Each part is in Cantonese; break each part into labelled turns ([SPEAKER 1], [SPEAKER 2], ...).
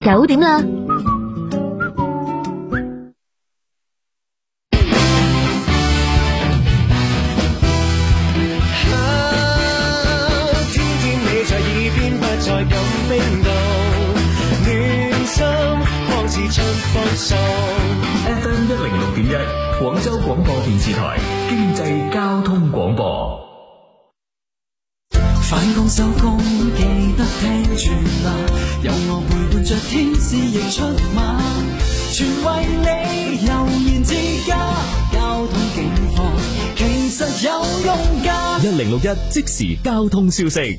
[SPEAKER 1] 九點啦。
[SPEAKER 2] 天天你在耳邊，不再感冰凍，暖心仿似春風送。
[SPEAKER 3] FM 一零六點一，廣州廣播電視台經濟交通廣播。
[SPEAKER 4] 返工收工記得聽住啦，有我陪伴着天使亦出馬，全為你悠然之家。交通警況其實有用㗎。
[SPEAKER 5] 一零六一即時交通消息。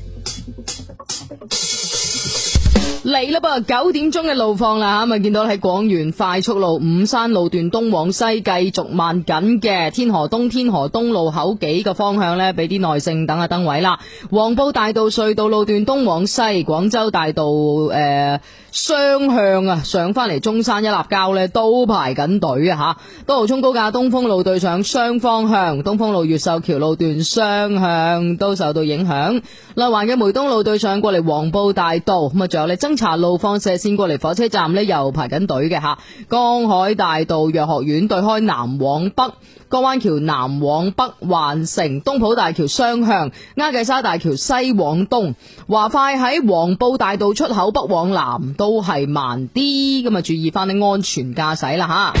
[SPEAKER 6] 嚟啦噃，九點鐘嘅路況啦吓，咪見到喺廣園快速路五山路段東往西繼續慢緊嘅，天河東、天河東路口幾個方向呢，俾啲耐性等下燈位啦。黃埔大道隧道路段東往西，廣州大道誒、呃雙向啊，上翻嚟中山一立交呢，都排緊隊啊吓。多豪涌高架東風路對上雙方向，東風路越秀橋路段雙向都受到影響。內環嘅梅東路對上過嚟黃埔大道，咁啊仲有咧增槎路放射線過嚟火車站呢，又排緊隊嘅吓。江海大道藥學院對開南往北，江灣橋南往北環城，東浦大橋雙向，鴉髻沙大橋西往東，華快喺黃埔大道出口北往南都係慢啲，咁啊注意翻啲安全駕駛啦吓。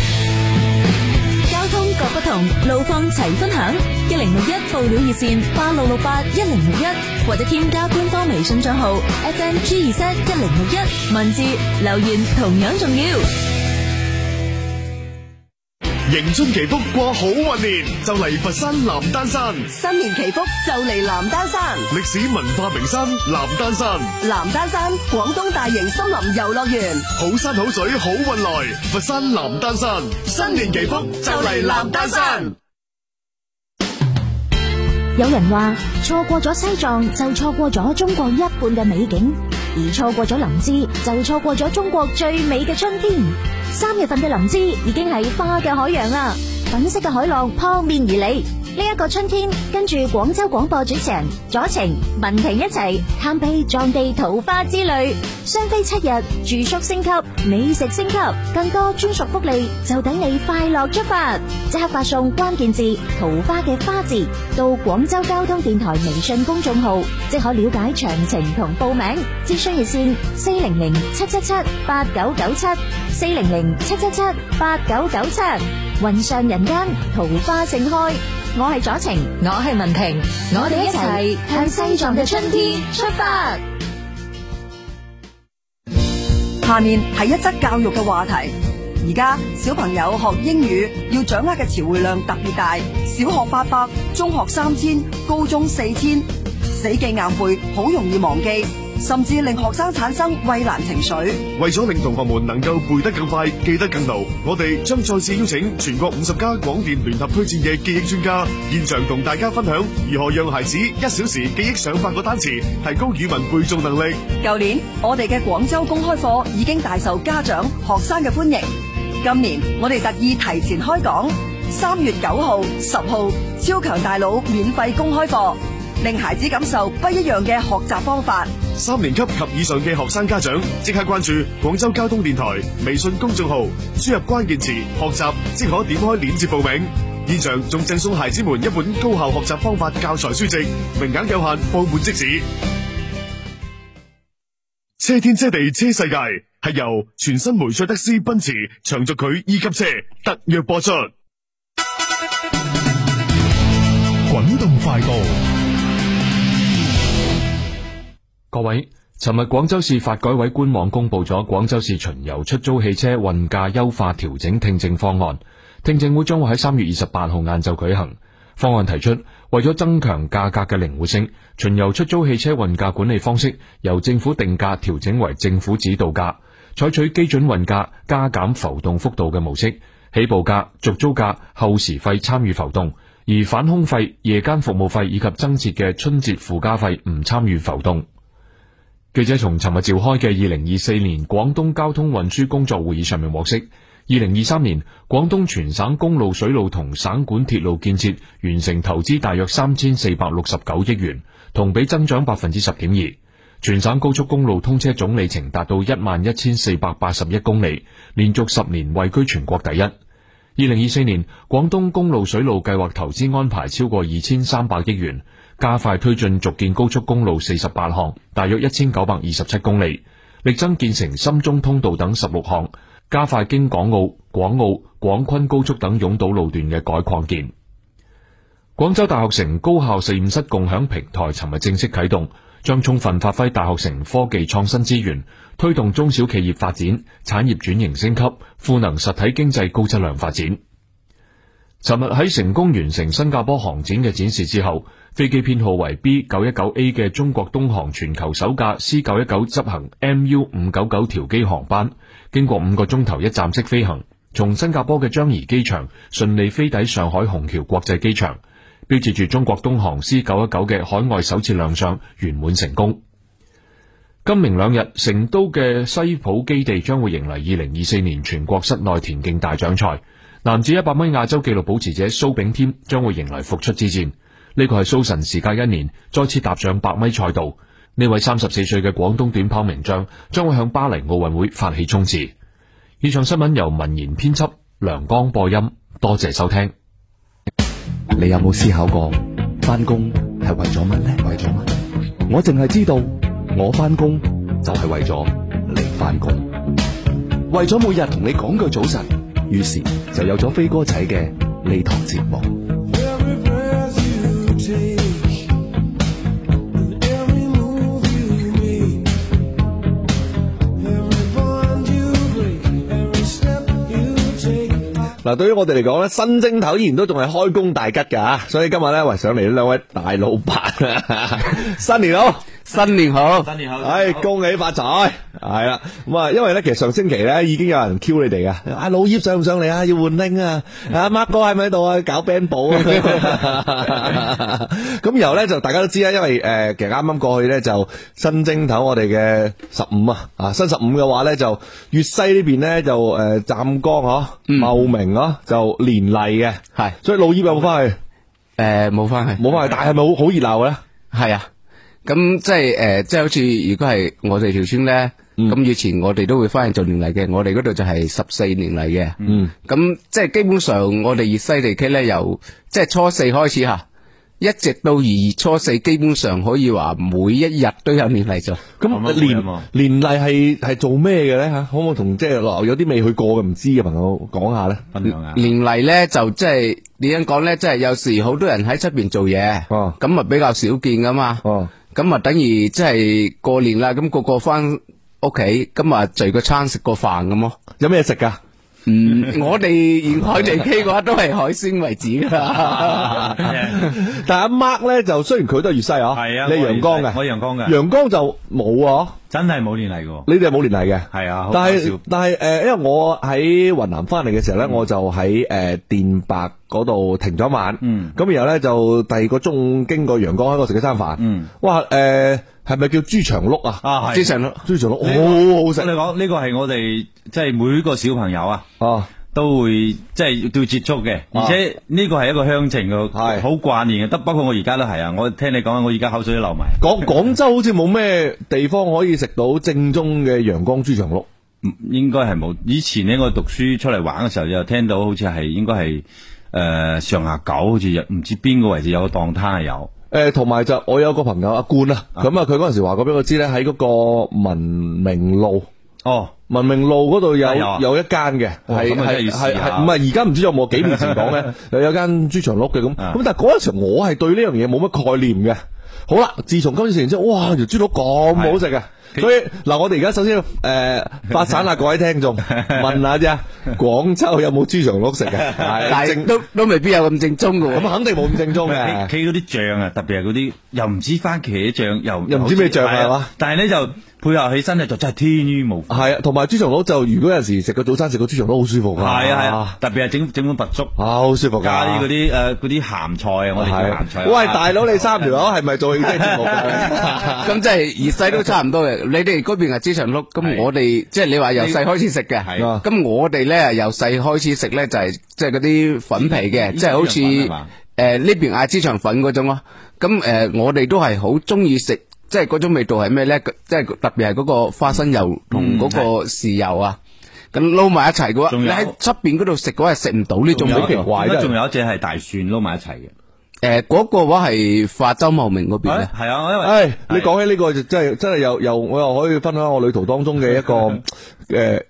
[SPEAKER 7] 交通各不同，路況齊分享。一零六一報料熱線八六六八一零六一，或者添加官方微信賬號 FMG 二七一零六一，文字留言同樣重要。
[SPEAKER 8] 迎春祈福過好運年，就嚟佛山南丹山，
[SPEAKER 9] 新年祈福就嚟南丹山。
[SPEAKER 8] 歷史文化名山南丹山，
[SPEAKER 9] 南丹山廣東大型森林遊樂園，
[SPEAKER 8] 好山好水好運來，佛山南丹山，新年祈福就嚟南丹山。
[SPEAKER 10] 有人話錯過咗西藏就錯過咗中國一半嘅美景，而錯過咗林芝就錯過咗中國最美嘅春天。三月份嘅林芝已經係花嘅海洋啦，粉色嘅海浪撲面而嚟。呢、一個春天，跟住廣州廣播主持人左晴、文婷一齊探秘藏地桃花之旅，雙飛七日，住宿升級，美食升級，更多專屬福利就等你快樂出發！即刻發送關鍵字“桃花”嘅花字到廣州交通電台微信公眾號，即可了解詳情同報名。諮詢熱線：四零零七七七八九九七，四零零七七七八九九七。雲上人間，桃花盛開。我係左晴，我係文婷，我哋一齊向西藏嘅春天出發。
[SPEAKER 9] 下面係一則教育嘅話題。而家小朋友學英語要掌握嘅詞彙量特別大，小學八百，中學三千，高中四千，死記硬背好容易忘記，甚至令學生產生畏難情緒。
[SPEAKER 8] 為咗令同學們能夠背得更快、記得更牢，我哋將再次邀請全國五十家廣電聯合推薦嘅記憶專家，現場同大家分享如何讓孩子一小時記憶上百個單詞，提高語文背誦能力。
[SPEAKER 9] 舊年我哋嘅廣州公開課已經大受家長、學生嘅歡迎。今年我哋特意提前開講，三月九號、十號超強大腦免費公開課，令孩子感受不一樣嘅學習方法。
[SPEAKER 8] 三年級及以上嘅學生家長，即刻關注廣州交通電台微信公眾號，輸入關鍵詞學習，即可點開鏈接報名。現場仲贈送孩子們一本高效學習方法教材書籍，名額有限，報滿即止。車天車地車世界係由全新梅賽德斯奔馳長軸距 E 級車特約播出。
[SPEAKER 11] 滾動快報。各位，尋日廣州市發改委官網公布咗廣州市巡遊出租汽車運價優化調整聽證方案，聽證會將會喺三月二十八號晏晝舉行。方案提出，為咗增強價格嘅靈活性，巡遊出租汽車運價管理方式由政府定價調整為政府指導價，採取基準運價加減浮動幅度嘅模式，起步價、續租價、後時費參與浮動，而返空費、夜間服務費以及增設嘅春節附加費唔參與浮動。記者從尋日召開嘅二零二四年廣東交通運輸工作會議上面獲悉，二零二三年廣東全省公路、水路同省管鐵路建設完成投資大約三千四百六十九億元，同比增長百分之十點二。全省高速公路通車總里程達到一萬一千四百八十一公里，連續十年位居全國第一。二零二四年，廣東公路水路計劃投資安排超過二千三百億元，加快推進續建高速公路四十八項，大約一千九百二十七公里，力爭建成深中通道等十六項，加快經港澳、港澳、廣昆高速等擁堵路段嘅改擴建。廣州大學城高校實驗室共享平台尋日正式啟動，將充分發揮大學城科技創新資源，推動中小企業發展、產業轉型升級，賦能實體經濟高質量發展。尋日喺成功完成新加坡航展嘅展示之後，飛機編號為 B 九一九 A 嘅中國東航全球首架 C 九一九執行 MU 五九九調機航班，經過五個鐘頭一站式飛行，從新加坡嘅樟宜機場順利飛抵上海虹橋國際機場。標誌住中國東航 C 九一九嘅海外首次亮相圓滿成功。今明兩日，成都嘅西浦基地將會迎嚟二零二四年全國室內田徑大獎賽。男子一百米亞洲紀錄保持者蘇炳添將會迎嚟復出之戰。呢個係蘇神時隔一年再次踏上百米賽道。呢位三十四歲嘅廣東短跑名將將會向巴黎奧運會發起衝刺。以上新聞由文言編輯梁江播音，多謝收聽。
[SPEAKER 12] 你有冇思考過翻工係為咗乜呢？為咗乜？我淨係知道我翻工就係為咗你翻工，為咗每日同你講句早晨，於是就有咗飛哥仔嘅呢堂節目。
[SPEAKER 2] Every breath you take and every move you make, every bond you break, every step you take.
[SPEAKER 13] 嗱，對於我哋嚟講咧，新正頭依然都仲係開工大吉㗎嚇，所以今日咧，喂上嚟呢兩位大老 闆，啊新年好，新年好，新年好，唉，恭喜發財，係啦，咁啊，因為咧，其實上星期咧已經有人 Q 你 哋嘅，啊，老葉上唔上嚟啊？要換拎啊，啊，Mark 哥喺咪喺度啊？搞 band 部 啊，咁然後咧就大家都知啦，因為誒，其實啱啱過去咧就新正頭我哋嘅十五啊，啊，新十五嘅話咧就粵西呢邊咧就誒湛江嗬，茂名咯，就連麗嘅，係，所以老葉有冇翻去？
[SPEAKER 14] 诶，冇翻去，
[SPEAKER 13] 冇翻去，但係咪好好熱鬧咧？
[SPEAKER 14] 系啊，咁即系诶，即系好似如果係我哋條村咧，
[SPEAKER 13] 嗯
[SPEAKER 14] 咁以前我哋都會翻去做年例嘅，我哋嗰度就係十四年嚟嘅。
[SPEAKER 13] 嗯，
[SPEAKER 14] 咁即係基本上我哋粵西地區咧，由即係初四開始吓，一直到二月初四，基本上可以話每一日都有年例做。
[SPEAKER 12] 啊
[SPEAKER 13] 咁年年例係係做咩嘅咧嚇？可唔可以同即係落有啲未去過嘅唔知嘅朋友講下咧？分享下。
[SPEAKER 14] 年例咧就即係點樣講咧？即係有時好多人喺出邊做嘢，
[SPEAKER 13] 哦
[SPEAKER 14] 咁啊比較少見噶嘛。咁啊等於即係過年啦，咁個個翻屋企，咁啊聚個餐食個飯咁咯。
[SPEAKER 13] 有咩食噶？
[SPEAKER 14] 嗯，我哋沿海地區嘅話都係海鮮為主
[SPEAKER 2] Ờ,
[SPEAKER 14] 噶。
[SPEAKER 13] 但阿 Mark 咧就雖然佢都係粵西啊，係
[SPEAKER 15] 啊
[SPEAKER 13] 你係陽江嘅，
[SPEAKER 15] 我係陽江嘅
[SPEAKER 13] 陽江就冇啊，
[SPEAKER 15] 真係冇年例嘅。
[SPEAKER 13] 你哋係冇聯繫嘅。
[SPEAKER 15] 係啊，好搞
[SPEAKER 13] 但
[SPEAKER 15] 笑嗯
[SPEAKER 13] 係但係誒、呃因為我喺雲南翻嚟嘅時候咧，我就喺誒、呃、電白嗰度停咗一晚。
[SPEAKER 15] 嗯
[SPEAKER 13] 咁然後咧就第二個中午經過陽江喺度食咗餐
[SPEAKER 2] ừ.
[SPEAKER 13] 飯。
[SPEAKER 15] 嗯，
[SPEAKER 13] 哇誒，呃係、咪叫豬腸碌啊？
[SPEAKER 15] 啊係
[SPEAKER 13] 豬腸碌，豬腸碌
[SPEAKER 15] 呢個
[SPEAKER 13] 好好食。
[SPEAKER 15] 我哋講呢個係我哋即係每個小朋友啊，都會即係都接觸嘅，
[SPEAKER 13] 啊
[SPEAKER 15] 而且呢個係一個鄉情嘅，好掛念嘅。得包括我而家都係啊，我聽你講，我而家口水都流埋。
[SPEAKER 13] 廣廣州好似冇咩地方可以食到正宗嘅陽江豬腸碌。
[SPEAKER 15] 應該係冇。以前呢，我讀書出嚟玩嘅時候，就聽到好似係應該係誒上下九，好似有唔知邊個位置有個檔攤係有。
[SPEAKER 13] 誒，呃同埋就我有個朋友阿冠啊，咁啊，佢嗰陣時話過俾我知咧，喺嗰個文明路。
[SPEAKER 15] 哦，
[SPEAKER 13] 文明路嗰度有
[SPEAKER 15] 係有啊
[SPEAKER 13] 有一間嘅，
[SPEAKER 15] 哦
[SPEAKER 13] 係
[SPEAKER 15] 咁啊真係
[SPEAKER 13] 係
[SPEAKER 15] 要試
[SPEAKER 13] 係
[SPEAKER 15] 下
[SPEAKER 13] 係唔係而家唔知有冇幾年前講 咧，又有間豬腸碌嘅咁，
[SPEAKER 15] 啊
[SPEAKER 13] 咁但係嗰陣時我係對呢樣嘢冇乜概念嘅。好啦，自從今次食完之後，哇，條豬碌咁好食嘅，啊所以嗱，我哋而家首先誒、呃、發散下各位 聽眾，問下啫，廣州有冇豬腸碌食啊嘅？
[SPEAKER 14] 但係都都未必有咁正宗嘅喎。
[SPEAKER 13] 咁肯定冇咁正宗
[SPEAKER 15] 企企嗰啲醬啊，特別係嗰啲又唔知番茄醬，又
[SPEAKER 13] 又唔知咩醬啊係嘛？
[SPEAKER 15] 但係咧就配合起身咧，就真係天衣無縫。
[SPEAKER 13] 係啊，同埋豬腸碌就如果有時食個早餐食個豬腸碌好舒服㗎，
[SPEAKER 15] 係啊係啊，特別係整整碗白粥，
[SPEAKER 13] 啊好舒服㗎，
[SPEAKER 15] 加啲嗰啲誒嗰啲鹹菜啊，我哋叫鹹菜。
[SPEAKER 13] 喂，大佬你三條友係咪做慶節目 㗎？
[SPEAKER 14] 咁即係粵西都差唔多嘅。你哋嗰邊係豬腸碌，咁我哋即係你話由細開始食嘅。
[SPEAKER 13] 係
[SPEAKER 14] 咁我哋咧由細開始食咧就係即係嗰啲粉皮嘅，
[SPEAKER 15] 呢
[SPEAKER 14] 即係好似
[SPEAKER 15] 呢樣粉係嘛
[SPEAKER 14] 誒呢邊嗌豬腸粉嗰種咯。咁誒我哋都係好中意食即係嗰種味道係咩咧？即係特別係嗰個花生油同嗰個豉油啊，咁撈埋一齊嘅話，
[SPEAKER 15] 仲
[SPEAKER 14] 你
[SPEAKER 15] 有
[SPEAKER 14] 喺出邊嗰度食嘅話係食唔到呢種好奇怪
[SPEAKER 15] 仲有一隻係大蒜撈埋一齊嘅。
[SPEAKER 14] 誒，嗰個話係化州茂名嗰
[SPEAKER 13] Ờ.
[SPEAKER 14] 邊咧。
[SPEAKER 15] 係啊，因為
[SPEAKER 13] 唉，哎你講起呢個就真係真係又又我又可以分享我旅途當中嘅 一個誒、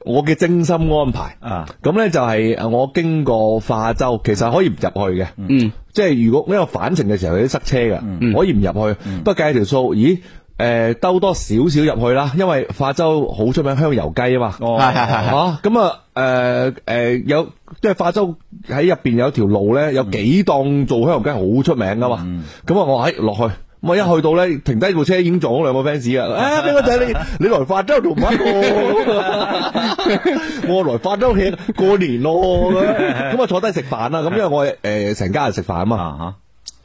[SPEAKER 13] 我嘅精心安排
[SPEAKER 15] 啊。
[SPEAKER 13] 咁咧就係誒我經過化州，其實可以唔入去嘅。
[SPEAKER 14] 嗯，
[SPEAKER 13] 即係如果因為返程嘅時候有啲塞車㗎，
[SPEAKER 15] 嗯
[SPEAKER 13] 可以唔入去。不過計條數，咦？誒、兜多少少入去啦，因為化州好出名香油雞啊嘛，
[SPEAKER 14] 哦係係係
[SPEAKER 13] 啊咁啊誒誒有即係化州喺入邊有條路咧，有幾檔做香油雞好出名噶嘛，咁啊、我喺落去。咁啊！一去到咧，停低部車已經撞咗兩個 fans 啊！啊，俾我睇你，你來化州同我一個，我來化州慶過年咯。咁樣咁啊，坐低食飯啦。咁因為我誒成、家人食飯啊嘛。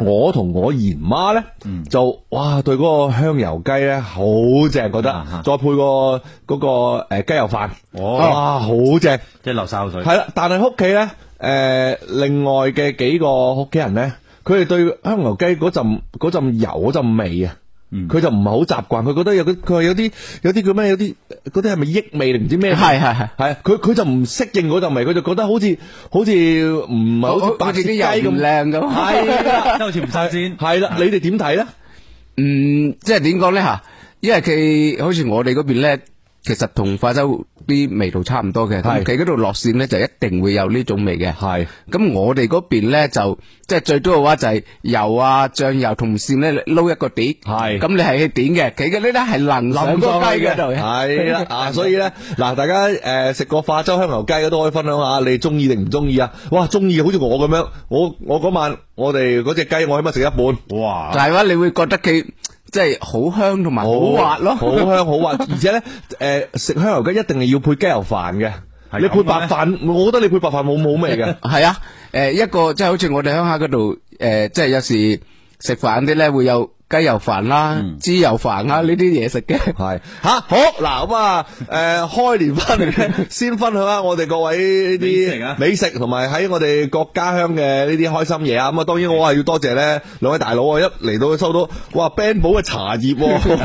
[SPEAKER 13] 我同我姨媽咧就哇對嗰個香油雞咧好正，覺得再配個嗰、個誒雞油飯，哇好正！
[SPEAKER 15] 即係流晒口水。
[SPEAKER 13] 係啦，但係屋企咧，诶、另外嘅幾個屋企人咧，佢哋對香牛雞嗰陣嗰陣油嗰陣味啊。佢就唔係好習慣，佢覺得有啲佢話有啲有啲叫咩？有啲嗰啲係咪益味定唔知咩？
[SPEAKER 14] 係係係
[SPEAKER 13] 係佢佢就唔適應嗰陣味，佢就覺得好似好似唔係好
[SPEAKER 14] 好
[SPEAKER 13] 似白
[SPEAKER 14] 好似
[SPEAKER 13] 切
[SPEAKER 14] 啲
[SPEAKER 13] 雞
[SPEAKER 14] 油唔
[SPEAKER 13] 咁
[SPEAKER 14] 靚咁
[SPEAKER 13] 係啦，
[SPEAKER 15] 好似唔新鮮。
[SPEAKER 13] 係啦，你哋點睇咧？
[SPEAKER 14] 嗯，即係點講咧吓？因為佢好似我哋嗰邊咧，其實同化州啲味道差唔多嘅，咁
[SPEAKER 13] 係
[SPEAKER 14] 佢嗰度落線咧就一定會有呢種味嘅。
[SPEAKER 13] 係，
[SPEAKER 14] 咁我哋嗰邊咧就即係最多嘅話就係油啊、醬油同線咧撈一個碟，係，咁你係去點嘅，佢嘅呢啲係淋上個雞嗰度嘅，
[SPEAKER 13] 係 啦啊，所以咧嗱，大家誒食過化州香牛雞嘅都可以分享下，你中意定唔中意啊？哇，中意好似我咁樣，我我嗰晚我哋嗰只雞我起碼食一半，
[SPEAKER 15] 哇
[SPEAKER 14] 就係話你會覺得佢即係好香同埋好滑咯，
[SPEAKER 13] 好香好 滑，而且咧誒食香牛雞一定係要配雞油飯嘅，你配白飯，我覺得你配白飯冇冇味 嘅。
[SPEAKER 14] 系啊，诶、一個即係好似我哋鄉下嗰度，诶、即係有時食飯啲咧會有雞油飯啦、豬油飯啦呢啲嘢食嘅。
[SPEAKER 13] 系吓、好嗱咁 啊，诶、開年翻嚟 咧，先分享下我哋各位呢啲美食，同埋喺我哋各家鄉嘅呢啲開心嘢啊。咁啊，當然我係要多謝咧兩位大佬啊，一嚟到收到哇 Ben 寶嘅茶葉 喎、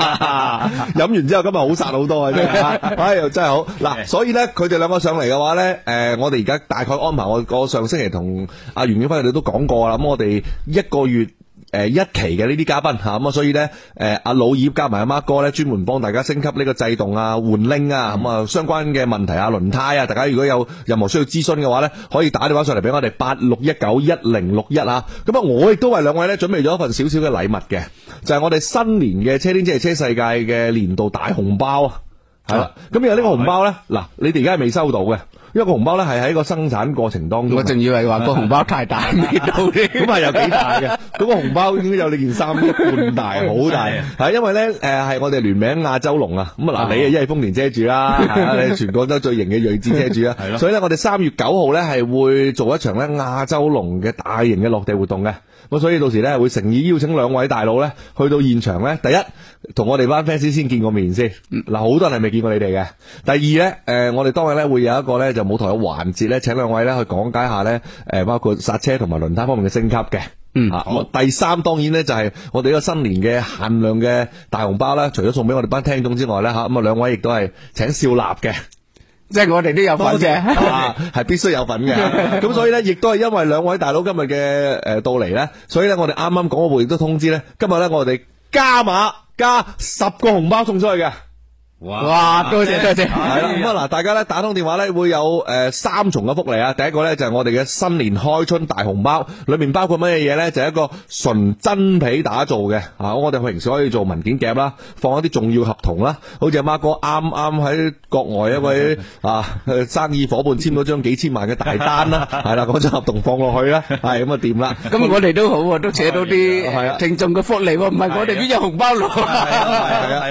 [SPEAKER 13] 哇飲完之後今日好殺好多啊，真 係，哎呦真係好嗱。所以咧，佢哋兩個上嚟嘅話咧，诶、我哋而家大概安排我我上星期同阿袁景輝佢哋都講過啦，咁我哋一個月。誒、一期嘅呢啲嘉賓嚇，咁啊，所以咧誒阿老葉加埋阿孖哥咧，專門幫大家升級呢個制動啊、換鈴啊，咁啊相關嘅問題啊、輪胎啊，大家如果有任何需要諮詢嘅話咧，可以打電話上嚟俾我哋八六一九一零六一啊。咁啊，我亦都為兩位咧準備咗一份少少嘅禮物嘅，就係、我哋新年嘅車天車地車世界嘅年度大紅包啊！系啦，咁有呢個紅包咧，嗱，你哋而家係未收到嘅，因為個紅包咧係喺個生產過程當中。
[SPEAKER 14] 我仲以為話個紅包太大未到咧，
[SPEAKER 13] 咁係有幾大嘅，嗰個紅包應該有你件衫一半大， 好大。係因為咧，誒係我哋聯名亞洲龍啊，咁啊嗱，你啊一係豐田車主啦，係啊你係全廣州最型嘅睿智車主
[SPEAKER 15] 係
[SPEAKER 13] 啊，
[SPEAKER 15] 咯
[SPEAKER 13] 所以咧我哋三月九號咧係會做一場咧亞洲龍嘅大型嘅落地活動嘅。咁所以到時咧會誠意邀請兩位大佬咧去到現場咧，第一同我哋班 fans 先見過面先。嗱，好多人係未見過你哋嘅。第二咧，誒、我哋當日咧會有一個咧就舞台嘅環節咧，請兩位咧去講解下咧，誒、包括剎車同埋輪胎方面嘅升級嘅。嗯，好。第三當然咧就係、我哋呢個新年嘅限量嘅大紅包啦，除咗送俾我哋班聽眾之外咧嚇，咁啊兩位亦都係請少立嘅。
[SPEAKER 14] 即係我哋都有份嘅。
[SPEAKER 13] 啊，系必須有份嘅。 咁所以咧，亦都係因為兩位大佬今日嘅诶到嚟咧，所以咧我哋啱啱講嗰部亦都通知咧，今日咧我哋加碼加十個紅包送出去嘅。
[SPEAKER 14] 哇多謝多謝
[SPEAKER 13] 系啦，咁啊嗱，大家咧打通電話咧會有诶三重嘅福利啊。第一個咧就係我哋嘅新年開春大紅包，裏面包括乜嘢嘢咧？就係一個純真皮打造嘅啊，我哋平時可以做文件夾啦，放一啲重要合同啦，好似阿孖哥啱啱喺國外一位啊呃生意伙伴簽咗張幾千萬嘅大單 啦，係啦，嗰張合同放落去啦，係咁啊掂啦。
[SPEAKER 14] 咁 我哋都好喎，都扯到啲聽眾嘅福利喎，唔係我哋邊有紅包攞？
[SPEAKER 13] 系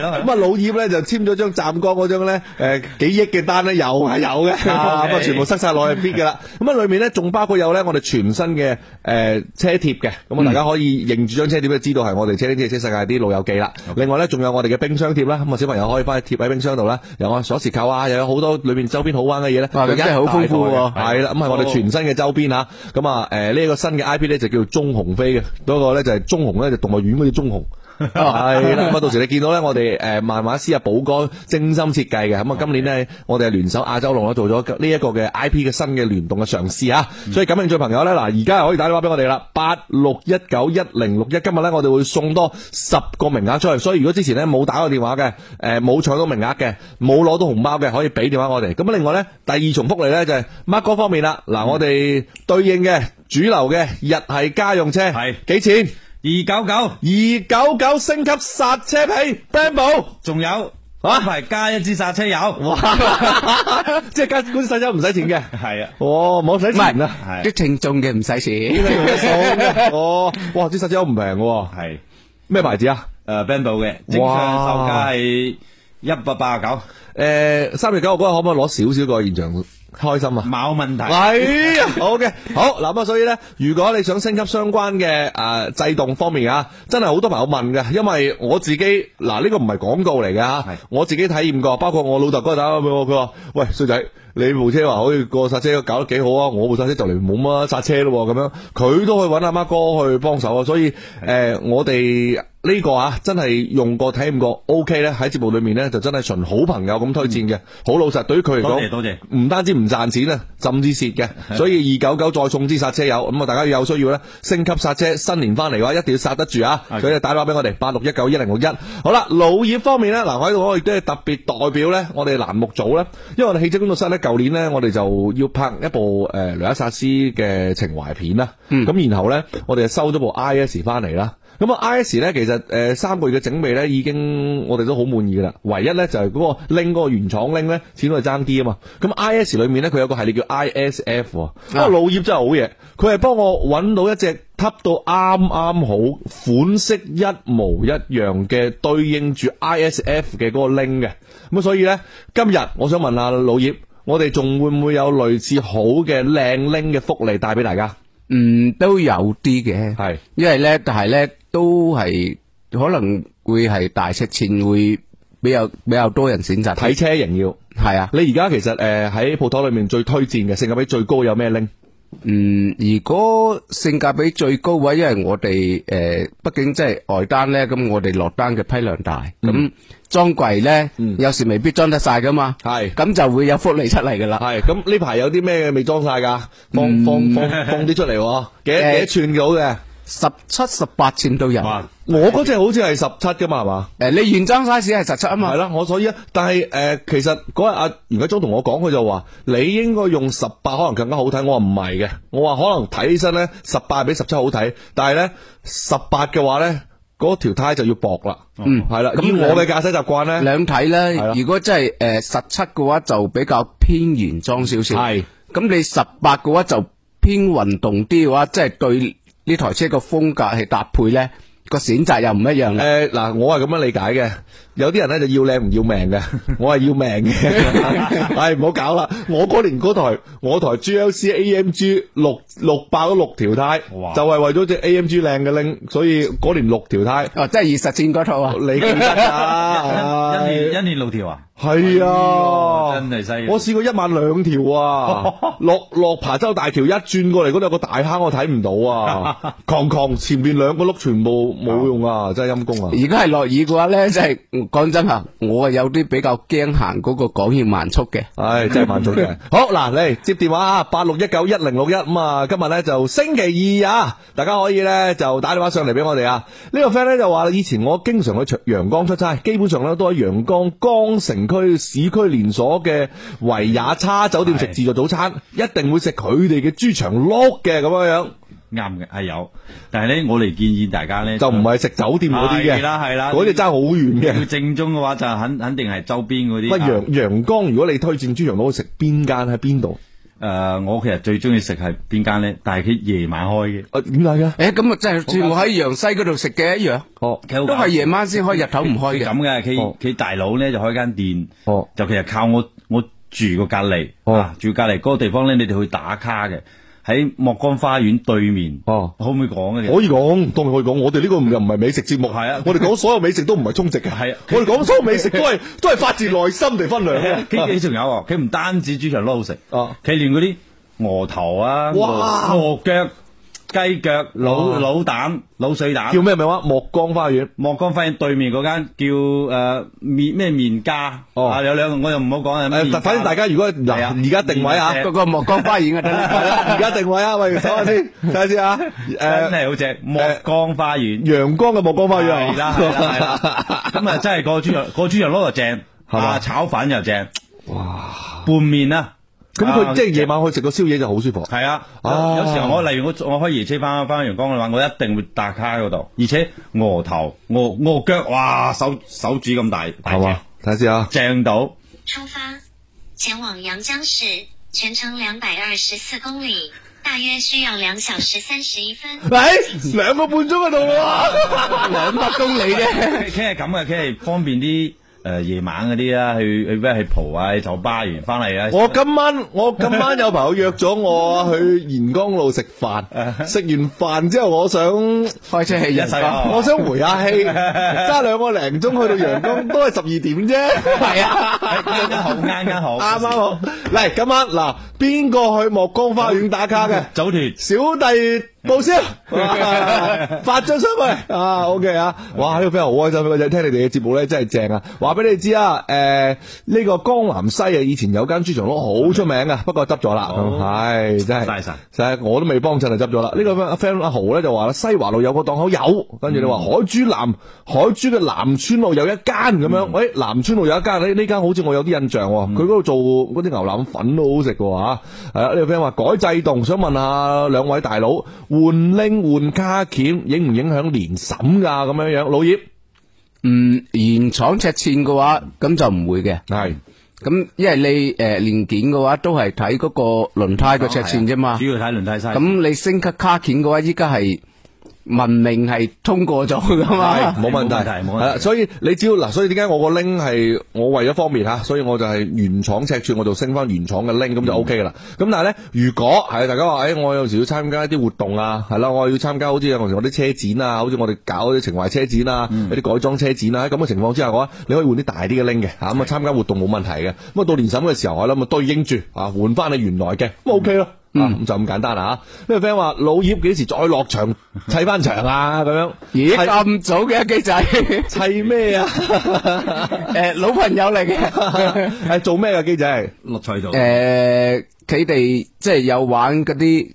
[SPEAKER 13] 咯，咁啊老葉咧就簽咗張湛江嗰張咧，诶几亿嘅單咧又係有嘅，咁 啊全部塞晒落去 bid 噶啦。咁啊裏面咧仲包括有咧我哋全新嘅诶车贴嘅，咁啊大家可以認住張車貼就知道係我哋車呢啲車世界啲老友記啦。另外咧仲有我哋嘅冰箱貼啦，咁啊小朋友可以翻去貼喺冰箱度啦，有我鎖匙扣啊，又有好多裏面周邊好玩嘅嘢咧，
[SPEAKER 14] 哇咁真係好豐富喎
[SPEAKER 13] 系啦，咁係我啊哋全新嘅周邊啊， 咁啊诶呢個新嘅 I P 咧就叫棕熊飛嘅，嗰個咧就係棕熊咧就動物園嗰啲棕熊。系啦，咁啊，到時你見到咧，我哋诶漫畫師啊，寶哥精心設計嘅，咁啊，今年呢，我哋係聯手亞洲龍啦，做咗呢一個嘅 I P 嘅新嘅聯動嘅嘗試啊，所以感興趣嘅朋友咧，嗱，而家係可以打電話俾我哋啦，八六一九一零六一，今日咧我哋會送多十個名額出去，所以如果之前咧冇打過電話嘅，诶冇搶到名額嘅，冇攞到紅包嘅，可以俾電話我哋。咁啊，另外咧第二重福利咧就係 Mark 哥方面啦，
[SPEAKER 15] 嗯
[SPEAKER 13] 嗱，我哋對應嘅主流嘅日系家用車係幾錢？
[SPEAKER 15] 二九九，
[SPEAKER 13] 二九九升級剎車皮 Brembo，
[SPEAKER 15] 仲有安排加一支剎車油，
[SPEAKER 13] 哇！ 即係加嗰啲剎車唔使 錢嘅，
[SPEAKER 15] 係啊，
[SPEAKER 13] 哦，冇使錢啦，
[SPEAKER 14] 啲聽眾嘅唔使錢。
[SPEAKER 13] 送嘅 哦，哇！啲剎車油唔平喎，
[SPEAKER 15] 係
[SPEAKER 13] 咩牌子啊？
[SPEAKER 15] 诶 b a n d o 嘅，正常售價係一百八十九。
[SPEAKER 13] 诶，三月九號嗰日可唔可以攞少少過現場？開心啊！
[SPEAKER 15] 冇問題。
[SPEAKER 13] 係啊，好嘅，好嗱咁啊，所以咧，如果你想升級相關嘅诶、呃制動方面啊，真係好多朋友問嘅，因為我自己嗱呢、個唔係廣告嚟嘅吓，我自己體驗過，包括我老豆嗰日打電話俾我，佢話：喂，衰仔。你部車話可以個剎車搞得幾好啊！我部剎車就嚟冇乜剎車咯喎，咁樣佢都去揾阿孖哥去幫手啊！所以誒、呃我哋呢個啊，真係用過體驗過，OK 咧喺節目裏面咧就真係純好朋友咁推薦嘅，好老實對於佢嚟
[SPEAKER 15] 多
[SPEAKER 13] 講，
[SPEAKER 15] 謝多謝。
[SPEAKER 13] 唔單止唔賺錢啊，甚至 蝕嘅，所以二九九再送支剎車油，咁啊大家有需要咧升級剎車，新年翻嚟嘅話一定要剎得住啊！所以打電話俾我哋八六一九一零六一。好啦，老葉方面咧，嗱我喺度我亦都係特別代表咧，我哋欄目組咧，因為我哋汽車工作室咧，舊年咧我哋就要拍一部誒雷克薩斯嘅情懷片啦，
[SPEAKER 15] 嗯
[SPEAKER 13] 咁、然後咧我哋就收咗部 I S 翻嚟啦。咁啊，I S 咧，其實誒、呃三個月嘅整備咧，已經我哋都好滿意噶啦。唯一咧就係、嗰個拎嗰個原廠拎咧，錢都係爭啲啊嘛。咁 I S 裏面咧，佢有個系列叫 I S F 喎，啊老葉真係好嘢，佢係幫我揾到一隻揼到啱啱好款式一模一樣嘅對應住 I S F 嘅嗰個拎嘅。咁啊所以咧，今日我想問下老葉，我哋仲會唔會有類似好嘅靚拎嘅福利帶俾大家？
[SPEAKER 14] 嗯，都有啲嘅，
[SPEAKER 13] 系，
[SPEAKER 14] 因为咧，但系咧都系可能会系大尺寸會比較比較多人選擇。
[SPEAKER 13] 睇車型要
[SPEAKER 14] 係啊，
[SPEAKER 13] 你而家其實誒喺鋪頭裏面最推薦嘅性價比最高有咩拎？
[SPEAKER 14] 嗯，如果性價比最高位，因為我哋诶，毕、畢竟即係外單咧，咁我哋落單嘅批量大，咁裝櫃咧，有時未必裝得晒噶嘛，
[SPEAKER 13] 系，
[SPEAKER 14] 咁就會有福利出嚟噶啦。
[SPEAKER 13] 系，咁呢排有啲咩未裝晒㗎？放放放放啲出嚟喎，幾多幾多寸到嘅？
[SPEAKER 14] 十七、十八寸都有。
[SPEAKER 13] 我嗰只好似係十七㗎嘛，係嘛？
[SPEAKER 14] 诶，你原裝 size 係十七啊嘛。
[SPEAKER 13] 係啦，我所以啊，但係诶，其實嗰日阿袁家忠同我講，佢就話你應該用十八可能更加好睇。我話唔係嘅，我話可能睇起身咧十八比十七好睇，但係咧十八嘅話咧嗰條胎就要薄啦。
[SPEAKER 14] 嗯
[SPEAKER 13] 係啦，
[SPEAKER 14] 咁
[SPEAKER 13] 以我嘅
[SPEAKER 14] 兩
[SPEAKER 13] 駕駛習慣咧，
[SPEAKER 14] 兩睇啦。如果真係诶十七嘅話，就比較偏原裝少少。
[SPEAKER 13] 系，
[SPEAKER 14] 咁你十八嘅話就偏運動啲嘅話，即係對呢台車個風格係搭配咧，個選擇又唔一樣啦。
[SPEAKER 13] 诶，嗱、我係咁樣理解嘅。有啲人咧就要靚唔要 命嘅，我係要命嘅。唉，唔好搞啦！我嗰年嗰台我台 GLC AMG 六六爆咗六條胎，就係為咗只 AMG 靚嘅拎，所以嗰年六條胎。
[SPEAKER 14] 哦，即係二十戰嗰套啊！
[SPEAKER 13] 你記 得啊？
[SPEAKER 15] 一年一年六條啊？
[SPEAKER 13] 係啊，
[SPEAKER 15] 真係犀
[SPEAKER 14] 哎
[SPEAKER 15] 利
[SPEAKER 13] 哎我試過一晚兩條 啊，落落琶洲大橋一轉過嚟嗰度有個大坑，我睇唔到 啊！狂狂前面兩個碌全部冇用啊，真係陰公啊！
[SPEAKER 14] 如果係落雨嘅話咧， 即係講真啊，我係有啲比較驚行嗰個港險慢速嘅。
[SPEAKER 13] 唉，真係慢速 嘅。好嗱，嚟接電話啊，八六一九一零六一咁啊，今日咧就星期二啊，大家可以咧就打電話上嚟俾我哋啊。呢、個 friend 咧就話，以前我經常去長陽江出差，基本上咧都喺陽江江城區市區連鎖嘅維也叉酒店食自助早餐，一定會食佢哋嘅豬腸碌嘅咁樣樣。
[SPEAKER 15] 啱嘅，係有，但係咧，我嚟建議大家咧，
[SPEAKER 13] 就唔係食酒店嗰啲嘅
[SPEAKER 15] 係啦係啦，
[SPEAKER 13] 嗰啲爭好遠嘅
[SPEAKER 15] 要正宗嘅話，就肯肯定係周邊嗰啲。啊
[SPEAKER 13] 乜陽陽江？如果你推薦豬腸碌，食邊間喺邊度？
[SPEAKER 15] 诶、我其實最中意食係邊間咧？但係佢夜晚開嘅。
[SPEAKER 13] 誒點解嘅？
[SPEAKER 14] 诶，咁啊，即係好似我喺陽西嗰度食嘅一樣，
[SPEAKER 13] 哦，
[SPEAKER 14] 都係夜晚先開，日頭唔開
[SPEAKER 15] 佢
[SPEAKER 14] 嘅。
[SPEAKER 15] 咁嘅，佢佢大佬咧就開間店，就其實靠我我住個隔離，啊住隔離嗰個地方咧，你哋去打卡嘅，喺莫江花園對面。
[SPEAKER 13] 哦，
[SPEAKER 15] 可唔可以講嘅？
[SPEAKER 13] 可以講，當然可以講。我哋呢個唔又唔係美食節目，係啊，我哋講所有美食都唔係充值嘅，係啊，我哋講所有美食都係都係發自內心嚟分量 嘅。
[SPEAKER 15] 佢佢仲有啊，佢唔單止豬腸撈好食，
[SPEAKER 13] 佢
[SPEAKER 15] 連嗰啲鵝頭啊、
[SPEAKER 13] 哦哇
[SPEAKER 15] 鵝鵝腳。雞腳、
[SPEAKER 13] 哦
[SPEAKER 15] 老老蛋、老水蛋，
[SPEAKER 13] 叫咩名話？莫江花園。
[SPEAKER 15] 莫江花園對面嗰間叫诶面咩面家，啊有兩個我又唔好講係咩
[SPEAKER 13] 哦誒
[SPEAKER 15] 面家。
[SPEAKER 13] 反正大家如果嗱
[SPEAKER 15] 係啊
[SPEAKER 13] 而家 定位啊
[SPEAKER 15] 面，
[SPEAKER 13] 嗰個莫江花園嘅 而家定位啊，喂，睇下先，睇下先啊。
[SPEAKER 15] 真係好正，莫江花園。
[SPEAKER 13] 陽光嘅莫江花園啊
[SPEAKER 15] 係啦係啦係啦，咁啊真係個豬肉個豬肉撈又正，啊炒飯又正，哇拌面啊！
[SPEAKER 13] 啊咁
[SPEAKER 15] 啊
[SPEAKER 13] 佢即係夜晚去食個宵夜就好舒服。
[SPEAKER 15] 系啊，有
[SPEAKER 13] 啊
[SPEAKER 15] 有時候我例如我我開夜車翻翻陽江嘅話，我一定會打卡嗰度，而且鵝頭、鵝鵝腳，哇，手手指咁大，係嘛？
[SPEAKER 13] 睇下先啊，
[SPEAKER 15] 正到
[SPEAKER 16] 出发，前往阳江市，全程两百二十四公里，大约需要两小时三十一分。
[SPEAKER 13] 嚟哎兩個半鐘喺度喎，
[SPEAKER 15] 兩
[SPEAKER 13] 百公 里
[SPEAKER 15] 啫。佢係咁嘅，佢係方便啲誒夜晚嗰啲啦，去去咩去蒲啊，去酒吧完翻嚟啊。
[SPEAKER 13] 我今晚 我今晚有朋友約咗我去沿江路食飯，食完飯之後我想開
[SPEAKER 14] 車去
[SPEAKER 13] 一
[SPEAKER 14] 陽 江
[SPEAKER 13] 我想回下氣，揸兩個零鐘去到陽江都係十二點啫。係 啊，
[SPEAKER 15] 啱啱好，啱啱好，
[SPEAKER 13] 啱啱好。嚟今晚嗱，邊個去莫江花園打卡嘅？
[SPEAKER 15] 組團
[SPEAKER 13] 小弟啊報銷，發張相去啊！OK 啊，哇！呢個 friend 好開心，佢仔聽你哋嘅節目咧真係正啊！話俾你知啊，誒呢個江南西啊，以前有間豬腸佬好出名啊，不過執咗啦，係真係，
[SPEAKER 15] 晒晒
[SPEAKER 13] 晒我都未幫襯就執咗啦。呢個 friend 阿豪咧就話啦，西華路有個檔口有，跟住你話
[SPEAKER 15] 嗯
[SPEAKER 13] 海珠南海珠嘅南村路有一間咁樣，喂南村路有一間呢呢間好似我有啲印象喎，佢嗰度做嗰啲牛腩粉都好食嘅喎嚇。係啊，呢個 friend 話改制動，想問下兩位大佬換拎換卡鉗影唔影響年審㗎咁樣樣，老葉。
[SPEAKER 14] 嗯，原廠尺寸嘅話，咁就唔會嘅。系咁，因為你诶年檢嘅話，都係睇嗰個輪胎嘅尺寸啫嘛。
[SPEAKER 15] 主要睇輪胎 size
[SPEAKER 14] 咁你升級卡鉗嘅話，依家係文明係通過咗㗎嘛，
[SPEAKER 13] 係冇問題，係啦。啊所以你只要嗱，所以點解我個拎係我為咗方便嚇，所以我就係原廠尺寸，我就升翻原廠嘅拎，咁就 O K 噶啦。咁但係咧，如果係大家話，誒我有時要參加一啲活動啊，係啦，我要參加好似有時我啲車展啊，好似我哋搞啲情懷車展啊，有啲改裝車展啊，喺咁嘅情況之下嘅話，你可以換啲大啲嘅拎嘅嚇，咁啊參加活動冇問題嘅。咁啊到年審嘅時候，我諗啊對應住啊換翻你原來嘅，咁 O K 咯。
[SPEAKER 14] 嗯
[SPEAKER 13] 啊，咁就咁簡單啦嚇。呢個 friend 話老葉幾時再 落場砌翻場啊？咁樣
[SPEAKER 14] 咦咁早嘅機仔
[SPEAKER 13] 砌 咩啊？
[SPEAKER 14] 诶老朋友嚟嘅，
[SPEAKER 13] 係做咩嘅機仔？
[SPEAKER 15] 落賽道
[SPEAKER 14] 诶，佢哋即係有玩嗰啲。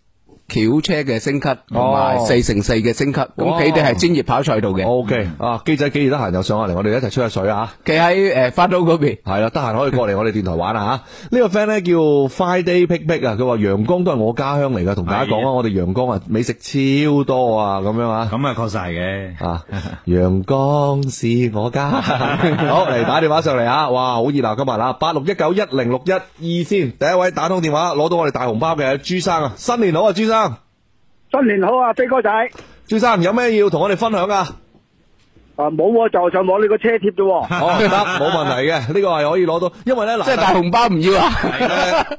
[SPEAKER 14] 轎車嘅升級同埋
[SPEAKER 13] 哦
[SPEAKER 14] 四乘四嘅升級，咁
[SPEAKER 13] 哇
[SPEAKER 14] 佢哋係專業跑賽道嘅。
[SPEAKER 13] O K，啊機仔幾時得閒就上下嚟，我哋一齊吹下水啊！
[SPEAKER 14] 企喺誒花都嗰邊，
[SPEAKER 13] 係啦，得閒可以過嚟我哋電台玩啊！呢個 friend 咧叫 Friday Pick Pick 啊，佢話陽江都係我家鄉嚟噶，同大家講啊，我哋陽江啊美食超多啊，咁樣 啊，
[SPEAKER 15] 咁啊確實係
[SPEAKER 13] 嘅啊，陽江是 我家，好嚟打電話上嚟啊！哇，好熱鬧今日啊，八六一九一零六一二先，第一位打通電話攞到我哋大紅包嘅朱生啊，新年好啊，朱生，
[SPEAKER 17] 新年好啊，飞哥仔。
[SPEAKER 13] 朱生有咩要同我哋分享啊？
[SPEAKER 17] 啊冇喎，就就攞你個車貼啫 喎。
[SPEAKER 13] 哦，得，冇問題嘅，呢個係可以攞到，因為咧嗱，
[SPEAKER 17] 即係大紅
[SPEAKER 14] 包唔要啊？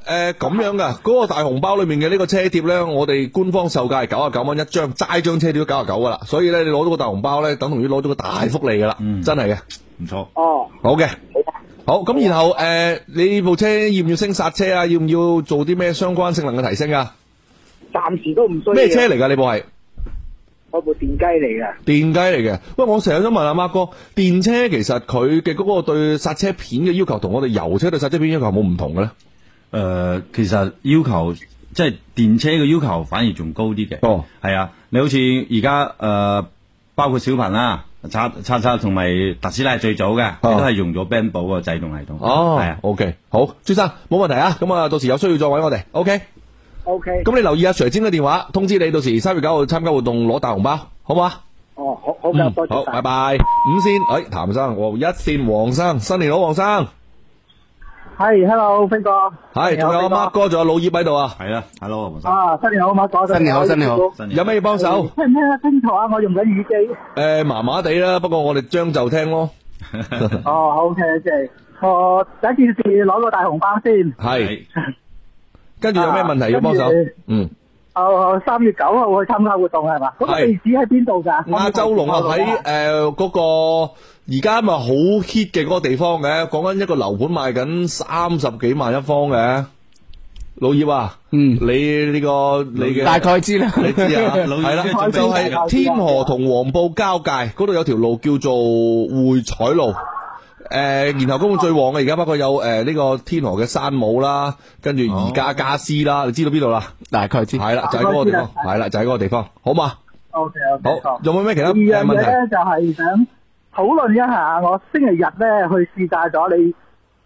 [SPEAKER 13] 誒咁樣噶，嗰個大紅包裏面嘅呢個車貼咧，我哋官方售價係九啊九蚊一張，齋張車貼都九啊九噶啦，所以咧你攞到個大紅包咧，等同於攞到個大福利噶啦，真係嘅，
[SPEAKER 15] 唔錯，
[SPEAKER 17] 哦，
[SPEAKER 13] 好嘅，好咁然後誒，你部車要唔要升剎車啊？要唔要做啲咩相關性能嘅提升啊？
[SPEAKER 17] 暫時都唔需要。
[SPEAKER 13] 咩車嚟？㗎？你部係？
[SPEAKER 17] 我部電雞嚟嘅。
[SPEAKER 13] 電雞嚟嘅。喂，我成日想問阿孖哥，電車其實佢嘅嗰個對剎車片嘅要求，同我哋油車對剎車片要求有冇唔同嘅咧？
[SPEAKER 15] 誒、呃其實要求即係電車嘅要求反而仲高啲嘅。
[SPEAKER 13] 哦，
[SPEAKER 15] 係啊，你好似而家誒，呃包括小鵬啦、叉叉叉同埋特斯拉係最早嘅，
[SPEAKER 13] 哦
[SPEAKER 15] 都係用咗 Brembo 個制動系統。
[SPEAKER 13] 哦，
[SPEAKER 15] 係啊
[SPEAKER 13] ，OK，好，朱生冇問題啊，咁啊，到時有需要再揾我哋，OK。
[SPEAKER 17] O K。
[SPEAKER 13] 咁你留意阿 Sir 尖嘅電話，通知你到時三月九號參加活動攞大紅包，好唔好啊？
[SPEAKER 17] 哦，好好嘅，多謝
[SPEAKER 13] 好，拜
[SPEAKER 17] 晒。
[SPEAKER 13] 拜。五線，哎，譚生，我一線，黃生，新年好，黃生。
[SPEAKER 10] 系，hello，飞哥。
[SPEAKER 13] 係，仲有阿 Mark 哥，仲有老葉喺度啊。
[SPEAKER 15] 係啊，hello，黃生。
[SPEAKER 10] 啊，新年好，马哥。
[SPEAKER 13] 有咩要幫手？
[SPEAKER 10] 聽唔聽得清楚啊？我用緊耳機。
[SPEAKER 13] 誒，麻麻地啦，不過我哋將就聽咯。
[SPEAKER 10] 哦，好嘅，即係我第一件事攞個大紅包先。
[SPEAKER 13] 係。跟住有咩問題要幫手
[SPEAKER 10] 啊跟住？
[SPEAKER 13] 嗯，
[SPEAKER 10] 哦，三月九號去參加活動係嘛？嗰個
[SPEAKER 13] 係
[SPEAKER 10] 地址喺邊度㗎？
[SPEAKER 13] 亞洲龍啊，喺誒嗰個而家咪好 hit 嘅嗰個地方嘅，講緊一個樓盤賣緊三十幾萬一方嘅。老葉啊，嗯，你呢個你嘅
[SPEAKER 14] 大概知啦
[SPEAKER 13] 你知 啊，
[SPEAKER 14] 老葉
[SPEAKER 13] 係
[SPEAKER 14] 大
[SPEAKER 13] 啦，
[SPEAKER 14] 概知
[SPEAKER 13] 就係天河同黃埔交界嗰度有條路叫做匯彩路。誒、然後根本最旺嘅而家包括有誒呢、個天河嘅山姆啦，跟住宜家家私啦，你知道邊度啦？
[SPEAKER 14] 大概知，
[SPEAKER 13] 係啦，就喺、嗰個地方，係啦，就喺、嗰個地方，好嘛？
[SPEAKER 10] O K O K。
[SPEAKER 13] 好，有冇咩其他
[SPEAKER 10] 第二樣嘢
[SPEAKER 13] 誒啊問題？
[SPEAKER 10] 咧就係想討論一下，我星期日咧去試駕咗你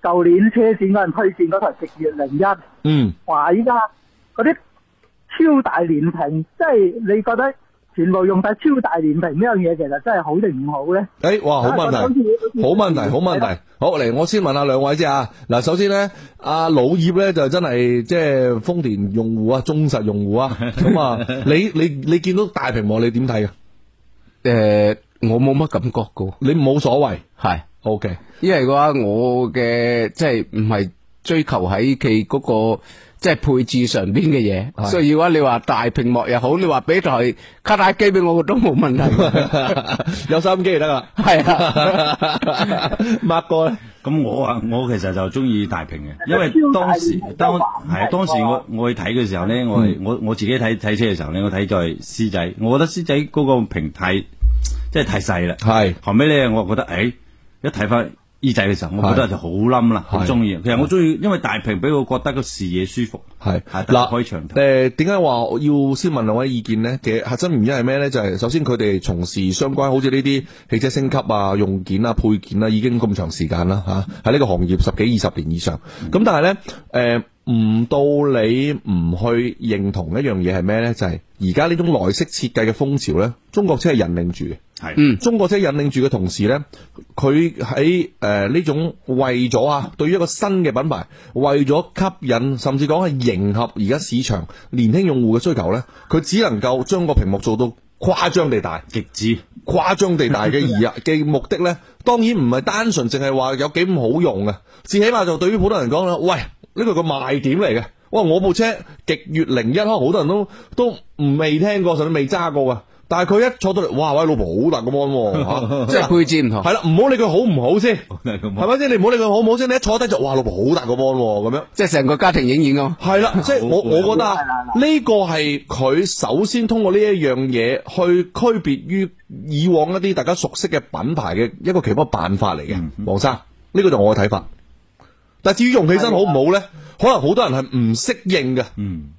[SPEAKER 10] 舊年車展嗰陣推薦嗰台極越零一，
[SPEAKER 13] 嗯，
[SPEAKER 10] 話依家嗰啲超大連屏，即係你覺得全部用晒超大連屏呢樣嘢，其實真係好定唔好咧？
[SPEAKER 13] 诶，哇，好問題，
[SPEAKER 10] 啊好似
[SPEAKER 13] 好問題，好問題。好嚟，我先問下兩位先啊。嗱，首先咧，阿老葉咧就真係即係豐田用戶啊，忠實用 戶啊。咁啊，你你你見到大屏幕你點睇啊？
[SPEAKER 14] 诶、我冇乜感覺噶。
[SPEAKER 13] 你冇所謂，
[SPEAKER 14] 係
[SPEAKER 13] OK。
[SPEAKER 14] 因為嘅話，我嘅即係唔係追求喺佢嗰個即係配置上邊嘅嘢，
[SPEAKER 13] 係
[SPEAKER 14] 所以嘅話，你話大屏幕又好，你話俾台卡帶機俾我都冇問題。
[SPEAKER 13] 有收音機 就得啦。
[SPEAKER 14] 係啊。
[SPEAKER 13] 抹過咧。
[SPEAKER 15] 咁我啊，我其實就中意大屏嘅，因為當時
[SPEAKER 18] 哎
[SPEAKER 15] 當係啊當時哎我我去睇嘅時候咧，我
[SPEAKER 13] 嗯
[SPEAKER 15] 係我我自己睇睇車嘅時候咧，我睇在獅仔，我覺得獅仔嗰個屏太即係太細啦。
[SPEAKER 13] 係
[SPEAKER 15] 後尾咧，我覺得誒一睇翻依仔嘅時候，我覺得
[SPEAKER 13] 係
[SPEAKER 15] 就好冧啦，好
[SPEAKER 13] 係
[SPEAKER 15] 中意。其實我中意，因為大屏俾我覺得個視野舒服，
[SPEAKER 13] 係
[SPEAKER 15] 係嗱開場。
[SPEAKER 13] 誒點解話我要先問兩位意見呢？其實核心原因係咩呢？就係、首先佢哋從事相關好似呢啲汽車升級啊、用件啊、配件啊，已經咁長時間啦嚇，喺、呢個行業十幾二十年以上。咁但係呢，誒、唔到你唔去認同一樣嘢係咩呢？就係而家呢種內飾設計嘅風潮呢，中國車係引領住嘅。
[SPEAKER 15] 係，
[SPEAKER 13] 嗯，中國車引領住嘅同時呢，佢喺誒呢種為咗啊，對於一個新嘅品牌，為咗吸引甚至講係迎合而家市場年輕用戶嘅需求呢，佢只能夠將個屏幕做到誇張地大，
[SPEAKER 15] 極致
[SPEAKER 13] 誇張 地大嘅而啊嘅目的呢，當然唔係單純淨係話有幾咁好用啊，至起碼就對於普通人講啦，喂，呢個個賣點嚟嘅。哇！我部車極越零一，可能好多人都都唔未聽過，甚至未揸過噶。但係佢一坐到嚟，哇！喂，老婆好大個 mon 喎，嚇
[SPEAKER 14] 即係配置唔同
[SPEAKER 13] 係啦，唔好理佢好唔好先，
[SPEAKER 15] 係
[SPEAKER 13] 咪先？你唔好理佢好唔好先，你一坐低就哇，老婆好大個 mon 喎，咁樣。
[SPEAKER 14] 即係成個家庭影院咁。
[SPEAKER 13] 係啦，即係我我覺得啊呢個係佢首先通過呢一樣嘢去區別於以往一啲大家熟悉嘅品牌嘅一個其中一個辦法嚟嘅，
[SPEAKER 14] 嗯
[SPEAKER 13] 黃生，呢個就我嘅睇法。但至於用起身好唔好咧，可能好多人係唔適應嘅。
[SPEAKER 15] 嗯，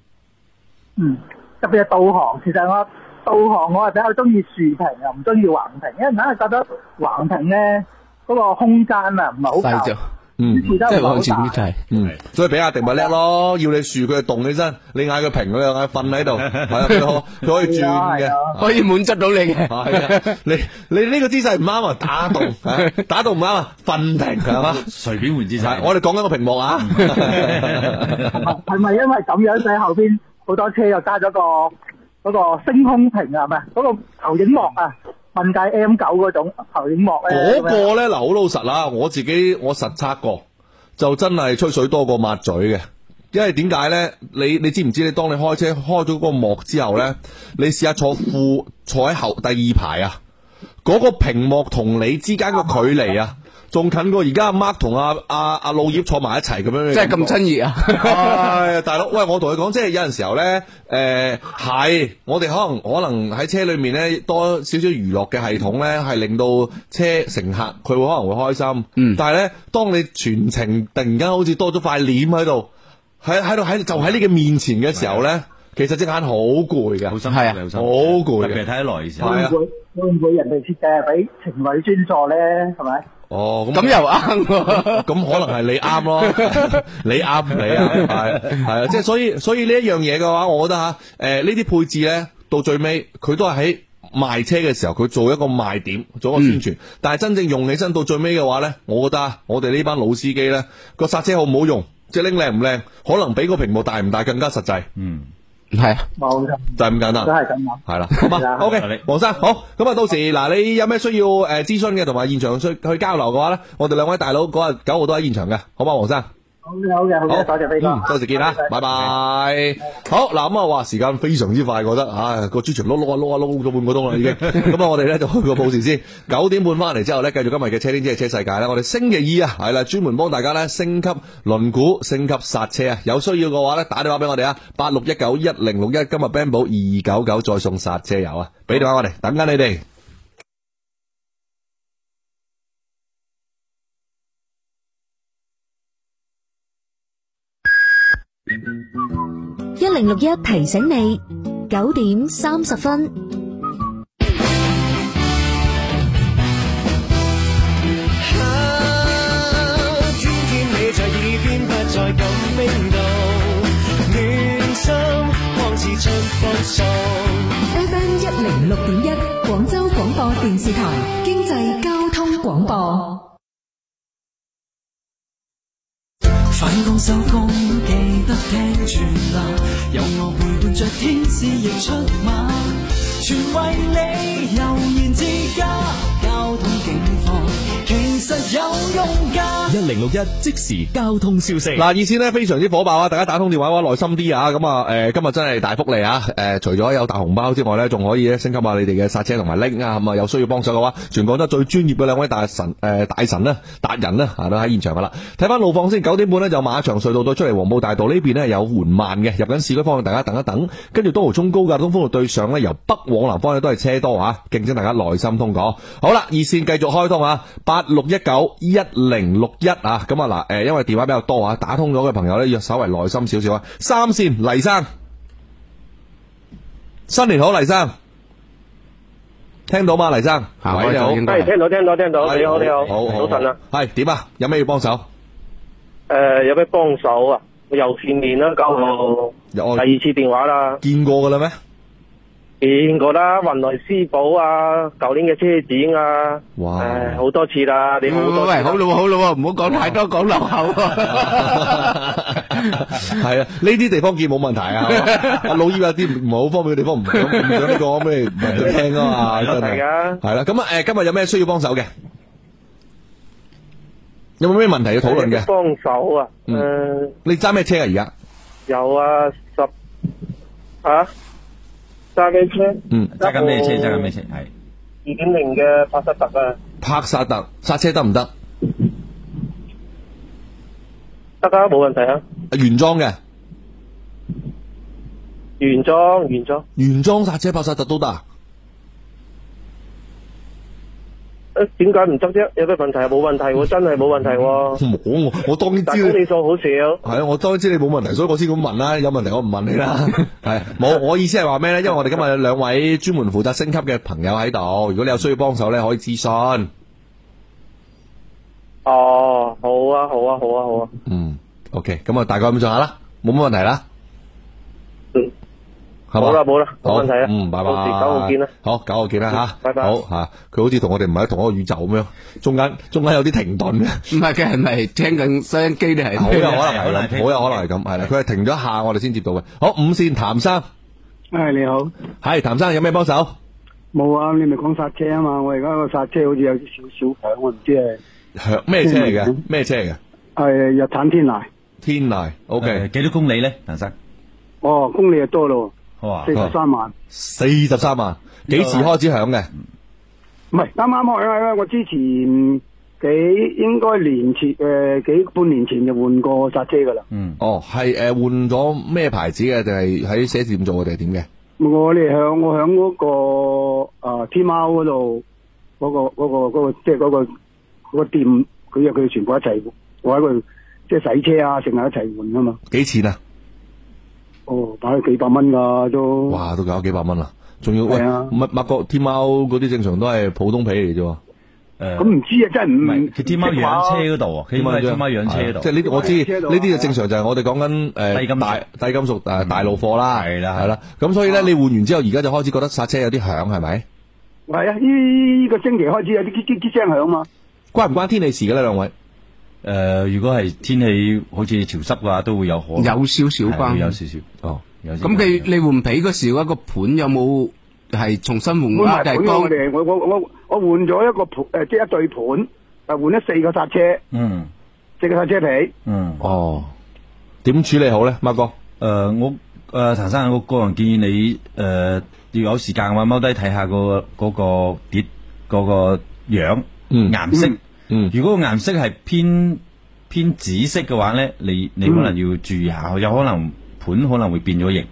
[SPEAKER 10] 嗯，特別係導航，其實我導航我係比較中意豎屏，又唔中意橫屏，因為硬係覺得橫屏咧嗰、個空間啊唔係好夠。
[SPEAKER 13] 嗯，
[SPEAKER 10] 即係往前啲
[SPEAKER 14] 睇，
[SPEAKER 2] Ừ.
[SPEAKER 13] 嗯，所以比亞迪咪叻咯，要你豎佢就動起身，你嗌佢平佢就嗌佢瞓喺 度，係啊，佢可佢可以轉
[SPEAKER 14] 係啊
[SPEAKER 13] 嘅，
[SPEAKER 14] 可以滿足到 你嘅
[SPEAKER 13] 係啊，你 你呢個姿勢唔啱啊，打動，係 啊打動唔啱啊，瞓平係嘛，
[SPEAKER 15] 隨便換姿
[SPEAKER 14] 嗯
[SPEAKER 13] 勢，我哋講緊個屏幕啊，
[SPEAKER 10] 係咪因為咁樣，所以後邊好多車又加咗個嗰、個星空屏啊，係咪嗰個投影幕啊？問界 M 九嗰種投影幕咧，
[SPEAKER 13] 嗰個咧嗱，好老實啦，我自己我實測過，就真係吹水多過抹嘴嘅。因為點解咧？你你知唔知？你當你開車開咗個幕之後咧，你試下坐副坐喺後第二排啊，嗰、個屏幕同你之間個距離啊，仲近過而家阿 Mark 同阿阿阿老葉坐埋一齊咁樣嘅
[SPEAKER 14] 即係
[SPEAKER 13] 感覺。
[SPEAKER 14] 咁親熱啊！
[SPEAKER 13] 唉，哎大佬，喂，我同佢講，即係有陣時候咧，诶、係，我哋可能可能喺車裏面咧多少少娛樂嘅系統咧，係令到車乘客佢會可能會開心。嗯，但係咧，當你全程突然間好似多咗塊簾喺度，喺喺度喺就喺你嘅面前嘅時候咧，其實隻眼好攰㗎，好
[SPEAKER 15] 辛苦係啊好辛
[SPEAKER 13] 啊好
[SPEAKER 15] 苦
[SPEAKER 13] 攰
[SPEAKER 15] 特
[SPEAKER 13] 嘅，
[SPEAKER 15] 別係睇得耐嘅時候
[SPEAKER 13] 係啊，
[SPEAKER 10] 會唔會會唔會人哋設計係俾情侶專座咧？係咪？
[SPEAKER 13] 哦，咁
[SPEAKER 14] 咁又啱
[SPEAKER 13] 咁可能係你啱咯，你啱你啱，係係啊，即係所以所以呢一樣嘢嘅話，我覺得吓，诶呢啲配置咧，到最尾佢都係喺賣車嘅時候，佢做一個賣點，做一個宣傳。但係真正用起身到最尾嘅話咧，我覺得啊我哋呢班老司機咧，個剎車好唔好用，即係拎靚唔靚，可能比個屏幕大唔大更加實際。
[SPEAKER 15] 嗯，
[SPEAKER 14] 系啊，
[SPEAKER 10] 冇錯，
[SPEAKER 13] 就係咁簡單。
[SPEAKER 10] 都係咁
[SPEAKER 11] 啊
[SPEAKER 10] 諗。
[SPEAKER 13] 系啦， 好嘛，OK，黃生，好，咁啊，到時嗱，你有咩需要呃诶咨詢嘅，同埋現場需去交流嘅話咧，我哋兩位大佬嗰日九號都喺現場嘅，好嘛，黃生，
[SPEAKER 17] 好嘅，好嘅，好嘅，多謝飛哥。
[SPEAKER 13] 嗯，多謝見啦，拜拜。好嗱，咁啊，哇，時間非常之快，覺得啊個豬腸碌碌啊碌啊碌咗半個鐘 啦已經。咁啊，我哋咧就去個報時先，九點半翻嚟之後咧，繼續今日嘅車天車地車世界啦。我哋星期二啊，係啦，專門幫大家咧升級輪毂、升級剎車啊。有需要嘅話咧，打電話俾我哋啊，八六一九一零六一，今日 Bamboo 二九九再送剎車油啊，俾電話我哋，等緊你哋。
[SPEAKER 10] 一零六一提醒你九點三十分。
[SPEAKER 2] 天天你在耳邊，不再感冰凍，暖心看似出風送。
[SPEAKER 10] oh FM 一零六點一，廣州廣播電視台經濟交通廣播。
[SPEAKER 4] 返工收工記得聽住啦，有我陪伴着天使亦出馬，全為你悠然之家。交通警方其實有用㗎。
[SPEAKER 3] 一零六一即時交通消息。
[SPEAKER 13] 嗱，熱線咧非常之火爆啊！大家打通電話嘅話，耐心啲啊！咁啊，誒、今日真係大福利啊！誒、除咗有大紅包之外咧，仲可以咧升級下你哋嘅剎車同埋拎啊！咁啊，有需要幫手嘅話，全廣州最專業嘅兩位大神誒、大神咧、達人咧啊，都喺現場噶啦。睇翻路況先，九點半咧就馬場隧道對出嚟黃埔大道呢邊呢，有緩慢嘅，入緊市區方向，大家等一等。跟住東濠涌高架東風路對上咧，由北往南方向都係車多啊，敬請大家耐心通過。好啦，熱線繼續開通啊，八六一九一零六一啊，咁啊嗱，誒，因為電話比較多啊，打通咗嘅朋友咧，要稍為耐心少少啊。三線黎生，新年好，黎生，聽到嗎？黎生，
[SPEAKER 14] 行
[SPEAKER 13] 喂，你哎好，
[SPEAKER 18] 係聽哎到聽到聽到，你好你好，早晨啊，，
[SPEAKER 13] 係點啊？有咩要幫手？
[SPEAKER 18] 誒有咩幫手啊？又見面啦，搞到
[SPEAKER 13] 第二
[SPEAKER 18] 次電話啦，
[SPEAKER 13] 見過噶啦咩？
[SPEAKER 18] 見過啦，雲來私寶啊，舊年嘅車展啊，
[SPEAKER 13] 哇
[SPEAKER 18] 誒好多次啦，你好
[SPEAKER 14] 喂
[SPEAKER 18] 多次
[SPEAKER 14] 喂，
[SPEAKER 18] 啦
[SPEAKER 14] 好咯喎好咯喎，唔好講太多，講漏口
[SPEAKER 13] 係啊，呢啲地方見冇問題啊。阿老葉有啲唔好方便嘅地方唔想唔想你講咩唔想聽啊嘛，真係
[SPEAKER 18] 係啊
[SPEAKER 13] 係啦。咁啊誒，今日有咩需要幫手嘅？有冇咩問題要討論嘅？
[SPEAKER 18] 幫手啊，誒、
[SPEAKER 13] 你揸咩車啊？而家
[SPEAKER 18] 有啊，十啊揸機車，
[SPEAKER 13] 嗯，
[SPEAKER 15] 揸緊咩車？揸緊咩車？係
[SPEAKER 18] 二點零嘅帕薩特啊，
[SPEAKER 13] 帕薩特剎車得唔得？
[SPEAKER 18] 得啊，冇問題啊，
[SPEAKER 13] 原裝嘅，
[SPEAKER 18] 原裝原裝，
[SPEAKER 13] 原裝剎車帕薩特都得啊？
[SPEAKER 18] 誒點解唔得啫？有咩問題啊？冇問題喎、真係冇問題 喎、
[SPEAKER 13] 冇我我當然
[SPEAKER 18] 但
[SPEAKER 13] 知
[SPEAKER 18] 公
[SPEAKER 13] 你
[SPEAKER 18] 里數好少。
[SPEAKER 13] 係啊，我當然知你冇問題，所以我先咁問啦。有問題我唔問你啦。係冇，我意思係話咩呢？因為我哋今日有兩位專門負責升級嘅朋友喺度，如果你有需要幫手呢，可以諮詢。
[SPEAKER 18] 哦，好啊，好啊，好啊，好啊。
[SPEAKER 13] 嗯，OK，咁啊，大概咁上下啦，冇乜問題啦。
[SPEAKER 18] 嗯，
[SPEAKER 13] 係嘛
[SPEAKER 18] 好啦好啦冇
[SPEAKER 13] 好
[SPEAKER 18] 問題啊
[SPEAKER 13] 嗯，拜拜。
[SPEAKER 18] 到時九號見啦。
[SPEAKER 13] 好，九號見啦吓。
[SPEAKER 18] 拜拜
[SPEAKER 13] 好吓，佢好似同我哋唔係同一個宇宙咁樣，中間中間有啲停頓嘅。
[SPEAKER 14] 唔係嘅，係咪聽緊收音機定係？
[SPEAKER 13] 好有可能係咁，好有可能係咁，係啦。佢係停咗一下，我哋先接到嘅。好，五線譚生，
[SPEAKER 19] 係你好，
[SPEAKER 13] 係譚生，有咩幫手？
[SPEAKER 19] 冇啊！你咪講剎車啊嘛，我而家個剎車好似有啲少少響，我唔知係
[SPEAKER 13] 響咩車嚟嘅？咩車嚟嘅？
[SPEAKER 19] 係日產天啊籟，
[SPEAKER 13] 天籟，OK，
[SPEAKER 15] 幾多公里咧，陳生？
[SPEAKER 19] 哦，公里又多咯，四十三萬，
[SPEAKER 13] 四十三萬，幾時開始響嘅？
[SPEAKER 19] 唔係啱啱開啊！我之前幾應該年前誒幾半年前就換過剎車噶啦，
[SPEAKER 15] 嗯，
[SPEAKER 13] 哦，係誒換咗咩牌子嘅？定係喺寫字店做嘅？定係點嘅？
[SPEAKER 19] 我哋響我響嗰、個啊、天貓嗰度嗰個嗰、個嗰、個即係嗰個嗰個店，佢有佢全部一齊，我喺佢即係洗車啊，成日一齊換噶嘛。
[SPEAKER 13] 幾錢啊？
[SPEAKER 19] 哦，打咗幾百蚊噶都。
[SPEAKER 13] 哇，都搞咗幾百蚊啦，仲要喂，
[SPEAKER 19] 係啊
[SPEAKER 13] 乜乜國天貓嗰啲正常都係普通皮嚟啫喎。
[SPEAKER 15] 誒
[SPEAKER 19] 咁唔知啊，真係唔
[SPEAKER 15] 係呃佢天貓養車嗰度啊佢應該係天貓養車嗰度
[SPEAKER 13] 即係呢啲我知，
[SPEAKER 19] 啊
[SPEAKER 15] 天貓養車嗰度
[SPEAKER 13] 呢啲就正常就係我哋講緊誒
[SPEAKER 15] 低金屬嗯
[SPEAKER 13] 大低金屬誒大路貨啦，係啦係啦。咁所以
[SPEAKER 19] 啊
[SPEAKER 13] 咧，你換完之後，而家就開始覺得剎車有啲響，係咪？
[SPEAKER 19] 係啊，呢、個星期開始有啲啲啲啲聲響嘛。
[SPEAKER 13] 關唔關天氣事嘅咧？兩位？
[SPEAKER 15] 誒、如果係天氣好似潮濕嘅話，都會有可能
[SPEAKER 14] 有少少
[SPEAKER 15] 係
[SPEAKER 14] 關
[SPEAKER 15] 會有少少
[SPEAKER 13] 哦。
[SPEAKER 15] 有少少
[SPEAKER 14] 咁佢你換皮嗰時嗰個盤有冇係重新
[SPEAKER 13] 嗯
[SPEAKER 14] 換
[SPEAKER 19] 換
[SPEAKER 14] 啊？
[SPEAKER 19] 埋
[SPEAKER 14] 定
[SPEAKER 19] 盤
[SPEAKER 14] 係
[SPEAKER 19] 啊
[SPEAKER 14] 當
[SPEAKER 19] 我哋我呃我我我換咗一個盤誒、即係一對盤，誒換咗四個剎車，
[SPEAKER 15] 嗯
[SPEAKER 19] 即刻車皮。
[SPEAKER 15] 嗯，呃
[SPEAKER 13] 哦，点处理好咧，孖哥？诶、
[SPEAKER 15] 我诶，陳生，我個人建議你诶、要有時間嘅話，踎低睇下個嗰、個碟嗰、個樣、
[SPEAKER 13] 嗯
[SPEAKER 15] 顏色。如果個顏色係偏偏紫色嘅話咧，你你可能要注意下，有可能盤可能會變咗形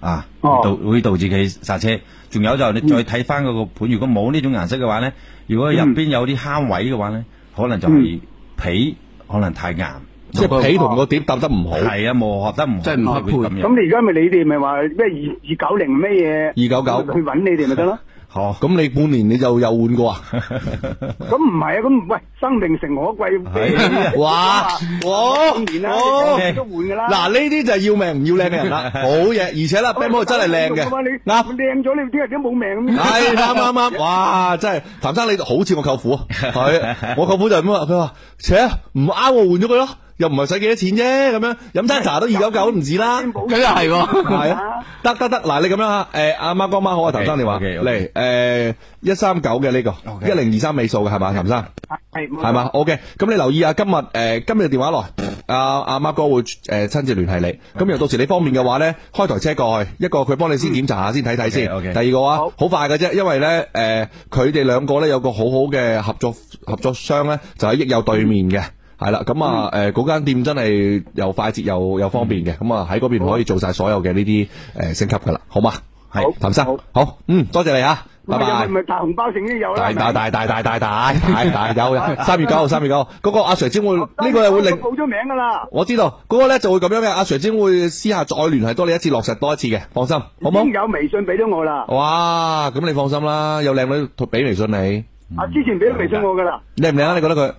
[SPEAKER 15] 啊，
[SPEAKER 19] 哦
[SPEAKER 15] 導會導致佢剎車。仲有就係你再睇翻嗰個盤，如果冇呢種顏色嘅話咧，如果入邊有啲坑位嘅話咧，可能就係皮可能太硬，
[SPEAKER 13] 即係皮同個碟搭得唔好。
[SPEAKER 15] 係啊，磨合得唔好，即係
[SPEAKER 13] 哦
[SPEAKER 19] 唔
[SPEAKER 15] 會咁樣。
[SPEAKER 19] 咁你而家咪你哋咪話咩二二九零咩嘢？
[SPEAKER 13] 299
[SPEAKER 19] 去揾你哋咪 得咯。
[SPEAKER 15] 哦，
[SPEAKER 13] 咁你半年你就又換過啊？
[SPEAKER 19] 咁唔係啊，咁喂，生命誠可貴。
[SPEAKER 13] 哇！我
[SPEAKER 19] 當然啦
[SPEAKER 13] 我
[SPEAKER 19] 你都換㗎啦
[SPEAKER 13] 嗱，呢啲就係要命唔要靚嘅人啦，好嘢！而且啦 b a n 真係靚嘅，
[SPEAKER 19] 你啱靚咗，你聽日都冇命咁。
[SPEAKER 13] 系啱啱啱，哇！真係譚生你好似我舅父啊，佢我舅父就咁話，啊佢話：切唔啱我換咗佢咯，又唔係使幾多錢啫，咁樣飲餐茶都二九九都唔止啦，咁
[SPEAKER 14] 又係喎
[SPEAKER 13] 係啊，得得得，嗱你咁樣啊，誒阿孖哥孖好啊，譚生你話
[SPEAKER 15] OK，OK
[SPEAKER 13] 嚟誒一三九嘅呢個一零二三尾數嘅係嘛，譚生。
[SPEAKER 19] 係冇錯
[SPEAKER 13] 系嘛？OK，咁你留意啊，今日诶、呃今日電話來，阿阿孖哥會诶亲自聯繫你。咁又到時你方便嘅話咧，開台車過去，一個佢幫你先檢查下先睇睇先。
[SPEAKER 15] OK，OK
[SPEAKER 13] 第二個啊，好快嘅啫，因為咧诶佢哋兩個咧有個好好嘅合作合作商咧，就喺益友對面嘅。係啦，咁啊，诶嗰間店真係又快捷又又方便嘅，咁啊喺嗰邊可以做晒所有嘅呢啲诶升級噶啦，好嘛？
[SPEAKER 15] 系，
[SPEAKER 13] 譚生，好，嗯，多謝你啊，拜拜。
[SPEAKER 19] 咪大紅包成都有啦。
[SPEAKER 13] 大
[SPEAKER 19] 係咪
[SPEAKER 13] 大大大大大大大大有有三月九號，三月九號嗰個阿 Sir 先會呢個會令
[SPEAKER 19] 報咗名噶啦。
[SPEAKER 13] 我知道嗰個咧就會咁樣嘅，阿 Sir 先會私下再聯繫多你一次，落實多一次嘅，放心好
[SPEAKER 19] 已
[SPEAKER 13] 冇
[SPEAKER 19] 經？有微信俾咗我啦。
[SPEAKER 13] 哇！咁你放心啦，有靚女俾微信你，
[SPEAKER 19] 啊，之前俾咗微信我噶啦，
[SPEAKER 13] 靚唔靚啊？你覺得佢？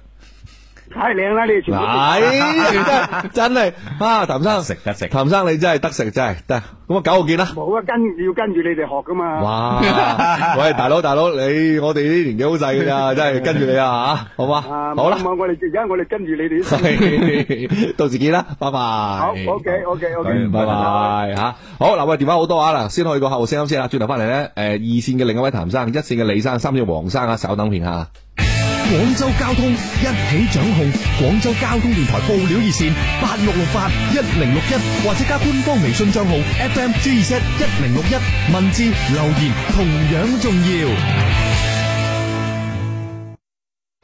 [SPEAKER 19] 太靚啦！你哋全部都。
[SPEAKER 13] 係真真係啊！譚生食
[SPEAKER 15] 得食，
[SPEAKER 13] 譚生你真係得食真係得，咁啊九號見啦。
[SPEAKER 19] 冇啊，跟要跟住你哋學噶嘛。
[SPEAKER 13] 哇！喂，大佬大佬，你我哋啲年紀好細㗎咋，真係跟住你啊吓，好嘛？
[SPEAKER 19] 啊！
[SPEAKER 13] 好啦
[SPEAKER 19] 冇。冇我哋而家我哋跟住你哋啲生活。
[SPEAKER 13] 係 到時見啦，拜拜。
[SPEAKER 19] 好
[SPEAKER 13] 好
[SPEAKER 19] ，OK OK OK，
[SPEAKER 13] 拜拜吓。好嗱，喂，電話好多啊嗱，先去個客户聲音先啊啦，轉頭翻嚟咧，诶，二線嘅另一位譚生，一線嘅李生，三線嘅黃生啊，稍等片下。
[SPEAKER 5] 廣州交通一起掌控，廣州交通電台報料熱線八六六八一零六一，或者加官方微信帳號 FM G 二一零六一，文字留言同樣重要。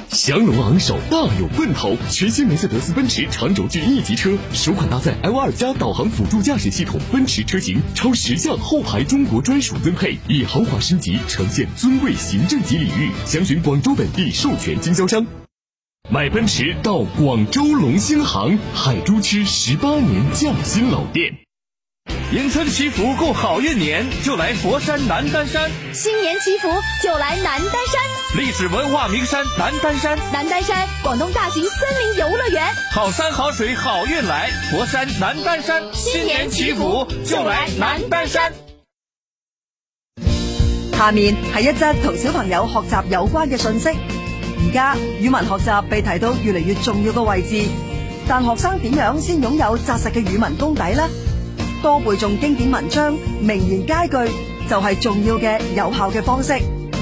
[SPEAKER 20] 降龙昂首，大有奔头。全新梅赛德斯奔驰长轴距 E 级车，首款搭载 L 二加导航辅助驾驶系统，奔驰车型超十项后排中国专属增配，以豪华升级呈现尊贵行政级领域。详询广州本地授权经销商。买奔驰到广州龙兴行海珠区十八年匠心老店。
[SPEAKER 21] 迎春祈福过好运年，就来佛山南丹山，
[SPEAKER 7] 新年祈福就来南丹山，
[SPEAKER 21] 历史文化名山南丹山，
[SPEAKER 7] 南丹山广东大型森林游乐园，
[SPEAKER 21] 好山好水好运来，佛山南丹山，新年祈福就来南丹山。
[SPEAKER 9] 下面係一則同小朋友學習有關嘅信息。而家語文學習被提到越嚟越重要嘅位置，但學生點樣先擁有扎實嘅語文功底呢？多背誦經典文章、名言佳句就係重要嘅有效嘅方式。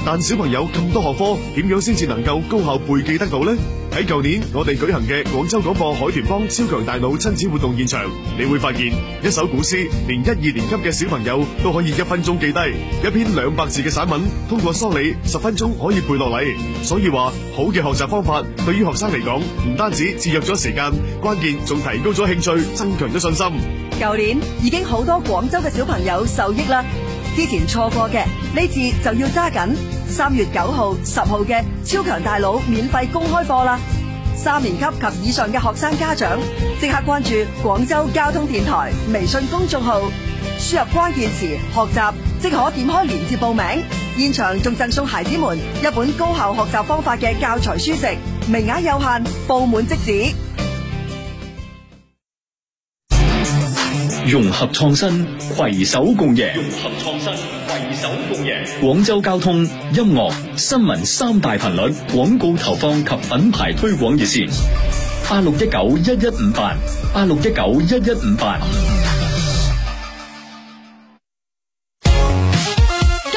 [SPEAKER 8] 但小朋友咁多學科，點樣先至能夠高效背記得到呢？喺舊年我哋舉行嘅廣州廣播海豚幫超強大腦親子活動現場，你會發現一首古詩，連一二年級嘅小朋友都可以一分鐘記低；一篇兩百字嘅散文，通過梳理十分鐘可以背落嚟。所以話好嘅學習方法對於學生嚟講，唔單止節約咗時間，關鍵仲提高咗興趣，增強咗 信心。
[SPEAKER 9] 舊年已經好多廣州嘅小朋友受益啦。之前錯過嘅呢次就要揸緊。三月九號、十號嘅超強大腦免費公開課啦！三年級及以上嘅學生家長即刻關注廣州交通電台微信公眾號，輸入關鍵詞學習即可點開連接報名。現場仲贈送孩子們一本高效學習方法嘅教材書籍，名額有限，報滿即止。
[SPEAKER 3] 融合创新，携手共赢。
[SPEAKER 4] 合创新，携手共赢。
[SPEAKER 3] 广州交通音乐、新闻三大频率广告投放及品牌推广热线：八六一九一一五八，八六一九一一五八。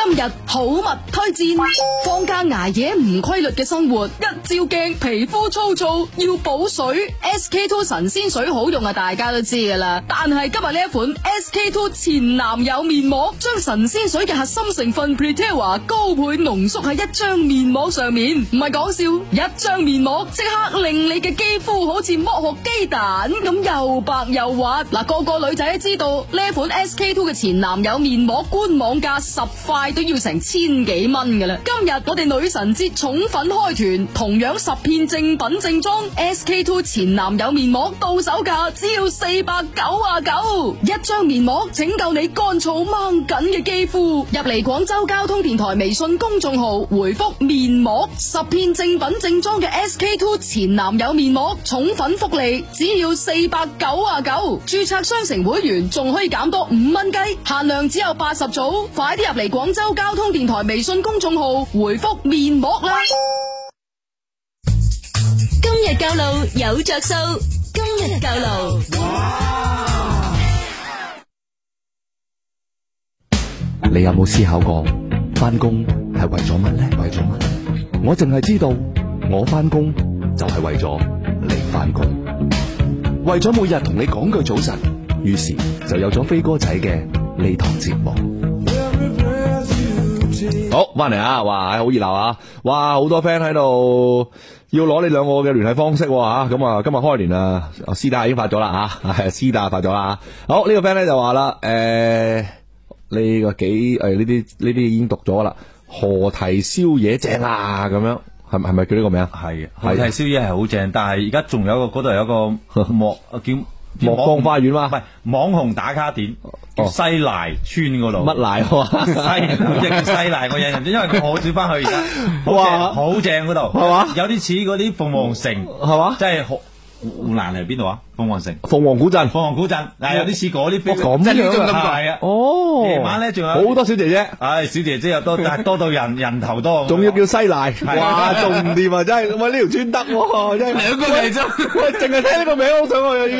[SPEAKER 6] 今
[SPEAKER 22] 日好物推薦，放假捱夜唔規律嘅生活，一照鏡皮膚粗糙，要補水。SK two 神仙水好用啊，大家都知噶啦。但係今日呢一款 SK two 前男友面膜，將神仙水嘅核心成分 Pretera 高倍濃縮喺一張面膜上面，唔係講笑，一張面膜即刻令你嘅肌膚好似剝殼雞蛋咁又白又滑。嗱，個個女仔都知道呢一款 SK two 嘅前男友面膜官網價十塊都要成千幾蚊噶啦。今日我哋女神節寵粉開團，同樣十片正品正裝 SK two 前男友面膜到手價只要四百九啊九，一張面膜拯救你乾燥掹緊嘅肌膚。入嚟廣州交通電台微信公眾號回覆面膜十片正品正裝嘅 SK two 前男友面膜寵粉福利，只要四百九啊九，註冊商城會員仲可以減多五蚊雞，限量只有八十組，快啲入嚟廣州交通電台微信公眾號回覆面膜啦！
[SPEAKER 7] 今日教路有着數，今日教路。
[SPEAKER 12] 你有冇思考過翻工係為咗乜呢？為咗乜？我淨係知道我翻工就係為咗你翻工，為咗每日同你講句早晨，於是就有咗飛哥仔嘅呢堂節目。
[SPEAKER 13] 好，翻嚟啊！哇，好熱鬧啊！哇，好多 friend 喺度要攞你兩個嘅聯繫方式喎嚇，咁啊，今日開年啊，師大已經發咗啦嚇，係師大發咗啦嚇。好，呢、個 friend 咧就話啦，誒、呢個幾誒呢啲呢啲已經讀咗啦，何提宵夜正啊咁樣，係咪係咪叫呢個名啊？
[SPEAKER 15] 係係睇宵夜係好正，但係而家仲有一個嗰度有 一個莫叫
[SPEAKER 13] 莫江花園嘛，哦
[SPEAKER 15] 唔係網紅打卡點，叫西賴村嗰度。
[SPEAKER 13] 乜賴啊
[SPEAKER 15] 西好似叫西賴，我印象中，因為我好少翻去 而家。好正，好正嗰度，係嘛？有啲似嗰啲鳳凰城，係
[SPEAKER 13] 嘛？
[SPEAKER 15] 即係好湖南係邊度啊？鳳凰城。
[SPEAKER 13] 鳳凰古鎮，哦
[SPEAKER 15] 鳳凰古鎮，嗱有啲似嗰啲飛，
[SPEAKER 13] 咁
[SPEAKER 15] 即係呢
[SPEAKER 13] 樣
[SPEAKER 15] 種
[SPEAKER 13] 啊
[SPEAKER 15] 咁大啊！
[SPEAKER 13] 哦，
[SPEAKER 15] 夜晚咧仲有
[SPEAKER 13] 好多小姐姐，
[SPEAKER 15] 唉，小姐姐又多，但係多到人人頭多。
[SPEAKER 13] 仲要叫西賴，
[SPEAKER 15] 係
[SPEAKER 13] 哇，仲唔掂啊！真係，喂呢條專得喎，真係
[SPEAKER 15] 兩個嚟
[SPEAKER 13] 啫，喂，淨係聽呢個名好想去啊已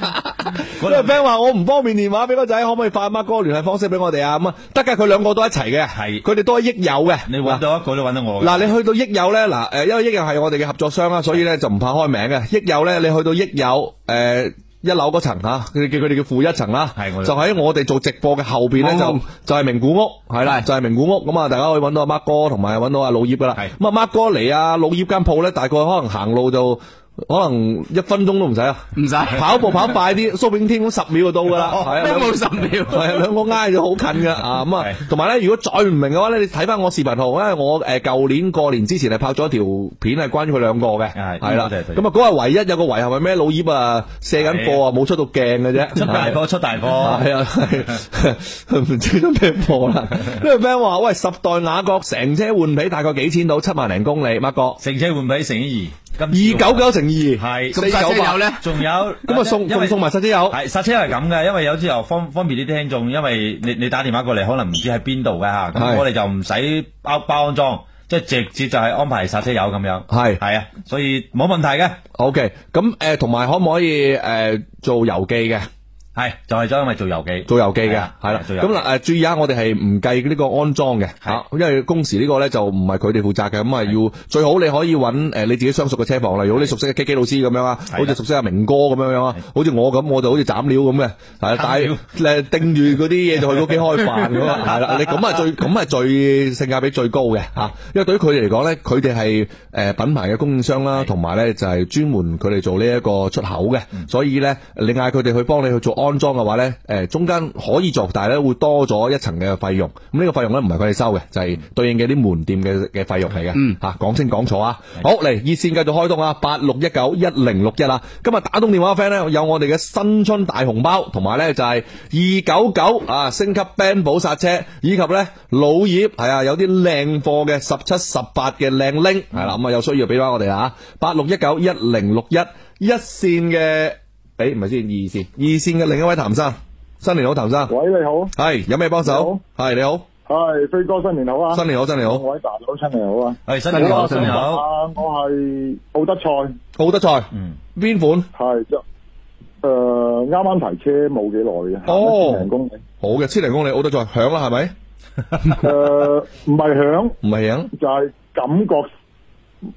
[SPEAKER 13] 經。呢個 friend 話我唔方便電話俾個仔，可唔可以發孖哥聯繫方式俾我哋啊？咁啊，得㗎，佢兩個都一齊嘅，係，佢哋都係益友嘅。
[SPEAKER 15] 你揾到一個都揾到我㗎。
[SPEAKER 13] 嗱，你去到益友咧，嗱，誒，因為益友係我哋嘅合作商啦，所以咧就唔怕開名嘅。益友咧，你去到益友，誒。一樓嗰層嚇，佢哋叫佢哋叫負一層啦，
[SPEAKER 15] 哋
[SPEAKER 13] 就喺我哋做直播嘅後邊咧，
[SPEAKER 15] 啱
[SPEAKER 13] 就就係名古屋，係啦，就係名古屋咁啊，大家可以揾到阿 Mark 哥同埋揾到阿老葉噶啦。咁啊，Mark 哥嚟啊，老葉間鋪咧，大概可能行路就可能一分鐘都唔使啊，唔使跑步跑快啲， 蘇炳添咁十秒就到 噶啦，
[SPEAKER 14] 哦
[SPEAKER 13] 係啊
[SPEAKER 14] 都冇
[SPEAKER 13] 兩
[SPEAKER 14] 10秒
[SPEAKER 13] 係啊，兩個挨咗好近噶啊咁啊，同埋咧，如果再唔明嘅話咧，你睇翻我視頻號，因為我誒舊年過年之前係拍咗一條片係關於佢兩個嘅，係啦，
[SPEAKER 15] 我哋係睇
[SPEAKER 13] 咁啊嗰日唯一有個遺憾係咩？老葉啊卸緊貨啊，冇出到鏡嘅啫，
[SPEAKER 15] 出 大貨出大貨
[SPEAKER 13] 係啊，係 唔知出咩貨啦。呢個 friend 話：喂，十代雅閣成車換皮大概幾錢到？七萬零公里，乜哥？
[SPEAKER 15] 成車換皮乘以二，
[SPEAKER 13] 二九九乘以二，
[SPEAKER 15] 係
[SPEAKER 13] 四九八
[SPEAKER 15] 仲有
[SPEAKER 13] 咁啊送仲送埋剎車油，
[SPEAKER 15] 係剎車油係咁嘅，因為有時候方方便啲聽眾，因為你你打電話過嚟可能唔知喺邊度嘅嚇，
[SPEAKER 13] 係
[SPEAKER 15] 咁我哋就唔使包包安裝，即係直接就係安排剎車油咁樣。
[SPEAKER 13] 係
[SPEAKER 15] 係啊，所以冇問題嘅。
[SPEAKER 13] OK，咁誒同埋可唔可以誒做郵寄嘅？
[SPEAKER 15] 係就係因為做遊記，
[SPEAKER 13] 做郵寄嘅，
[SPEAKER 15] 係啊
[SPEAKER 13] 係啦。
[SPEAKER 15] 做郵寄
[SPEAKER 13] 咁嗱，誒注意啊，我哋係唔計呢個安裝嘅，嚇，因為工時呢個咧就唔係佢哋負責嘅，咁啊要最好你可以揾誒你自己相熟嘅車房，例如你熟悉嘅基基老師咁樣啊，好似熟悉阿明哥咁樣樣啊，好似我咁，我就好似斬料咁嘅，係啊帶誒定住嗰啲嘢就去嗰機開飯咁啊，係啦，你咁啊最咁啊最性價比最高嘅嚇，因為對於佢哋嚟講咧，佢哋係誒品牌嘅供應商啦，同埋咧就係專門佢哋做呢一個出口嘅，所以咧你嗌佢哋去幫你去做安裝嘅話咧，誒中間可以做，但係咧會多咗一層嘅費用。咁呢個費用咧唔係佢哋收嘅，就係對應嘅啲門店嘅嘅費用嚟嘅。
[SPEAKER 14] 嗯
[SPEAKER 13] 嚇講清講楚啊！好嚟熱線繼續開通啊，八六一九一零六一啊！今日打通電話嘅 friend 咧有我哋嘅新春大紅包，同埋咧就係二九九啊升級 band 保剎車，以及咧老葉係啊有啲靚貨嘅十七十八嘅靚拎係啦，咁啊有需要俾翻我哋啊！八六一九一零六一一線嘅，誒唔係先二線，二線嘅另一位譚生，新年好譚生，
[SPEAKER 23] 喂你好，
[SPEAKER 13] 係有咩幫手？係你好。
[SPEAKER 23] 系飛哥新年好啊！
[SPEAKER 13] 新年好新年好
[SPEAKER 23] 各位大佬新年好啊！
[SPEAKER 13] 係新年好新年好
[SPEAKER 23] 啊！我係奧德賽，
[SPEAKER 13] 奧德賽，邊款？
[SPEAKER 23] 係就诶啱啱提車冇幾耐嘅，
[SPEAKER 13] 哦
[SPEAKER 23] 一千零公里。
[SPEAKER 13] 好嘅，千零公里奧德賽響啦，係咪？
[SPEAKER 23] 诶，呃唔係響，
[SPEAKER 13] 唔係響，
[SPEAKER 23] 就係感覺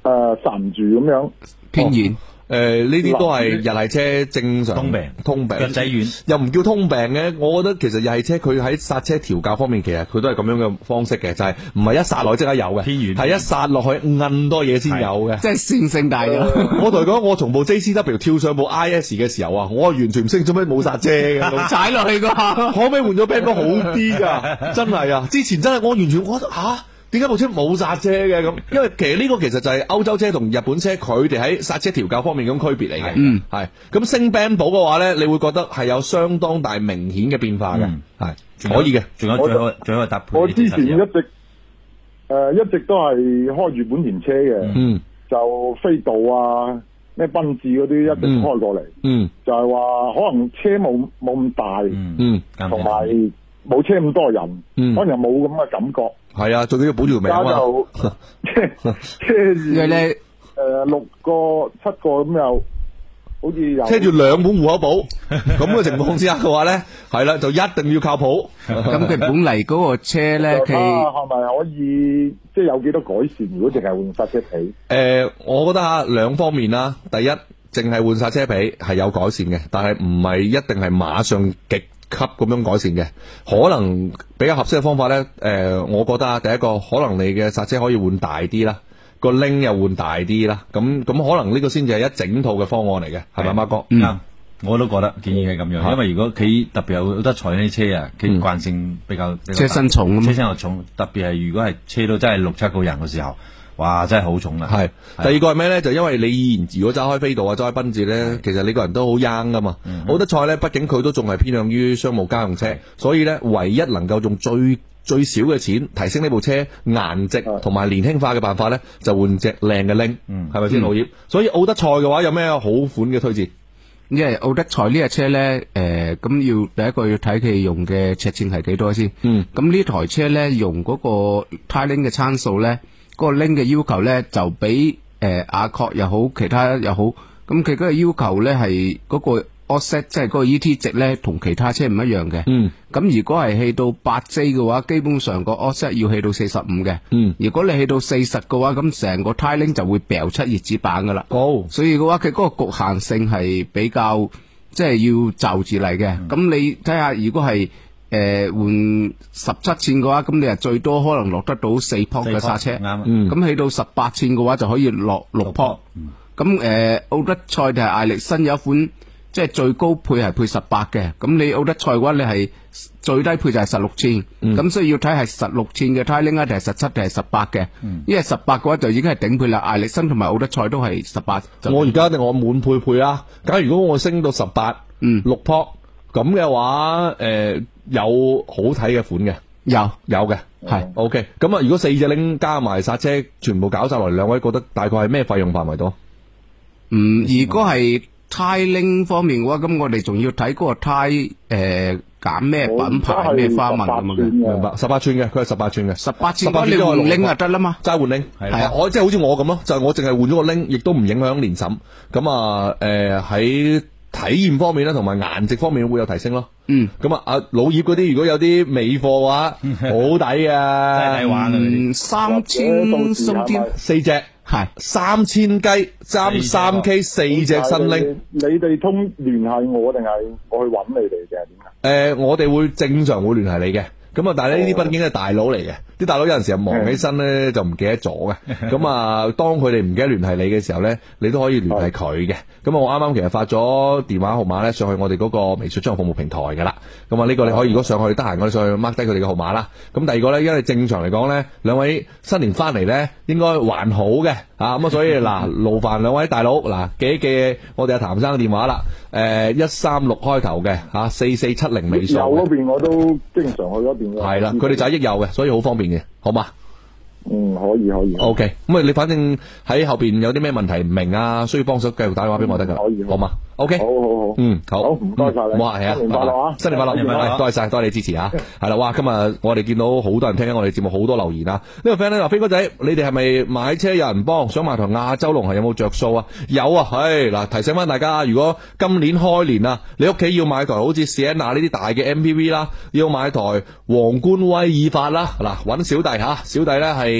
[SPEAKER 23] 诶神住咁樣。
[SPEAKER 13] 偏然。诶，哦呃呢啲都係日系車正常通病，通病
[SPEAKER 15] 腳仔軟，
[SPEAKER 13] 又唔叫通病嘅。我覺得其實日系車佢喺剎車調教方面，其實佢都係咁樣嘅方式嘅，就係唔係一剎落去即刻有嘅，係一剎落去摁多嘢先有嘅，
[SPEAKER 14] 即係線性大咗。
[SPEAKER 13] 我同佢講，我從部 JCW 跳上部 IS 嘅時候啊，我係完全唔識做咩冇剎車 嘅，
[SPEAKER 14] 踩落去㗎
[SPEAKER 13] 可唔可以換咗 b a n d 好啲 㗎？真係啊！之前真係我完全我覺得吓。點解部車冇剎車嘅咁？因為其實呢個其實就係歐洲車同日本車佢哋喺剎車調教方面咁區別嚟嘅。
[SPEAKER 14] 嗯，
[SPEAKER 13] 係咁升 band 保嘅話咧，你會覺得係有相當大明顯嘅變化嘅，
[SPEAKER 14] 嗯
[SPEAKER 13] 係可以嘅。
[SPEAKER 15] 仲有最好最好嘅搭配
[SPEAKER 23] 哦我之前一直诶、呃一直都係開住本田車嘅，
[SPEAKER 13] 嗯
[SPEAKER 23] 就飛度啊、咩奔驰嗰啲一直開過嚟，
[SPEAKER 2] Ừ,
[SPEAKER 13] 嗯
[SPEAKER 23] 就係話可能車冇冇咁大，
[SPEAKER 13] 嗯，
[SPEAKER 23] 同埋冇車咁多人，
[SPEAKER 13] 嗯
[SPEAKER 23] 可能冇咁嘅感覺。
[SPEAKER 13] 係啊，最緊要保住條命啊
[SPEAKER 23] 而家就
[SPEAKER 13] 嘛。
[SPEAKER 23] 車住
[SPEAKER 13] 因為咧
[SPEAKER 23] 诶六個七個咁又好似又
[SPEAKER 13] 車住兩本户 口簿，咁嘅情況之下嘅話咧，係啦，就一定要靠譜。
[SPEAKER 14] 咁佢本嚟嗰個車 咧，
[SPEAKER 23] 啊，
[SPEAKER 14] 佢
[SPEAKER 23] 係咪可以即係有幾多改善？如果淨係換剎車皮？
[SPEAKER 13] 诶、我覺得吓兩方面啦。第一，淨係換剎車皮係有改善嘅，但係唔係一定係馬上極級咁樣改善嘅。可能比較合適嘅方法呢，诶、我覺得啊，第一個可能你嘅剎車可以換大啲啦，個拎又換大啲啦。咁咁可能呢個先至係一整套嘅方案嚟嘅，係咪，孖啊哥？
[SPEAKER 14] 嗯
[SPEAKER 15] 啱，啊我都覺得建議係咁樣，
[SPEAKER 13] 嚇嗯
[SPEAKER 15] 因為如果佢特別有得坐呢啲車啊，佢慣性比較比較大
[SPEAKER 14] 車身重啊嘛
[SPEAKER 15] 車身又重，特別係如果係車到真係六七個人嘅時候，哇，真係好重啦。
[SPEAKER 13] 係第二個係咩呢？就因為你以前如果揸開飛度啊，揸開奔馳呢，其實你個人都好 young 噶嘛。
[SPEAKER 14] 嗯
[SPEAKER 13] 好多賽呢，畢竟佢都仲係偏向於商務家用車，所以呢，唯一能夠用最最少嘅錢提升呢部車顏值同埋年輕化嘅辦法呢，就換隻靚嘅拎，係咪先
[SPEAKER 14] 哦嗯
[SPEAKER 13] 老葉？所以奧德賽嘅話有咩好款嘅推薦？
[SPEAKER 14] 因為奧德賽呢架車咧，誒咁要第一個要睇佢用嘅尺寸係幾多先。
[SPEAKER 13] 嗯。
[SPEAKER 14] 咁呢台車咧，用嗰個 tiling 嘅參數咧，嗰個 link 嘅要求咧，就比誒亞確又好，其他又好，咁佢嗰個要求咧係嗰個 offset，即係嗰個 ET 值咧，同其他車唔一樣
[SPEAKER 2] ừ,
[SPEAKER 14] 嘅。
[SPEAKER 13] 嗯。
[SPEAKER 14] 咁如果係去到八 J 嘅話，基本上個 offset 要去到四十五嘅。
[SPEAKER 13] 嗯。
[SPEAKER 14] 如果你去到四十嘅話，咁成個 tiling 就會掉出熱子板噶啦。
[SPEAKER 13] 哦。
[SPEAKER 14] 所以嘅話，佢嗰個局限性係比較即係要就住嚟嘅。咁、你睇下，如果係诶换十七寸嘅話，咁你係最多可能落得到四扑嘅剎車。
[SPEAKER 15] 四 pop，啱啊嗯
[SPEAKER 14] 咁起到十八寸嘅話，就可以落六扑。咁誒奧德賽定係艾力新有一款，即係最高配係配十八嘅。咁你奧德賽嘅話，你係最低配就係十六寸。
[SPEAKER 13] 嗯
[SPEAKER 14] 咁所以要睇係十六寸嘅 Tiling 啊，定係十七定係十八嘅。
[SPEAKER 13] 嗯
[SPEAKER 14] 因為十八嘅話就已經係頂配啦。艾力新同埋奧德賽都係十八。
[SPEAKER 13] 我而家定我滿配配啊！假如如果我升到十八，
[SPEAKER 14] 嗯，
[SPEAKER 13] 六扑咁嘅話，诶、有好睇嘅款嘅，
[SPEAKER 14] 有哦
[SPEAKER 13] 有嘅，
[SPEAKER 14] 係
[SPEAKER 13] OK。咁啊，如果四隻拎加埋剎車，全部搞晒落嚟，兩位覺得大概係咩費用範圍度？
[SPEAKER 14] 嗯，如果係 Tiling 方面嘅話，咁我哋仲要睇嗰個 Ti 誒揀咩品牌咩花紋咁嘅。
[SPEAKER 13] 明白，十八寸嘅，佢係十八寸嘅，十
[SPEAKER 14] 八寸你換拎啊就得啦嘛，
[SPEAKER 13] 齋換拎
[SPEAKER 14] 啦
[SPEAKER 13] 係啊，我即係好似我咁咯，就係我淨係換咗個拎，亦都唔影響年審。咁啊，誒喺體驗方面咧，同埋顏值方面會有提升咯。
[SPEAKER 14] 嗯，
[SPEAKER 13] 咁啊，阿老葉嗰啲如果有啲尾貨嘅話， 好抵啊！
[SPEAKER 15] 真係抵玩啊嗰啲嗯三千三千
[SPEAKER 13] 四隻
[SPEAKER 14] 係
[SPEAKER 13] 三千雞，
[SPEAKER 15] 啊
[SPEAKER 13] 爭三 K 四隻新拎。
[SPEAKER 23] 你你哋通聯繫我定係我去揾你哋嘅？點啊？
[SPEAKER 13] 诶、我哋會正常會聯繫你嘅。咁啊，但係呢
[SPEAKER 15] 哦
[SPEAKER 13] 啲畢竟係大佬嚟嘅，啲大佬有陣時候忙起身咧就唔記得咗嘅。咁啊，當佢哋唔記得聯繫你嘅時候咧，你都可以聯繫佢嘅。咁啊，我啱啱其實發咗電話號碼咧上去我哋嗰個微信商服務平台㗎啦。咁啊，呢個你可以如果上去得閒，我哋上去 mark 低佢哋嘅號碼啦。咁第二個咧，因為正常嚟講咧，兩位新年翻嚟咧應該還好嘅啊。咁啊，所以嗱，勞煩兩位大佬嗱，記一記我哋阿譚生嘅電話啦。誒一三六開頭嘅嚇，四四七零尾數
[SPEAKER 23] 右
[SPEAKER 13] 嘅。
[SPEAKER 23] 嗰邊我都經常去嗰邊嘅。
[SPEAKER 13] 系啦，佢哋就喺益友嘅，所以好方便嘅，好嘛？
[SPEAKER 23] 嗯，可以可以。
[SPEAKER 13] O K，咁啊，你反正喺後边有啲咩問題唔明啊，需要幫手繼續打電話俾我得
[SPEAKER 23] 嗯
[SPEAKER 13] 㗎，好嘛？O K，好
[SPEAKER 23] 好好，
[SPEAKER 13] 嗯，好，唔
[SPEAKER 23] 該晒你
[SPEAKER 13] 哇，係啊，
[SPEAKER 23] 新年快樂啊
[SPEAKER 13] 新年快
[SPEAKER 23] 新年快
[SPEAKER 13] 樂，
[SPEAKER 23] 樂啊
[SPEAKER 13] 係多謝晒，多謝你支持 啊，係啦，哇，今日我哋見到好多人聽緊我哋節目，好多留言啊，呢個 friend 咧話飛哥仔，你哋係咪買車有人幫？想買台亞洲龍係有冇着數啊？有啊，係嗱，提醒翻大家，如果今年開年啊，你屋企要買台好似 Sienna 呢啲大嘅 MPV 啦，要買台皇冠威爾法啦，嗱，揾小弟吓，小弟咧係。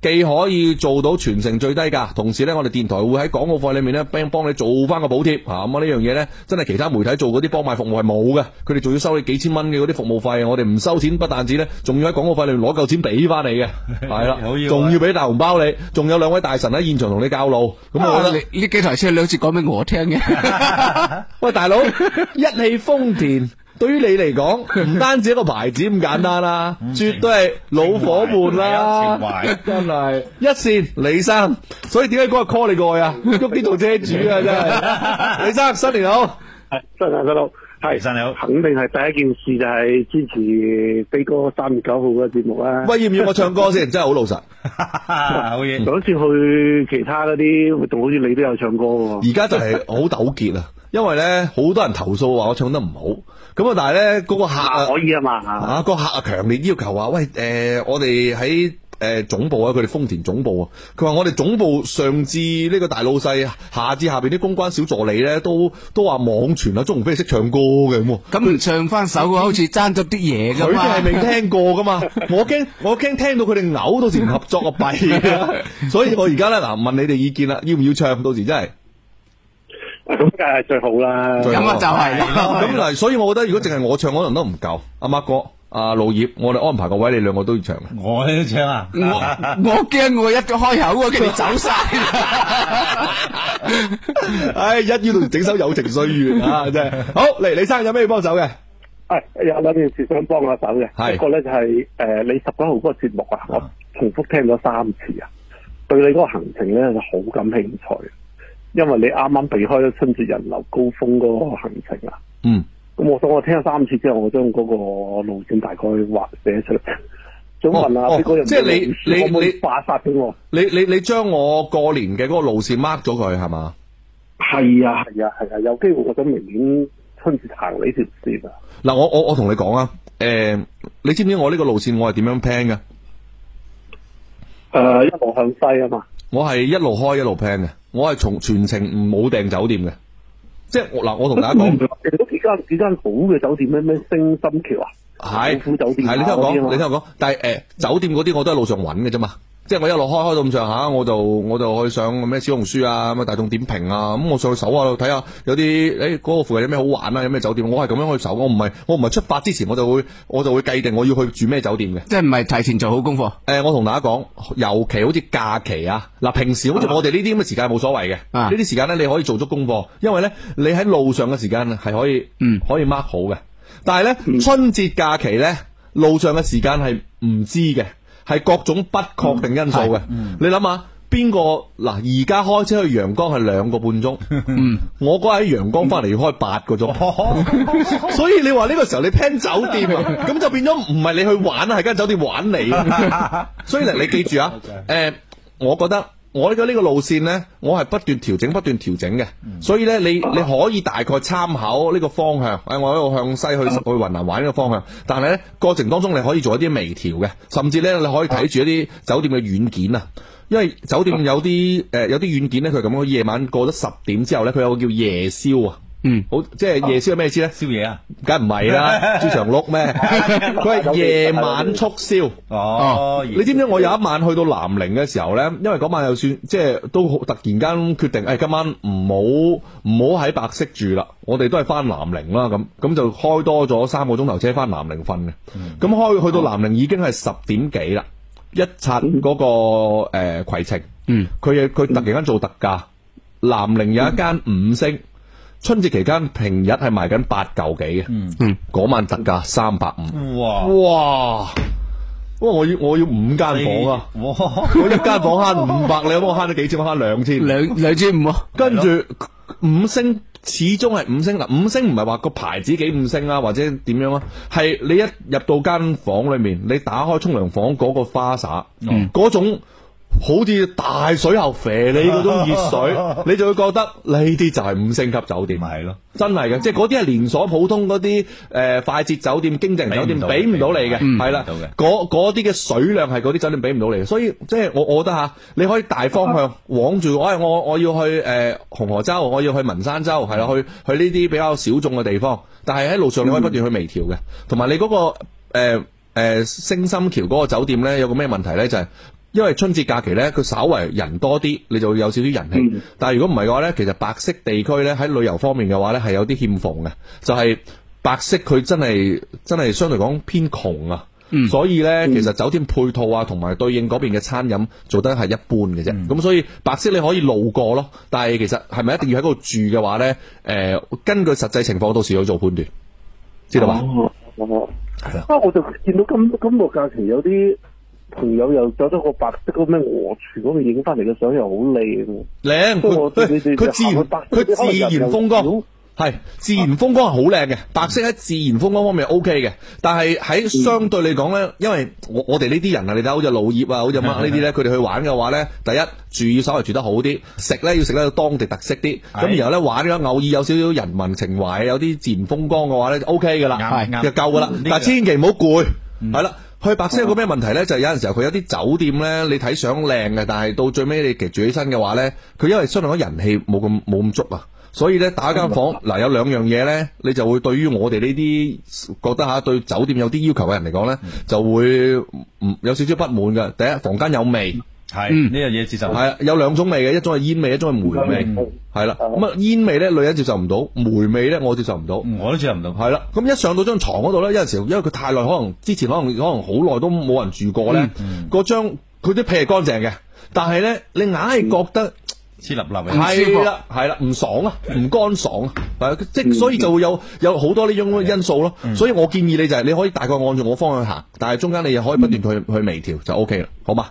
[SPEAKER 13] 既可以做到全城最低價，同時呢，我哋電台會喺港澳貨裏面呢，幫幫你做翻個補貼嚇。咁啊呢樣嘢呢，真係其他媒體做嗰啲幫賣服務係冇嘅，佢哋仲要收你幾千蚊嘅嗰啲服務費，我哋唔收錢，不但止呢，仲要喺港澳貨裏面攞夠錢俾翻你嘅，係啦
[SPEAKER 15] 好嘢，喎
[SPEAKER 13] 仲要俾大紅包你，仲有兩位大神喺現場同你教路。咁我覺得呢幾台車你好似講俾我聽嘅。喂，大佬，一汽豐田。對於你嚟講，唔單止一個牌子咁簡單啦，絕對係老伙伴啦， 真係一線李生，所以點解嗰日 call 你過去啊？喐啲做車主啊，真係李生新年好，
[SPEAKER 11] 新年快樂，係新年好，肯定係第一件事就係支持飛哥三月九號嘅節目啦。
[SPEAKER 13] 喂要 唔要我唱歌先？真係好老實，
[SPEAKER 11] 好嘢！嗰次去其他嗰啲活動，好似你都有唱歌喎。
[SPEAKER 13] 而家就係好糾結啊， 因為咧好多人投訴話我唱得唔好，咁啊但係咧嗰個客啊
[SPEAKER 11] 可以啊嘛，
[SPEAKER 13] 啊個客啊強烈要求話喂誒、呃我哋喺誒總部啊，佢哋豐田總部啊，佢話我哋總部上至呢個大老細，下至下邊啲公關小助理咧，都 都話網傳啊，鍾紅飛識唱歌嘅 咁喎。
[SPEAKER 14] 咁唔唱翻首嘅，好似爭咗啲嘢噶
[SPEAKER 13] 佢
[SPEAKER 14] 嘛。
[SPEAKER 13] 哋係未聽過噶嘛，我驚我驚聽到佢哋嘔，到時唔合作啊 弊啊！所以我而家咧嗱問你哋意見啦，要唔要唱？到時真係。
[SPEAKER 11] 咁梗係最好啦。
[SPEAKER 13] 最好
[SPEAKER 11] 啊
[SPEAKER 13] 咁嗱，所以我覺得如果淨係我唱，可能都唔夠。阿 Mark 哥、阿老葉，我哋安排個位，你兩個都要唱。
[SPEAKER 15] 我都唱啊！
[SPEAKER 14] 我我驚我一個開口啊，跟住走晒。
[SPEAKER 13] 唉，一於度整首友情歲月啊，真係好嚟，李生有咩要幫手嘅？
[SPEAKER 11] 係有兩件事想幫下手嘅，
[SPEAKER 13] 係
[SPEAKER 11] 一個咧就係誒你十九號嗰個節目啊，我重複聽咗三次啊，對你嗰個行程咧就好感興趣，啊因為你啱啱避開咗春節人流高峰嗰個行程啊。
[SPEAKER 2] ừ.
[SPEAKER 13] 嗯。
[SPEAKER 11] 咁我想我聽咗三次之後，我將嗰個路線大概畫寫出嚟。想問
[SPEAKER 13] 哦
[SPEAKER 11] 下飛哥有冇
[SPEAKER 13] 即係你
[SPEAKER 11] 可唔
[SPEAKER 13] 你
[SPEAKER 11] 可以
[SPEAKER 13] 你
[SPEAKER 11] 發發俾我？
[SPEAKER 13] 你你你將我過年嘅嗰個路線 mark 咗佢係嘛？
[SPEAKER 11] 係啊係啊係啊，有機會我想明年春節行呢條線啊。
[SPEAKER 13] 嗱，我我我同你講啊，誒、你知唔知我呢個路線我係點樣 plan 嘅？
[SPEAKER 11] 誒、一路向西啊嘛。
[SPEAKER 13] 我係一路開一路 plan 嘅，我係從全程唔冇訂酒店嘅，即係我嗱，我同大家講。
[SPEAKER 11] 你嗰幾間幾間好嘅酒店咩咩星心橋啊，
[SPEAKER 13] 係
[SPEAKER 11] 虎酒店
[SPEAKER 13] 係
[SPEAKER 11] 啊
[SPEAKER 13] 你聽
[SPEAKER 11] 嗰啲啊
[SPEAKER 13] 我講，
[SPEAKER 11] 嘛
[SPEAKER 13] 你聽我講，但係誒、呃酒店嗰啲我都喺路上揾嘅啫嘛，即係我一路開開到咁上下，我就我就去上咩小紅書啊，咁啊大眾點評啊，咁我上去搜下睇下有啲誒嗰個附近有咩好玩啊，有咩酒店，我係咁樣去搜，我唔係我唔係出發之前我就會我就會計定我要去住咩酒店嘅，
[SPEAKER 14] 即係唔係提前做好功課。
[SPEAKER 13] 誒、我同大家講，尤其好似假期啊，嗱，平時好似我哋呢啲咁嘅時間冇所謂嘅，
[SPEAKER 14] 啊
[SPEAKER 13] 呢啲時間咧你可以做足功課，因為咧你喺路上嘅時間係可以，嗯，可以 mark 好嘅。但係咧、春節假期咧，路上嘅時間係唔知嘅，係各種不確定因素嘅。你諗下邊個嗱？而家開車去陽江係兩個半鐘，嗯，我嗰日喺陽江翻嚟要開八個鐘。 所以你話呢個時候你 plan 酒店啊，咁就變咗唔係你去玩啊，係間酒店玩你。所以咧，你記住啊，誒
[SPEAKER 16] Okay、
[SPEAKER 13] 我覺得我呢個呢個路線呢，我係不斷調整、不斷調整嘅。所以呢，你你可以大概參考呢個方向，誒，我喺度向西去去雲南玩呢個方向。但係呢過程當中你可以做一啲微調嘅，甚至呢，你可以睇住一啲酒店嘅軟件啊。因為酒店有啲誒、有啲軟件呢，佢係咁樣夜晚過咗十點之後呢，佢有個叫夜宵啊。嗯，好，即係夜宵係咩意思呢？宵夜啊，梗唔係啦， 豬腸碌咩？佢係夜晚促銷。
[SPEAKER 15] 哦
[SPEAKER 13] 你知唔知我有一晚去到南寧嘅時候呢？因為嗰晚又算即係都好突然間決定，誒、哎今晚唔好唔好喺白色住啦，我哋都係翻南寧啦咁，咁就開多咗三個鐘頭車翻南寧瞓嘅。咁開去到南寧已經係十點幾啦，一刷嗰、個誒、呃、攜程，
[SPEAKER 14] 嗯，
[SPEAKER 13] 佢佢突然間做特價，南寧有一間五星。春節期間平日係賣緊八嚿幾嘅，嗯，嗰晚特價三百五，
[SPEAKER 15] 哇
[SPEAKER 13] 哇！哇！我要我要五間房啊！我一間房慳五百，你幫我慳咗幾千，我慳兩千，兩兩千五啊！跟住五星始終係五星嗱，五星唔係話個牌子幾五星啊，或者點樣啊，係你一入到間房裏面，你打開沖涼房嗰個花灑，
[SPEAKER 15] 嗯
[SPEAKER 13] 嗰、種好似大水喉肥你嗰種熱 水，你就會覺得呢啲就係五星級酒店，係咯，真係嘅，即係嗰啲係連鎖普通嗰啲誒快捷酒店、經濟型酒店俾
[SPEAKER 15] 俾
[SPEAKER 13] 唔
[SPEAKER 15] 唔
[SPEAKER 13] 到
[SPEAKER 15] 到
[SPEAKER 13] 你嘅，
[SPEAKER 15] 嗯
[SPEAKER 13] 係啦
[SPEAKER 15] 俾唔到嘅，
[SPEAKER 13] 嗰嗰啲嘅水量係嗰啲酒店俾唔到你嘅，所以即係我我覺得嚇，你可以大方向往住，哎我我要去誒、呃、紅河州，我要去文山州，係啦，去去呢啲比較小眾嘅地方，但係喺路上你可以不斷去微調嘅，同埋你嗰、個誒、呃呃星心橋嗰個酒店呢，有個咩問題呢？就係、因為春節假期呢，佢稍為人多啲，你就會有少少人氣。但係如果唔係嘅話呢，其實白色地區呢，喺旅遊方面嘅話呢，係有啲欠奉嘅，就係、白色佢真係真係相對講偏窮啊。所以呢，其實酒店配套啊，同埋對應嗰邊嘅餐飲做得係一般嘅啫。咁、所以白色你可以路過咯，但係其實係咪一定要喺嗰度住嘅話呢？誒、根據實際情況到時去做判斷，知道吧？
[SPEAKER 11] 哦啊！我就見到今今個假期有啲朋友又着咗個白色嗰咩鵝廚嗰度影翻嚟嘅相，又好靚喎。
[SPEAKER 13] 靚，
[SPEAKER 11] 不過
[SPEAKER 13] 佢
[SPEAKER 11] 你哋
[SPEAKER 13] 佢佢自然
[SPEAKER 11] 行去白色
[SPEAKER 13] 佢
[SPEAKER 11] 可能人
[SPEAKER 13] 自
[SPEAKER 11] 又
[SPEAKER 13] 然風光。係自然風光係好靚嘅，白色喺自然風光方面 O K 嘅，但係喺相對嚟講呢，因為我我哋呢啲人啊，你睇好似老葉啊，好似乜呢啲呢，佢哋去玩嘅話呢，第一住要稍微住得好啲，食呢要食得有當地特色啲，咁
[SPEAKER 15] 係
[SPEAKER 13] 然後呢，玩嘅偶爾有少少人民情懷，啊有啲自然風光嘅話呢 O K 噶啦，
[SPEAKER 15] 啱啱
[SPEAKER 13] 就夠噶啦
[SPEAKER 15] 呢，個
[SPEAKER 13] 但係千祈唔好攰，係啦。去白色有個咩問題呢？就係有陣時候佢有啲酒店呢，你睇相靚嘅，但係到最尾你其實住起身嘅話呢，佢因為相對講人氣冇咁冇咁足啊，所以呢，打間房嗱有兩樣嘢呢，你就會對於我哋呢啲覺得嚇對酒店有啲要求嘅人嚟講呢，就會唔有少少不滿嘅。第一，房間有味。
[SPEAKER 15] 係
[SPEAKER 13] 嗯
[SPEAKER 15] 呢樣嘢接受。
[SPEAKER 13] 係啊，有兩種味嘅，一種係煙味，一種係梅
[SPEAKER 15] 嗯
[SPEAKER 13] 味，係啦。咁啊，煙味咧，女人接受唔到，梅味咧，我接受唔到，
[SPEAKER 15] 我都接受唔到。
[SPEAKER 13] 係啦，咁一上到張床嗰度咧，有陣時候因為佢太耐，可能之前可能可能好耐都冇人住過咧，
[SPEAKER 15] 嗯
[SPEAKER 13] 嗰張佢啲被係乾淨嘅，但係咧你硬係覺得。
[SPEAKER 15] 黐立立
[SPEAKER 13] 係啦，係啦，唔爽啊，唔乾爽啊，係啊即
[SPEAKER 15] 嗯
[SPEAKER 13] 係所以就會有有好多呢種咁嘅因素咯。所以我建議你就係你可以大概按照我方向行，但係中間你又可以不斷
[SPEAKER 15] 嗯
[SPEAKER 13] 去去微調就 O K 啦，好嘛？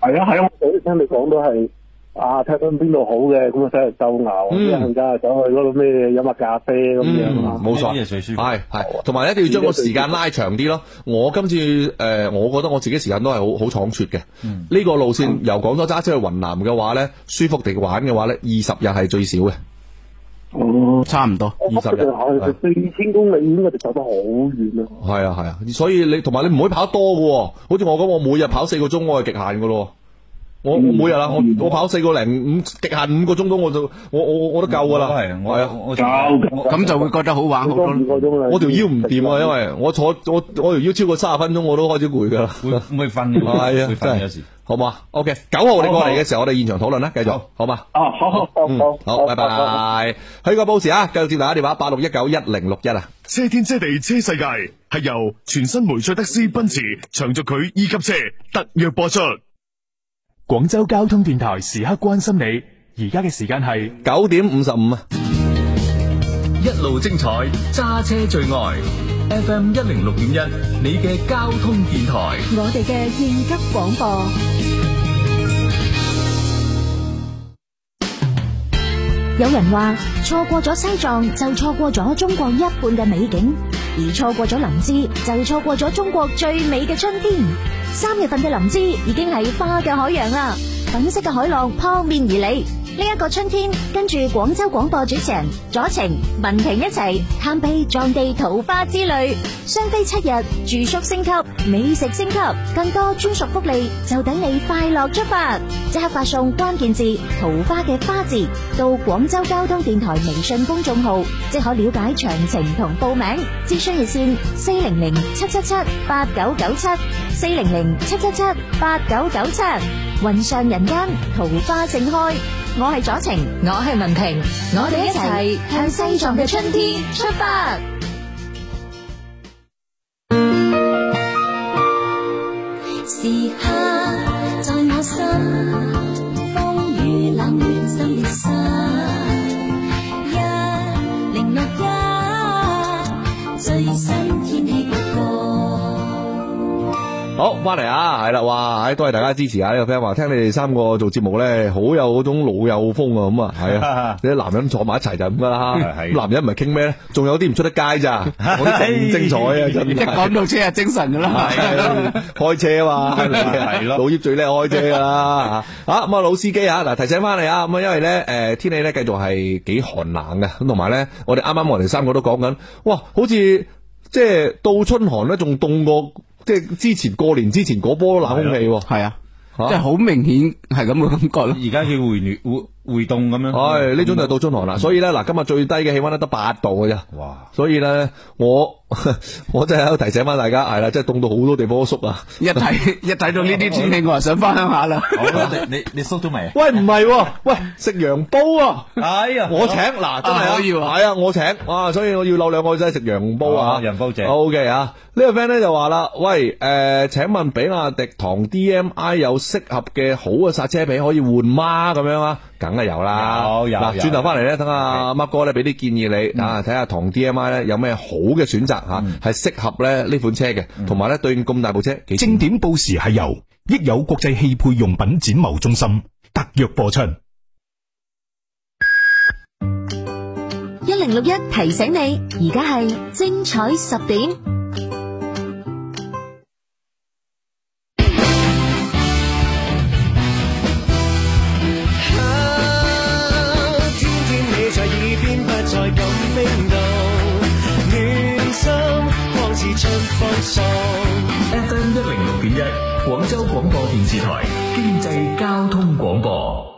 [SPEAKER 11] 係啊係啊，我聽你講都係啊，睇翻邊度好嘅，咁啊走去鬥牛，
[SPEAKER 13] 嗯
[SPEAKER 11] 一陣間走去嗰度咩飲下咖啡咁樣啊。
[SPEAKER 13] 冇錯，係係，同埋一定要將個時間拉長啲咯。我今次誒、呃我覺得我自己時間都係好好倉促嘅。呢、
[SPEAKER 15] 嗯
[SPEAKER 13] 個路線由廣州揸車去雲南嘅話呢，舒服地玩嘅話呢，二十日係最少嘅。
[SPEAKER 11] 哦，
[SPEAKER 13] 差唔多
[SPEAKER 11] 我
[SPEAKER 13] 二十日。係
[SPEAKER 11] 四千公里應該就走得好遠啊。
[SPEAKER 13] 係啊係啊，所以你同埋你唔可以跑得多嘅喎，好似我咁，我每日跑四個鐘，我係極限嘅咯。我我
[SPEAKER 15] 嗯
[SPEAKER 13] 每日啦，我我跑四個零五極限五個鐘咁，我就我我我都夠噶啦。係我啊，
[SPEAKER 15] 我夠咁就會覺得好玩好多五個鐘啦
[SPEAKER 13] 我條腰唔掂啊，因為我坐我我條腰超過三十分鐘，我都開始攰噶啦。會
[SPEAKER 15] 會瞓嘅
[SPEAKER 13] 係
[SPEAKER 15] 會
[SPEAKER 13] 啊，
[SPEAKER 15] 瞓
[SPEAKER 13] 真
[SPEAKER 15] 有
[SPEAKER 13] 係
[SPEAKER 15] 時
[SPEAKER 13] 好嘛？OK，九號你過嚟嘅時候，我哋現場討論啦，繼續好嘛？
[SPEAKER 11] 哦，好好好
[SPEAKER 13] 好，好，拜拜。去個報時啊，繼續接大家電話八六一九一零六一啊。
[SPEAKER 8] 车天车地车世界係由全新梅赛德斯奔驰長轴距 E 級車特約播出。
[SPEAKER 16] 廣州交通電台時刻關心你，而家嘅時間係
[SPEAKER 13] 九點五十五啊。
[SPEAKER 3] 一路精彩，揸車最愛 FM 一零六點一，你嘅交通電台。
[SPEAKER 7] 我哋嘅應急廣播，
[SPEAKER 10] 有人話錯過咗西藏就錯過咗中國一半嘅美景，而錯過咗林芝就錯過咗中國最美嘅春天。三月份嘅林芝已經係花嘅海洋啦，粉色嘅海浪撲面而嚟。呢、一個春天，跟住廣州廣播主持人左晴、文婷一齊探秘藏地桃花之旅，雙飛七日，住宿升級，美食升級，更多專屬福利就等你快樂出發！即刻發送關鍵字桃花嘅花字到廣州交通電台微信公眾號，即可了解詳情同報名。諮詢熱線：四零零七七七八九九七，四零零七七七八九九七。雲上人間，桃花盛開。我係左晴，我係文婷，我哋一齊向西藏嘅春天出發。
[SPEAKER 24] 時刻在我心，風雨冷暖心亦心。一零六一最新天氣報告。
[SPEAKER 13] 好，翻嚟啊，系啦，哇，唉多谢大家支持啊！呢、個 friend 話聽你哋三個做節目咧，好有嗰種老友風啊，咁啊，係啊，你啲男人坐埋一齊就係咁噶啦，男人唔係傾咩咧，仲有啲唔出得街 咋，嗰啲咁精彩啊，真係
[SPEAKER 14] 一講到車就啊精神噶啦。
[SPEAKER 13] 开车啊嘛，
[SPEAKER 14] 係
[SPEAKER 13] 咯，老葉最叻開車㗎 啦吓，啊咁啊老司機啊，嗱提醒翻你啊，咁啊因為咧诶天氣咧繼續係幾寒冷嘅，咁同埋咧我哋啱啱我哋三個都講緊，哇，好似即係到春寒咧仲凍過即係之前過年之前嗰波冷空氣喎，
[SPEAKER 14] 係啊。即係好明顯係咁嘅感覺咯。
[SPEAKER 15] 而家叫回暖回回凍咁樣。
[SPEAKER 13] 唉，呢種就係到春寒啦，所以咧嗱，今日最低嘅氣温咧得八度嘅啫。
[SPEAKER 15] 哇！
[SPEAKER 13] 所以咧，我 我真係喺度提醒翻大家，係啦，真係凍到好多地方都縮啊！
[SPEAKER 14] 一 睇一睇到呢啲天氣，我就想翻鄉下啦。
[SPEAKER 15] 好 啦，你你你縮咗未？
[SPEAKER 13] 喂，唔 係喎，喂，食羊煲啊！
[SPEAKER 15] 哎呀
[SPEAKER 13] 我請嗱，真係
[SPEAKER 15] 啊可以喎
[SPEAKER 13] 系啊，我請啊，所以我要扭兩個仔食羊煲
[SPEAKER 15] 哦
[SPEAKER 13] 啊，
[SPEAKER 15] 羊煲正
[SPEAKER 13] O K 啊，呢個 friend 咧就話啦，喂，诶，請問比亞迪唐 D M I 有適合嘅好嘅剎車皮可以換嗎？咁樣啊，梗係有啦。
[SPEAKER 15] 有有
[SPEAKER 13] 嗱，
[SPEAKER 15] 有嗯
[SPEAKER 13] 轉頭翻嚟咧，等啊阿 Mark 哥咧俾啲建議你啊，睇下唐 D M I 咧有咩好嘅選擇吓，係適合咧呢款車嘅，
[SPEAKER 15] 嗯
[SPEAKER 13] 同埋咧對應咁大部車幾
[SPEAKER 5] 正點報時係由益友國際汽配用品 展貿中心特約播出。
[SPEAKER 7] 一零六一提醒你，而家係精彩十點。
[SPEAKER 2] 天天你在耳邊，不再感冰凍，暖心光似春風送。
[SPEAKER 4] FM 一零六點一，廣州廣播電視台經濟交通廣播。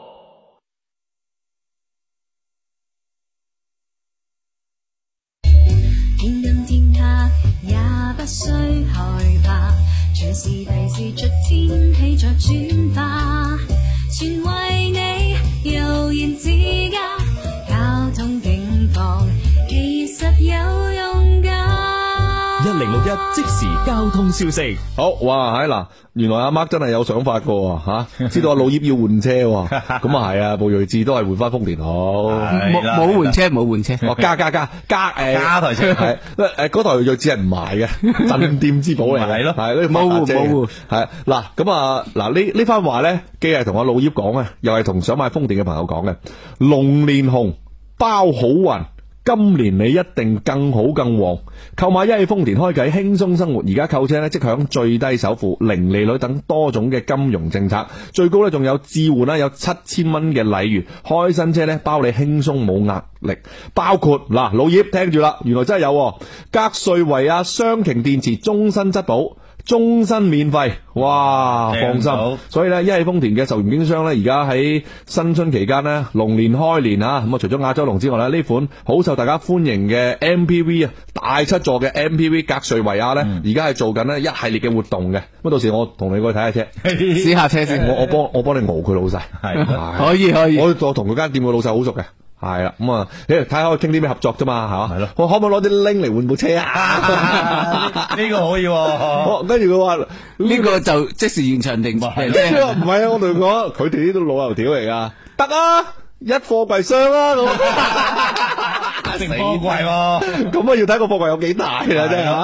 [SPEAKER 24] 天陰天黑也不需害怕，隨時提示着天氣在轉化，全為你悠然自家。交通警況其實有用㗎。
[SPEAKER 13] 一零六一即时交通消息。好哇，喺嗱，原來阿 Mark 真係有想法噶吓、 知道阿老葉要換車喎，咁啊係啊，部睿智都係換翻豐田好，
[SPEAKER 14] 冇冇換車冇換車，
[SPEAKER 13] 哦加加加 加诶
[SPEAKER 14] 加台車
[SPEAKER 13] 係诶嗰台睿智係唔賣嘅， 鎮店之寶嚟嘅，係咯，係呢
[SPEAKER 14] 冇換冇換
[SPEAKER 13] 係嗱咁啊嗱呢呢番話咧，既係同阿老葉講啊，又係同想買豐田嘅朋友講嘅，龍年紅包好運。今年你一定更好更旺，購買一汽豐田開啟輕鬆生活，而家購車咧即享最低首付、零利率等多種嘅金融政策，最高咧仲有置換啦，有七千蚊嘅禮遇，開新車咧包你輕鬆冇壓力，包括嗱老葉聽住啦，原來真係有喎格瑞維亞雙擎電池終身質保。終身免費，哇！
[SPEAKER 15] 正
[SPEAKER 13] 放
[SPEAKER 15] 好
[SPEAKER 13] 心，所以咧，一汽豐田嘅授權經商咧，而家喺新春期間呢，龍年開年啊，咁啊，除咗亞洲龍之外咧，呢款好受大家歡迎嘅 MPV 啊，大七座嘅 MPV 格瑞維亞咧，而家係做緊呢一系列嘅活動嘅，咁啊到時我同你過去睇 下車，
[SPEAKER 14] 試下車先
[SPEAKER 13] 我我幫我幫你熬佢老細，係
[SPEAKER 14] 可以可以，
[SPEAKER 13] 我我同佢間店嘅老細好熟嘅。係啦，咁啊，你睇下可以傾啲咩合作啫嘛，係嘛？係咯，我可唔可以攞啲拎嚟換部車啊？
[SPEAKER 15] 呢個可以喎。
[SPEAKER 13] 哦，跟住佢話呢
[SPEAKER 14] 個就即時現場定
[SPEAKER 13] 跟住我唔係啊，我同佢講，佢哋呢度老油條嚟㗎，得啊，一貨櫃箱啦咁。
[SPEAKER 15] 成貨櫃喎，
[SPEAKER 13] 咁啊要睇個貨櫃有幾 大啦，真係吓。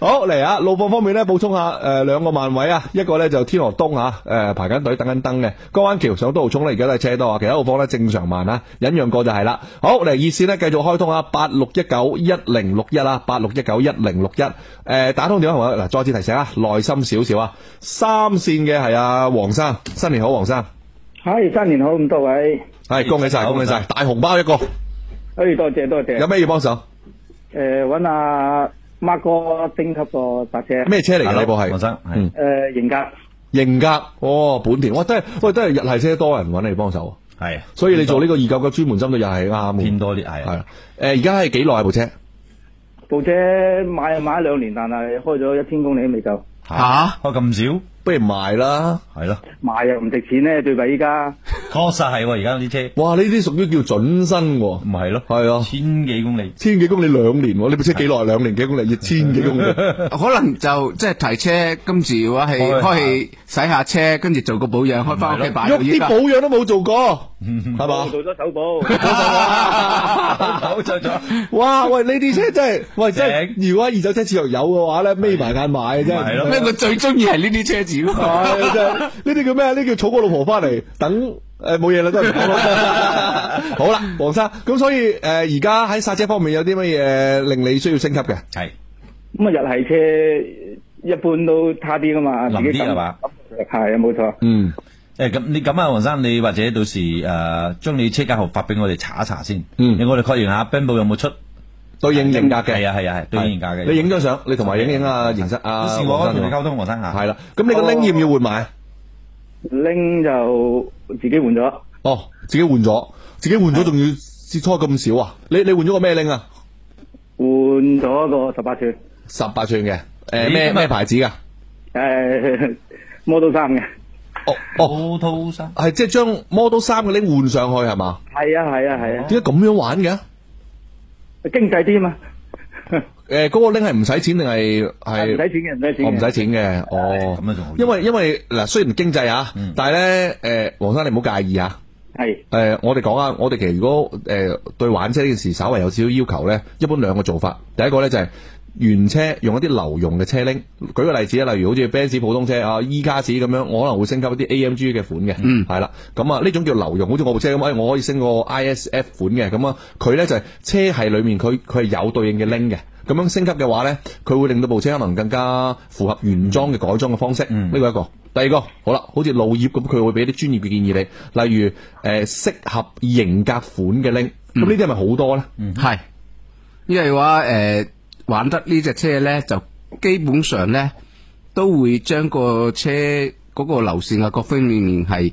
[SPEAKER 13] 好嚟啊，路況方面咧，補充下诶兩個慢位啊，一個咧就天河東啊，诶排緊隊等緊燈嘅，江灣橋上都豪涌咧，而家都係車多啊，其他路況咧正常慢啊，忍讓過就係啦。好嚟熱線咧繼續開通啊，八六一九一零六一啊，八六一九一零六一，诶打通電話同我嗱再次提醒啊，耐心少少啊，三線嘅係啊黃生，新年好黃生，
[SPEAKER 18] 系新年好，咁多位。
[SPEAKER 13] 係恭喜
[SPEAKER 15] 啊
[SPEAKER 13] 晒恭喜晒，大紅包一個，
[SPEAKER 18] 诶，多谢多谢。
[SPEAKER 13] 有咩要幫手？
[SPEAKER 18] 诶，搵阿 Mark 哥升級個剎車。
[SPEAKER 13] 咩車嚟嘅呢部係？黃
[SPEAKER 15] 生，
[SPEAKER 13] 嗯。
[SPEAKER 18] 诶，型格
[SPEAKER 13] 型格哦，本田，哇，都系喂，都系日系車多人揾你幫手，
[SPEAKER 15] 系，
[SPEAKER 13] 所以你做呢個二九九專門針對日系啱嘅，偏
[SPEAKER 15] 多啲係，啊
[SPEAKER 13] 係诶，而家係幾耐部車？
[SPEAKER 18] 部車買買兩年，但係開咗一千公里都未夠。
[SPEAKER 15] 吓，開咁少，
[SPEAKER 13] 不如賣啦，
[SPEAKER 15] 係咯，
[SPEAKER 18] 賣又唔值錢咧，最弊依家。
[SPEAKER 15] 確實係喎，而家啲車
[SPEAKER 13] 哇！呢啲屬於叫準新喎，唔
[SPEAKER 15] 係咯，
[SPEAKER 13] 係啊，
[SPEAKER 15] 千幾公里，
[SPEAKER 13] 千幾公里兩年喎，你部車幾耐？兩年幾 公里，千幾公里，
[SPEAKER 14] 可能就即系提车，跟住話係
[SPEAKER 13] 開
[SPEAKER 14] 開氣洗下車，跟住做個保養，開翻屋企擺
[SPEAKER 13] 喐
[SPEAKER 14] 到依
[SPEAKER 13] 啲
[SPEAKER 14] 家
[SPEAKER 13] 保。養都冇做過， 係嘛？
[SPEAKER 18] 做咗手保，
[SPEAKER 15] 走走咗。
[SPEAKER 13] 哇！喂，呢啲車真係，喂真係，如果二手車市場有嘅話咧，眯埋眼買啊嘅真係。
[SPEAKER 14] 咩？我最中意係呢啲車子喎。
[SPEAKER 13] 係啊真係呢啲叫咩？呢叫娶個老婆翻嚟等。誒冇嘢啦，都係唔講啦好啦，黃生，咁所以誒而家喺剎車方面有啲乜嘢令你需要升級嘅？
[SPEAKER 15] 係
[SPEAKER 18] 咁啊日系車一般都差啲噶嘛，自
[SPEAKER 15] 淋
[SPEAKER 18] 己
[SPEAKER 15] 啲
[SPEAKER 18] 撳
[SPEAKER 15] 係嘛？
[SPEAKER 18] 係啊，冇錯。
[SPEAKER 13] 嗯。
[SPEAKER 15] 诶，咁你咁啊，黃生，你或者到時诶，将你車架號發俾我哋查一查先，嗯，我哋確認下 b a n b o 有冇出
[SPEAKER 13] 對應型格嘅，
[SPEAKER 15] 係啊係啊係對應型格嘅。
[SPEAKER 13] 你影張相，你同埋影影啊，形實
[SPEAKER 15] 到
[SPEAKER 13] 啊，
[SPEAKER 15] 時我同你溝通，黃生嚇。
[SPEAKER 13] 係啦，咁你個拎要唔要換埋？
[SPEAKER 18] 拎就自己換咗。
[SPEAKER 13] 哦，自己換咗，自己換咗仲要切磋咁少啊？你你換咗個咩拎啊？
[SPEAKER 18] 換咗個十八寸，
[SPEAKER 13] 十八寸嘅，誒
[SPEAKER 18] 咦
[SPEAKER 13] 咩
[SPEAKER 18] 咁啊
[SPEAKER 13] 咩牌子㗎？
[SPEAKER 18] 誒 Model 三嘅。
[SPEAKER 13] 哦
[SPEAKER 15] ，Model 三
[SPEAKER 13] 係即係將 Model 三嘅拎換上去係嘛？
[SPEAKER 18] 係啊係啊係啊，
[SPEAKER 13] 點解咁樣玩嘅？
[SPEAKER 18] 經濟啲嘛。
[SPEAKER 13] 誒呃嗰個拎係唔使錢定係係
[SPEAKER 18] 啊唔使錢嘅唔使錢嘅
[SPEAKER 13] 哦唔使錢嘅，哦
[SPEAKER 15] 咁啊仲好。嗯
[SPEAKER 13] 因為因為嗱，雖然經濟啊，但係咧誒，黃生你唔好介意啊。
[SPEAKER 18] 係
[SPEAKER 13] 誒、我哋講啊，我哋其實如果誒、對玩車呢件事稍為有少少要求咧，一般兩個做法。第一個咧就係、原車用一啲流用嘅車拎，舉個例子啊，例如好似 Benz 普通車啊、E 卡士咁樣，我可能會升級一啲 AMG 嘅款嘅，嗯，係啦，咁啊呢種叫流用，好似我部車咁，哎我可以升個 ISF 款嘅，咁啊佢咧就係、車系裡面佢佢係有對應嘅拎嘅。咁樣升級嘅話呢，佢會令到部車可能更加符合原裝嘅改裝嘅方式，呢個、一個。第二個，好啦，好似路業咁，佢會俾啲專業嘅建議你，例如誒、呃、適合型格款嘅拎，咁呢啲係咪好多呢？
[SPEAKER 14] 係，因為話诶、呃玩得呢只車咧，就基本上咧都會將個車嗰個流線啊各方面係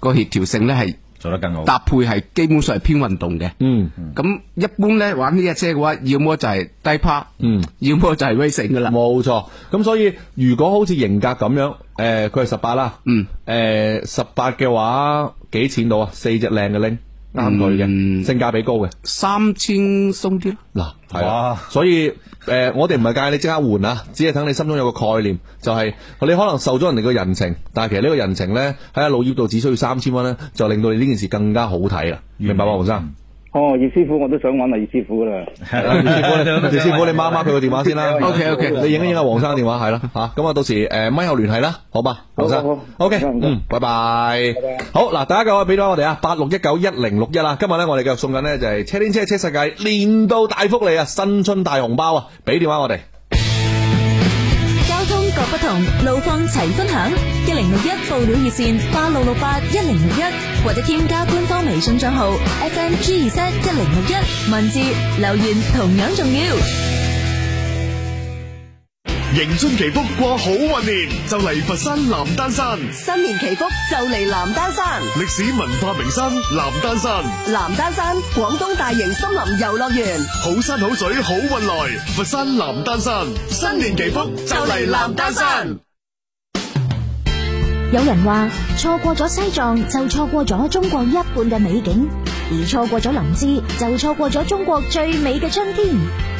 [SPEAKER 14] 個協調性咧係
[SPEAKER 15] 做得更好
[SPEAKER 14] 搭配係基本上係偏運動嘅。
[SPEAKER 13] 嗯，
[SPEAKER 14] 咁一般咧玩呢只車嘅話，要麼就係低趴，
[SPEAKER 13] 嗯，
[SPEAKER 14] 要麼就係 racing 噶啦。
[SPEAKER 13] 冇錯，咁所以如果好似型格咁樣，誒佢係十八啦，嗯，誒十八嘅話幾錢到啊？四隻靚嘅拎，啱佢嘅，性價比高嘅，
[SPEAKER 14] 三千鬆啲
[SPEAKER 13] 嗱，係啊，所以誒、呃我哋唔係介意你即刻換啊，只係等你心中有個概念，就係、你可能受咗人哋個人情，但係其實呢個人情咧喺阿老葉度只需要三千蚊咧，就令到你呢件事更加好睇啦，明白嗎，黃生？
[SPEAKER 18] 哦，葉師傅我都想揾阿葉師傅噶啦。
[SPEAKER 13] 係啦姚師 傅咧，姚師傅你孖孖佢個電話先啦。
[SPEAKER 18] OK，OK
[SPEAKER 13] 你影一影阿黃生電話係啦嚇，咁啊到時誒咪後聯繫啦，好嘛，黃生。OK，嗯，拜拜。好嗱，大家嘅可以俾到我哋啊，八六一九一零六一啦。今日咧我哋繼續送緊呢，就係車天車車世界年度大福利啊，新春大紅包啊，俾電話我哋。
[SPEAKER 7] 交通各不同，路況齊分享。一零六一報料熱線八六六八一零六一，或者添加官方微信帳號 FMG 二七一零六一，文字留言同樣重要。
[SPEAKER 8] 迎春祈福过好运年，就嚟佛山南丹山，
[SPEAKER 9] 新年祈福就嚟南丹山。
[SPEAKER 8] 历史文化名山南丹山，
[SPEAKER 9] 南丹山廣東大型森林遊樂園，
[SPEAKER 8] 好山好水好运来，佛山南丹山，新年祈福就嚟南丹山。
[SPEAKER 10] 有人話錯過咗西藏就錯過咗中國一半嘅美景，而錯過咗林芝就錯過咗中國最美嘅春天。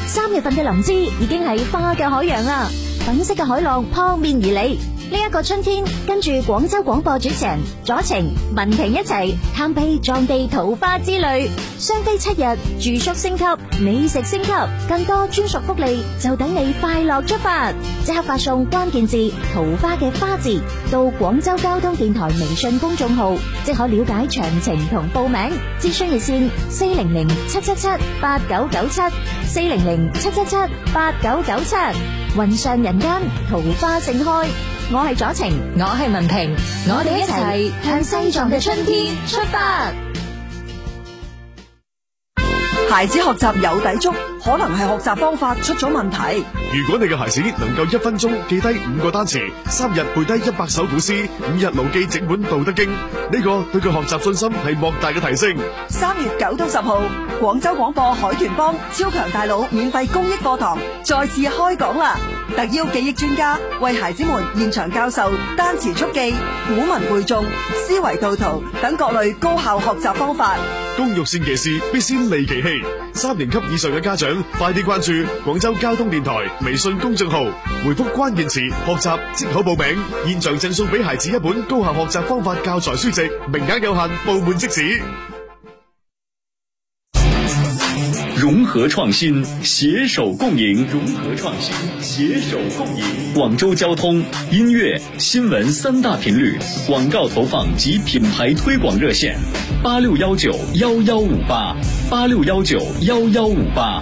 [SPEAKER 10] 三月份嘅林芝已經係花嘅海洋啦，粉色嘅海浪撲面而嚟。呢一個春天，跟住廣州廣播主持人左晴、文婷一齊探秘藏地桃花之旅，雙飛七日，住宿升級，美食升級，更多專屬福利就等你快樂出發！即刻發送關鍵字「桃花」嘅「花」字到廣州交通電台微信公眾號，即可了解詳情同報名。諮詢熱線：四零零七七七八九九七，四零零七七七八九九七。雲上人間，桃花盛開。我係左晴，我係文婷，我哋一齊向西藏嘅春天出發。
[SPEAKER 9] 孩子學習有底足，可能係學習方法出咗問題。
[SPEAKER 8] 如果你嘅孩子能夠一分鐘記低五個單詞，三日背低一百首古詩，五日牢記整本《道德經》，呢個對佢學習信心係莫大嘅提升。
[SPEAKER 9] 三月九到十號，廣州廣播海豚幫超強大腦免費公益課堂再次開講啦！特邀記憶專家為孩子們現場教授單詞速記、古文背誦、思維導圖等各類高效學習方法。
[SPEAKER 8] 工欲善其事，必先利其器。三年級以上嘅家長，快啲關注廣州交通電台微信公眾號，回覆關鍵詞學習即可報名，現場贈送俾孩子一本高效學習方法教材書籍，名額有限，報滿即止。
[SPEAKER 3] 融合创新，携手共赢。融合创新，携手共赢。广州交通音乐、新闻三大频率广告投放及品牌推广热线：八六幺九幺幺五八，八六幺九幺幺五八。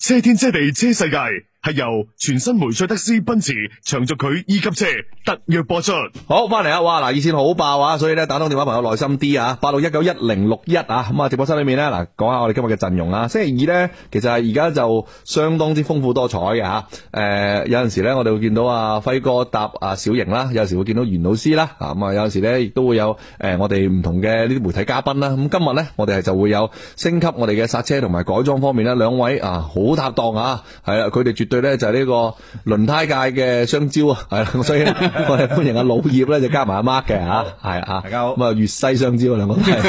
[SPEAKER 8] 車天車地車世界係由全新梅賽德斯奔馳長軸距 E 級車特約播出。
[SPEAKER 13] 好，翻嚟啊！哇，嗱，熱線好爆啊，所以咧打通電話朋友耐心啲啊，八六一九一零六一啊，咁啊，直播室裏面咧嗱，講下我哋今日嘅陣容啦。星期二咧，其實係而家就相當之豐富多彩嘅吓，誒、有陣時咧我哋會見到啊輝哥搭啊小瑩啦，有陣時會見到袁老師啦，啊咁啊，有陣時咧亦都會有誒、呃我哋唔同嘅呢啲媒體嘉賓啦。咁今日咧我哋係就會有升級我哋嘅剎車同埋改裝方面咧，兩位啊好搭檔啊，係啦，佢哋絕對咧就係呢個輪胎界嘅香蕉啊， 係啦，所以呢我哋歡迎阿老葉咧就加埋阿 Mark 嘅嚇，係啊，大家好，咁啊粵西香蕉啊兩個都係，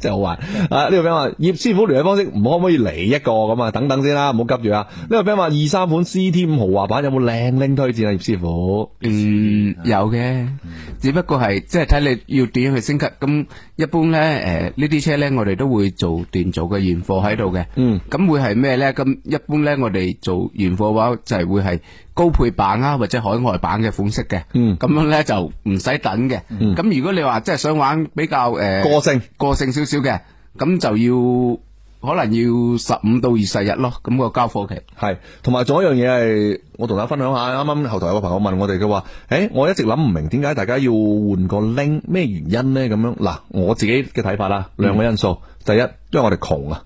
[SPEAKER 13] 真係好玩啊！呢個 friend 話葉師傅聯繫方式唔可唔可以嚟一個咁啊？等等先啦，唔好急住啊！呢個 friend 話二三款 CT 五豪華版有冇靚拎推薦啊？葉師傅，
[SPEAKER 14] 嗯，有嘅，只不過係即係睇你要點樣去升級。咁一般咧，誒、呢啲車咧，我哋都會做電做嘅現貨喺度嘅。
[SPEAKER 13] 嗯，
[SPEAKER 14] 咁會係咩咧？咁一般咧，我哋做現貨嘅話，就係會係高配版啊，或者海外版嘅款式嘅。
[SPEAKER 13] 嗯
[SPEAKER 14] 咁樣咧就唔使等嘅。
[SPEAKER 13] 嗯
[SPEAKER 14] 咁如果你話即係想玩比較誒、呃、
[SPEAKER 13] 個性
[SPEAKER 14] 個性少少嘅，咁就要可能要十五到二十日咯。咁、個交貨期。
[SPEAKER 13] 係，同埋仲有一樣嘢係，我同大家分享下。啱啱後台有個朋友問我哋，佢話：，誒、我一直諗唔明點解大家要換個 link，咩原因呢？咁樣嗱，我自己嘅睇法啦，
[SPEAKER 14] 嗯
[SPEAKER 13] 兩個因素。第一，因為我哋 窮啊，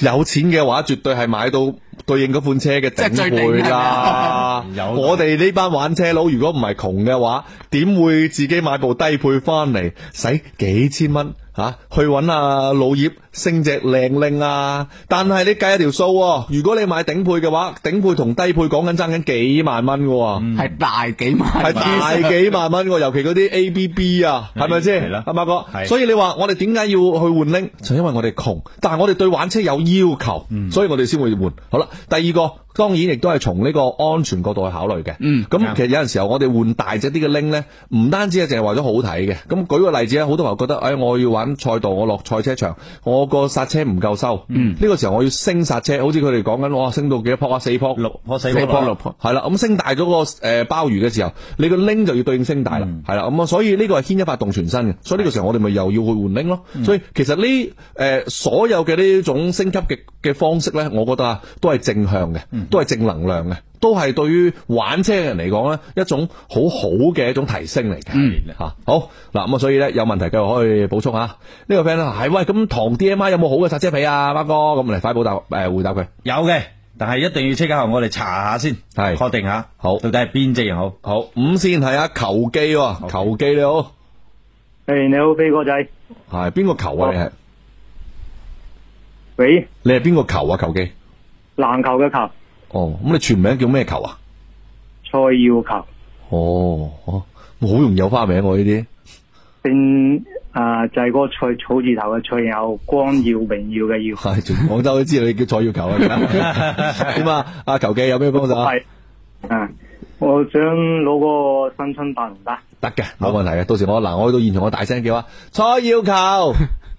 [SPEAKER 13] 有錢嘅話，絕對係買到對應嗰款車嘅
[SPEAKER 14] 係最頂
[SPEAKER 13] 頂配
[SPEAKER 14] 係
[SPEAKER 13] 啦
[SPEAKER 14] 啊。
[SPEAKER 13] 我哋呢班玩車佬，如果唔係窮嘅話，點會自己買部低配翻嚟，使幾千蚊吓、啊去揾啊老葉升只靚拎啊？但係你計一條數、喎，如果你買頂配嘅話，頂配同低配講緊爭緊幾萬蚊嘅、喎，
[SPEAKER 14] 係大幾萬，
[SPEAKER 13] 係大幾萬蚊喎，尤其嗰啲 A B B 啊，係咪先？
[SPEAKER 14] 係啦
[SPEAKER 13] 阿馬哥，
[SPEAKER 14] 係
[SPEAKER 13] 所以你話我哋點解要去換拎？就因為我哋窮，但係我哋對玩車有要求，所以我哋先會換。好啦，第二個當然亦都係從呢個安全角度去考慮嘅。嗯，咁其實有陣時候我哋換大隻啲嘅拎呢，唔單止係淨係為咗好睇嘅。咁舉個例子咧，啊好多朋友覺得，誒、哎我要玩賽道，我落賽車場，我個剎車唔夠收，
[SPEAKER 15] 嗯
[SPEAKER 13] 呢個時候我要升剎車，好似佢哋講緊，哇，升到幾多撲啊？四撲，六
[SPEAKER 15] 撲四撲啦
[SPEAKER 13] 六撲，係啦。咁升大咗個誒鮑魚嘅時候，你個拎就要對應升大啦，係啦。咁啊，所以呢個係牽一發動全身嘅，所以呢個時候我哋咪又要去換拎咯。所以其實呢誒所有嘅呢種升級嘅嘅方式呢，我覺得啊都係正向嘅，都係正能量嘅。都係對於玩車嘅人嚟講呢，一種好好嘅一種提升嚟嘅。吓好嗱咁啊，所以呢，有問題繼續可以補充啊。呢個 friend 咧係喂咁唐 D M I 有冇好嘅剎車皮啊，孖哥咁嚟快補答誒回答佢。
[SPEAKER 15] 有嘅，但係一定要即刻我哋查下先，系確定下，
[SPEAKER 13] 好
[SPEAKER 15] 到底係邊只型好。
[SPEAKER 13] 好五線係啊，球機喎，球機你好，
[SPEAKER 18] 诶，你好，飛哥仔，
[SPEAKER 13] 係邊個球啊？你係
[SPEAKER 18] 喂，
[SPEAKER 13] 你係邊個球啊？球機
[SPEAKER 18] 籃球嘅球，
[SPEAKER 13] 哦，咁你全名叫咩球啊？
[SPEAKER 18] 蔡耀球，
[SPEAKER 13] 哦，哦好容易有花名喎呢啲。
[SPEAKER 18] 姓啊、就係嗰個蔡草字頭嘅蔡，有光耀榮耀嘅耀。
[SPEAKER 13] 系全廣州都知你叫蔡耀球啊！ 點啊？阿球記有咩幫手啊？
[SPEAKER 18] 係啊，我想攞個新春八龍得。
[SPEAKER 13] 得嘅，冇問題嘅。到時我嗱，我去到現場，我大聲叫啊！蔡耀球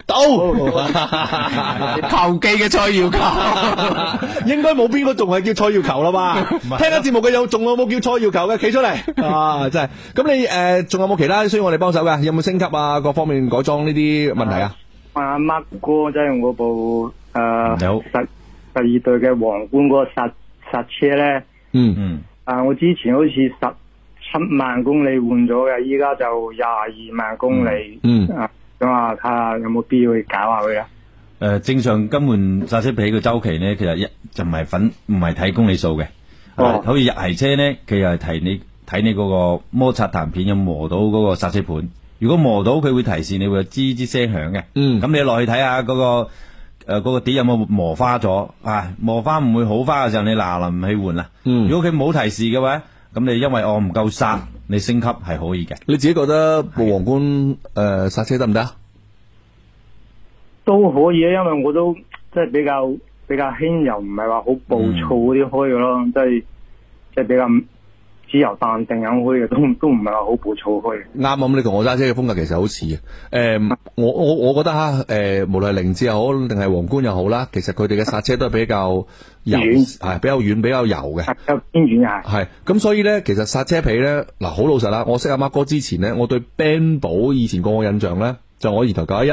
[SPEAKER 13] 到，球
[SPEAKER 14] 技嘅蔡耀
[SPEAKER 13] 球， 應該冇邊個仲係叫蔡耀球啦吧？聽緊節目嘅有仲有冇叫蔡耀球嘅？企出 嚟啊！真係。咁你誒仲有冇其他需要我哋幫手嘅？有冇升級啊？各方面改裝呢啲問題啊？
[SPEAKER 18] 啊，Mark 哥真係用嗰部诶
[SPEAKER 13] 有
[SPEAKER 18] 十十二隊嘅皇冠嗰個剎剎車咧，
[SPEAKER 13] 嗯嗯，
[SPEAKER 2] Ừ.
[SPEAKER 18] 啊，我之前好似十七萬公里換咗嘅，依家就廿二萬公里。
[SPEAKER 15] 嗯
[SPEAKER 18] 啊，咁啊，睇下有冇必要去搞下佢啦。啊
[SPEAKER 15] 诶、呃正常更換煞車皮嘅周期咧，其實一就唔係粉，唔係睇公里數嘅。
[SPEAKER 18] 哦
[SPEAKER 15] 啊好似日系車咧，佢又係睇你睇你嗰個摩擦彈片有磨到嗰個煞車盤。如果磨到，佢會提示你會有吱吱聲響嘅。嗯，咁你落去睇下嗰、個个诶、嗰個碟有冇磨花咗啊？磨花唔會好花嘅時候，你嗱臨去換啦。嗯，如果佢冇提示嘅話，咁你因為我唔夠煞，你升級係可以嘅。
[SPEAKER 13] 你自己覺得部皇冠诶剎車得唔得啊？
[SPEAKER 18] 都可以啊，因為我都即係比較比較輕柔，唔係話好暴躁嗰啲開嘅咯，
[SPEAKER 15] 嗯
[SPEAKER 18] 即係即係比較自由彈性咁開嘅，都唔都唔係話好暴躁開嘅。
[SPEAKER 13] 啱啊咁，你同我揸車嘅風格其實好似嘅。诶、我我我覺得吓，诶、無論係凌志又好，定係皇冠又好啦，其實佢哋嘅剎車都係比較柔，
[SPEAKER 18] 軟
[SPEAKER 13] 係比較軟，比較柔嘅，比
[SPEAKER 18] 較偏軟係。
[SPEAKER 13] 係咁，所以咧，其實剎車皮咧，嗱，好老實啦，我識阿 Mark 哥之前咧，我對 Ben 寶以前個我印象咧，就我二頭九一一，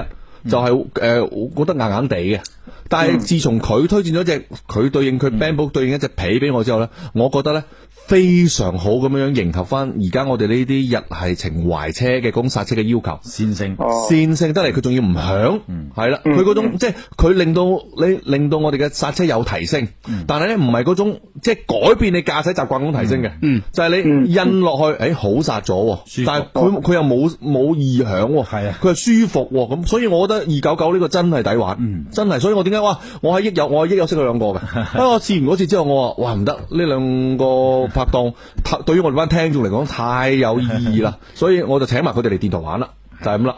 [SPEAKER 13] 就係、诶，我覺得硬硬地嘅。但
[SPEAKER 18] 嗯
[SPEAKER 13] 係自從佢推薦咗只佢對應佢
[SPEAKER 15] 嗯
[SPEAKER 13] Ben 寶對應一隻皮俾我之後咧，我覺得咧。非常好咁樣迎合翻而家我哋呢啲日系情懷車嘅公剎車嘅要求，
[SPEAKER 15] 線性嗯
[SPEAKER 18] 哦
[SPEAKER 13] 線性得嚟，佢仲要唔響，係啦、佢嗰種即係佢令到你令到我哋嘅剎車有提升，
[SPEAKER 15] 嗯
[SPEAKER 13] 但係咧唔係嗰種即係改變你駕駛習慣咁提升嘅，就係你印落去，誒、好剎咗喎，但係佢佢又冇冇異響喎，係啊，佢係舒服喎，咁所以我覺得二九九呢個真係抵玩，真係，所以我點解哇，我喺益友我喺益友識佢兩 個嘅，啊我試完嗰次之後我話哇唔得，呢兩個拍檔太對於我哋班聽眾嚟講太有意義 啦，所以我就請埋佢哋嚟電台玩啦，就係咁啦。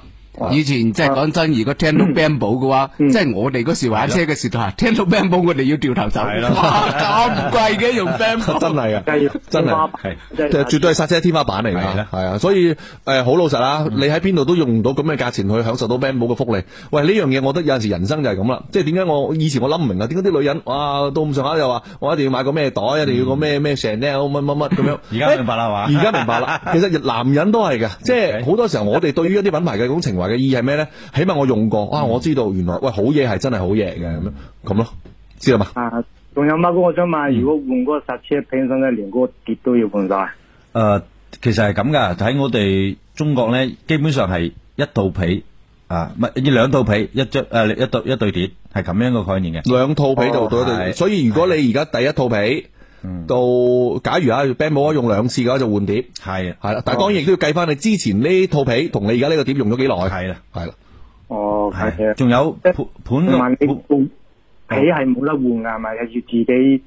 [SPEAKER 14] 以前即係講真，如果聽到 Bambo 嘅話，即係我哋嗰時玩車嘅時候，聽到 Bambo 我哋要掉頭走。 咁貴嘅 用 Bambo，
[SPEAKER 13] 真係啊，真係
[SPEAKER 15] 係
[SPEAKER 13] 係絕對係剎車天花板嚟㗎，係啊，所以誒好老實啦，
[SPEAKER 15] 嗯
[SPEAKER 13] 你喺邊度都用唔到咁嘅價錢去享受到 Band 帽嘅福利。喂，呢樣嘢我覺得有陣時人生就係咁啦，即係點解我以前我諗唔明啊？點解啲女人哇到咁上下又話我一定要買個咩袋，一定要個咩咩 Chanel 乜乜乜咁樣？
[SPEAKER 15] 嗯而家明白啦係嘛
[SPEAKER 13] 而家明 白啦，其實男人都係嘅，即係好多時候我哋對於一啲品牌嘅嗰種情懷嘅意義係咩咧？起碼我用過，
[SPEAKER 15] 嗯
[SPEAKER 13] 啊我知道原來喂好嘢係真係好嘢嘅咁樣咁咯，知道嘛？
[SPEAKER 18] 啊，仲有孖哥，我想問，如果換嗰個剎車片，使唔使連嗰個碟都要換晒？
[SPEAKER 15] 诶、呃其實係咁噶，喺我哋中國咧，基本上係一套被啊，唔係兩套被，一張诶、一對一對碟，係咁樣個概念嘅。
[SPEAKER 13] 兩套被就到一對，
[SPEAKER 15] 係
[SPEAKER 13] 所以如果你而家第一套被。到假如啊 Ben 冇用兩次嘅話，就換碟，
[SPEAKER 15] 係
[SPEAKER 13] 係啦，但係當然亦都要計翻你之前呢套被同你而家呢個碟用咗幾耐，係
[SPEAKER 15] 啦，
[SPEAKER 13] 係啦，
[SPEAKER 18] 哦，係啊。
[SPEAKER 15] 仲有盤盤
[SPEAKER 18] 同埋你部皮係冇得換㗎，係咪？又要自己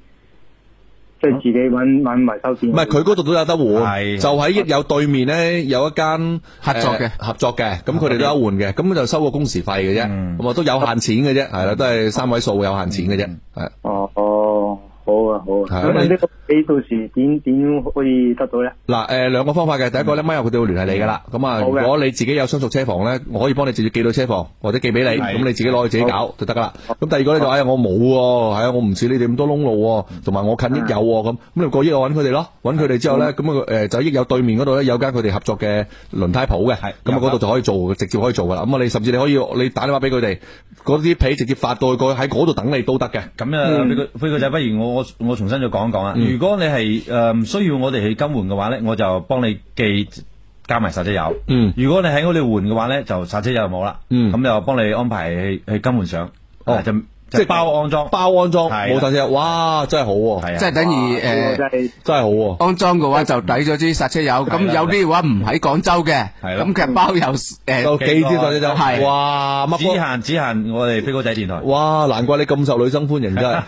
[SPEAKER 18] 即係自己揾揾維修店。
[SPEAKER 13] 唔係佢嗰度都有得換，
[SPEAKER 18] 係
[SPEAKER 13] 就喺益友對面咧有一間
[SPEAKER 18] 合作嘅
[SPEAKER 13] 呃合作嘅，咁佢哋都有換嘅，咁就收個工時費嘅啫，咁啊都有限錢嘅啫，係啦，都係三位數有限錢嘅啫，係。
[SPEAKER 18] 哦哦，好啊好
[SPEAKER 13] 係
[SPEAKER 18] 啊。咁啊
[SPEAKER 13] 你
[SPEAKER 18] 呢個你到時點點可以得到咧？
[SPEAKER 13] 嗱，誒兩個方法嘅，第一個咧，咪友佢哋會聯繫你噶啦。咁啊，
[SPEAKER 18] 嗯好
[SPEAKER 13] 如
[SPEAKER 18] 嘅
[SPEAKER 13] 果你自己有相熟車房咧，我可以幫你直接寄到車房，或者寄俾
[SPEAKER 18] 嗯
[SPEAKER 13] 你，
[SPEAKER 15] 係
[SPEAKER 13] 咁你自己攞去自己搞就得噶啦。咁第二個咧就，哎呀，我冇喎，係啊，我唔似你哋咁多窿路喎，同埋我近益友喎，咁咁你過益我揾佢哋咯，揾佢哋之後
[SPEAKER 18] 嗯
[SPEAKER 13] 咧，咁啊誒就益友對面嗰度咧有間佢哋合作嘅輪胎鋪嘅，咁啊嗰度就可以做，直接可以做噶啦。咁啊，你甚至你可以你打電話俾佢哋，嗰啲皮直接發到去過喺嗰度等你都得嘅。
[SPEAKER 15] 咁啊，飛哥飛哥仔，不如我我我重新再講一講啊。
[SPEAKER 13] 嗯
[SPEAKER 15] 如果你係誒唔需要我哋去更換嘅話咧，我就幫你寄加埋剎車油。
[SPEAKER 13] 嗯，
[SPEAKER 15] 如果你喺我哋換嘅話咧，就剎車油冇啦。
[SPEAKER 13] 嗯
[SPEAKER 15] 咁就幫你安排去去更換上。哦，就
[SPEAKER 13] 即係
[SPEAKER 15] 就包安裝，
[SPEAKER 13] 包安裝
[SPEAKER 15] 係啦啊
[SPEAKER 13] 冇剎車油，哇，真係好喎，
[SPEAKER 14] 即係等於誒，
[SPEAKER 13] 真係好喎。
[SPEAKER 14] 安裝嘅話就抵咗啲剎車油。咁有啲嘅話唔喺廣州嘅，咁其實包郵誒
[SPEAKER 13] 有幾支左右就
[SPEAKER 14] 係
[SPEAKER 13] 哇，乜
[SPEAKER 15] 只限只限我哋飛哥仔電台。
[SPEAKER 13] 哇，難怪你咁受女生歡迎，真係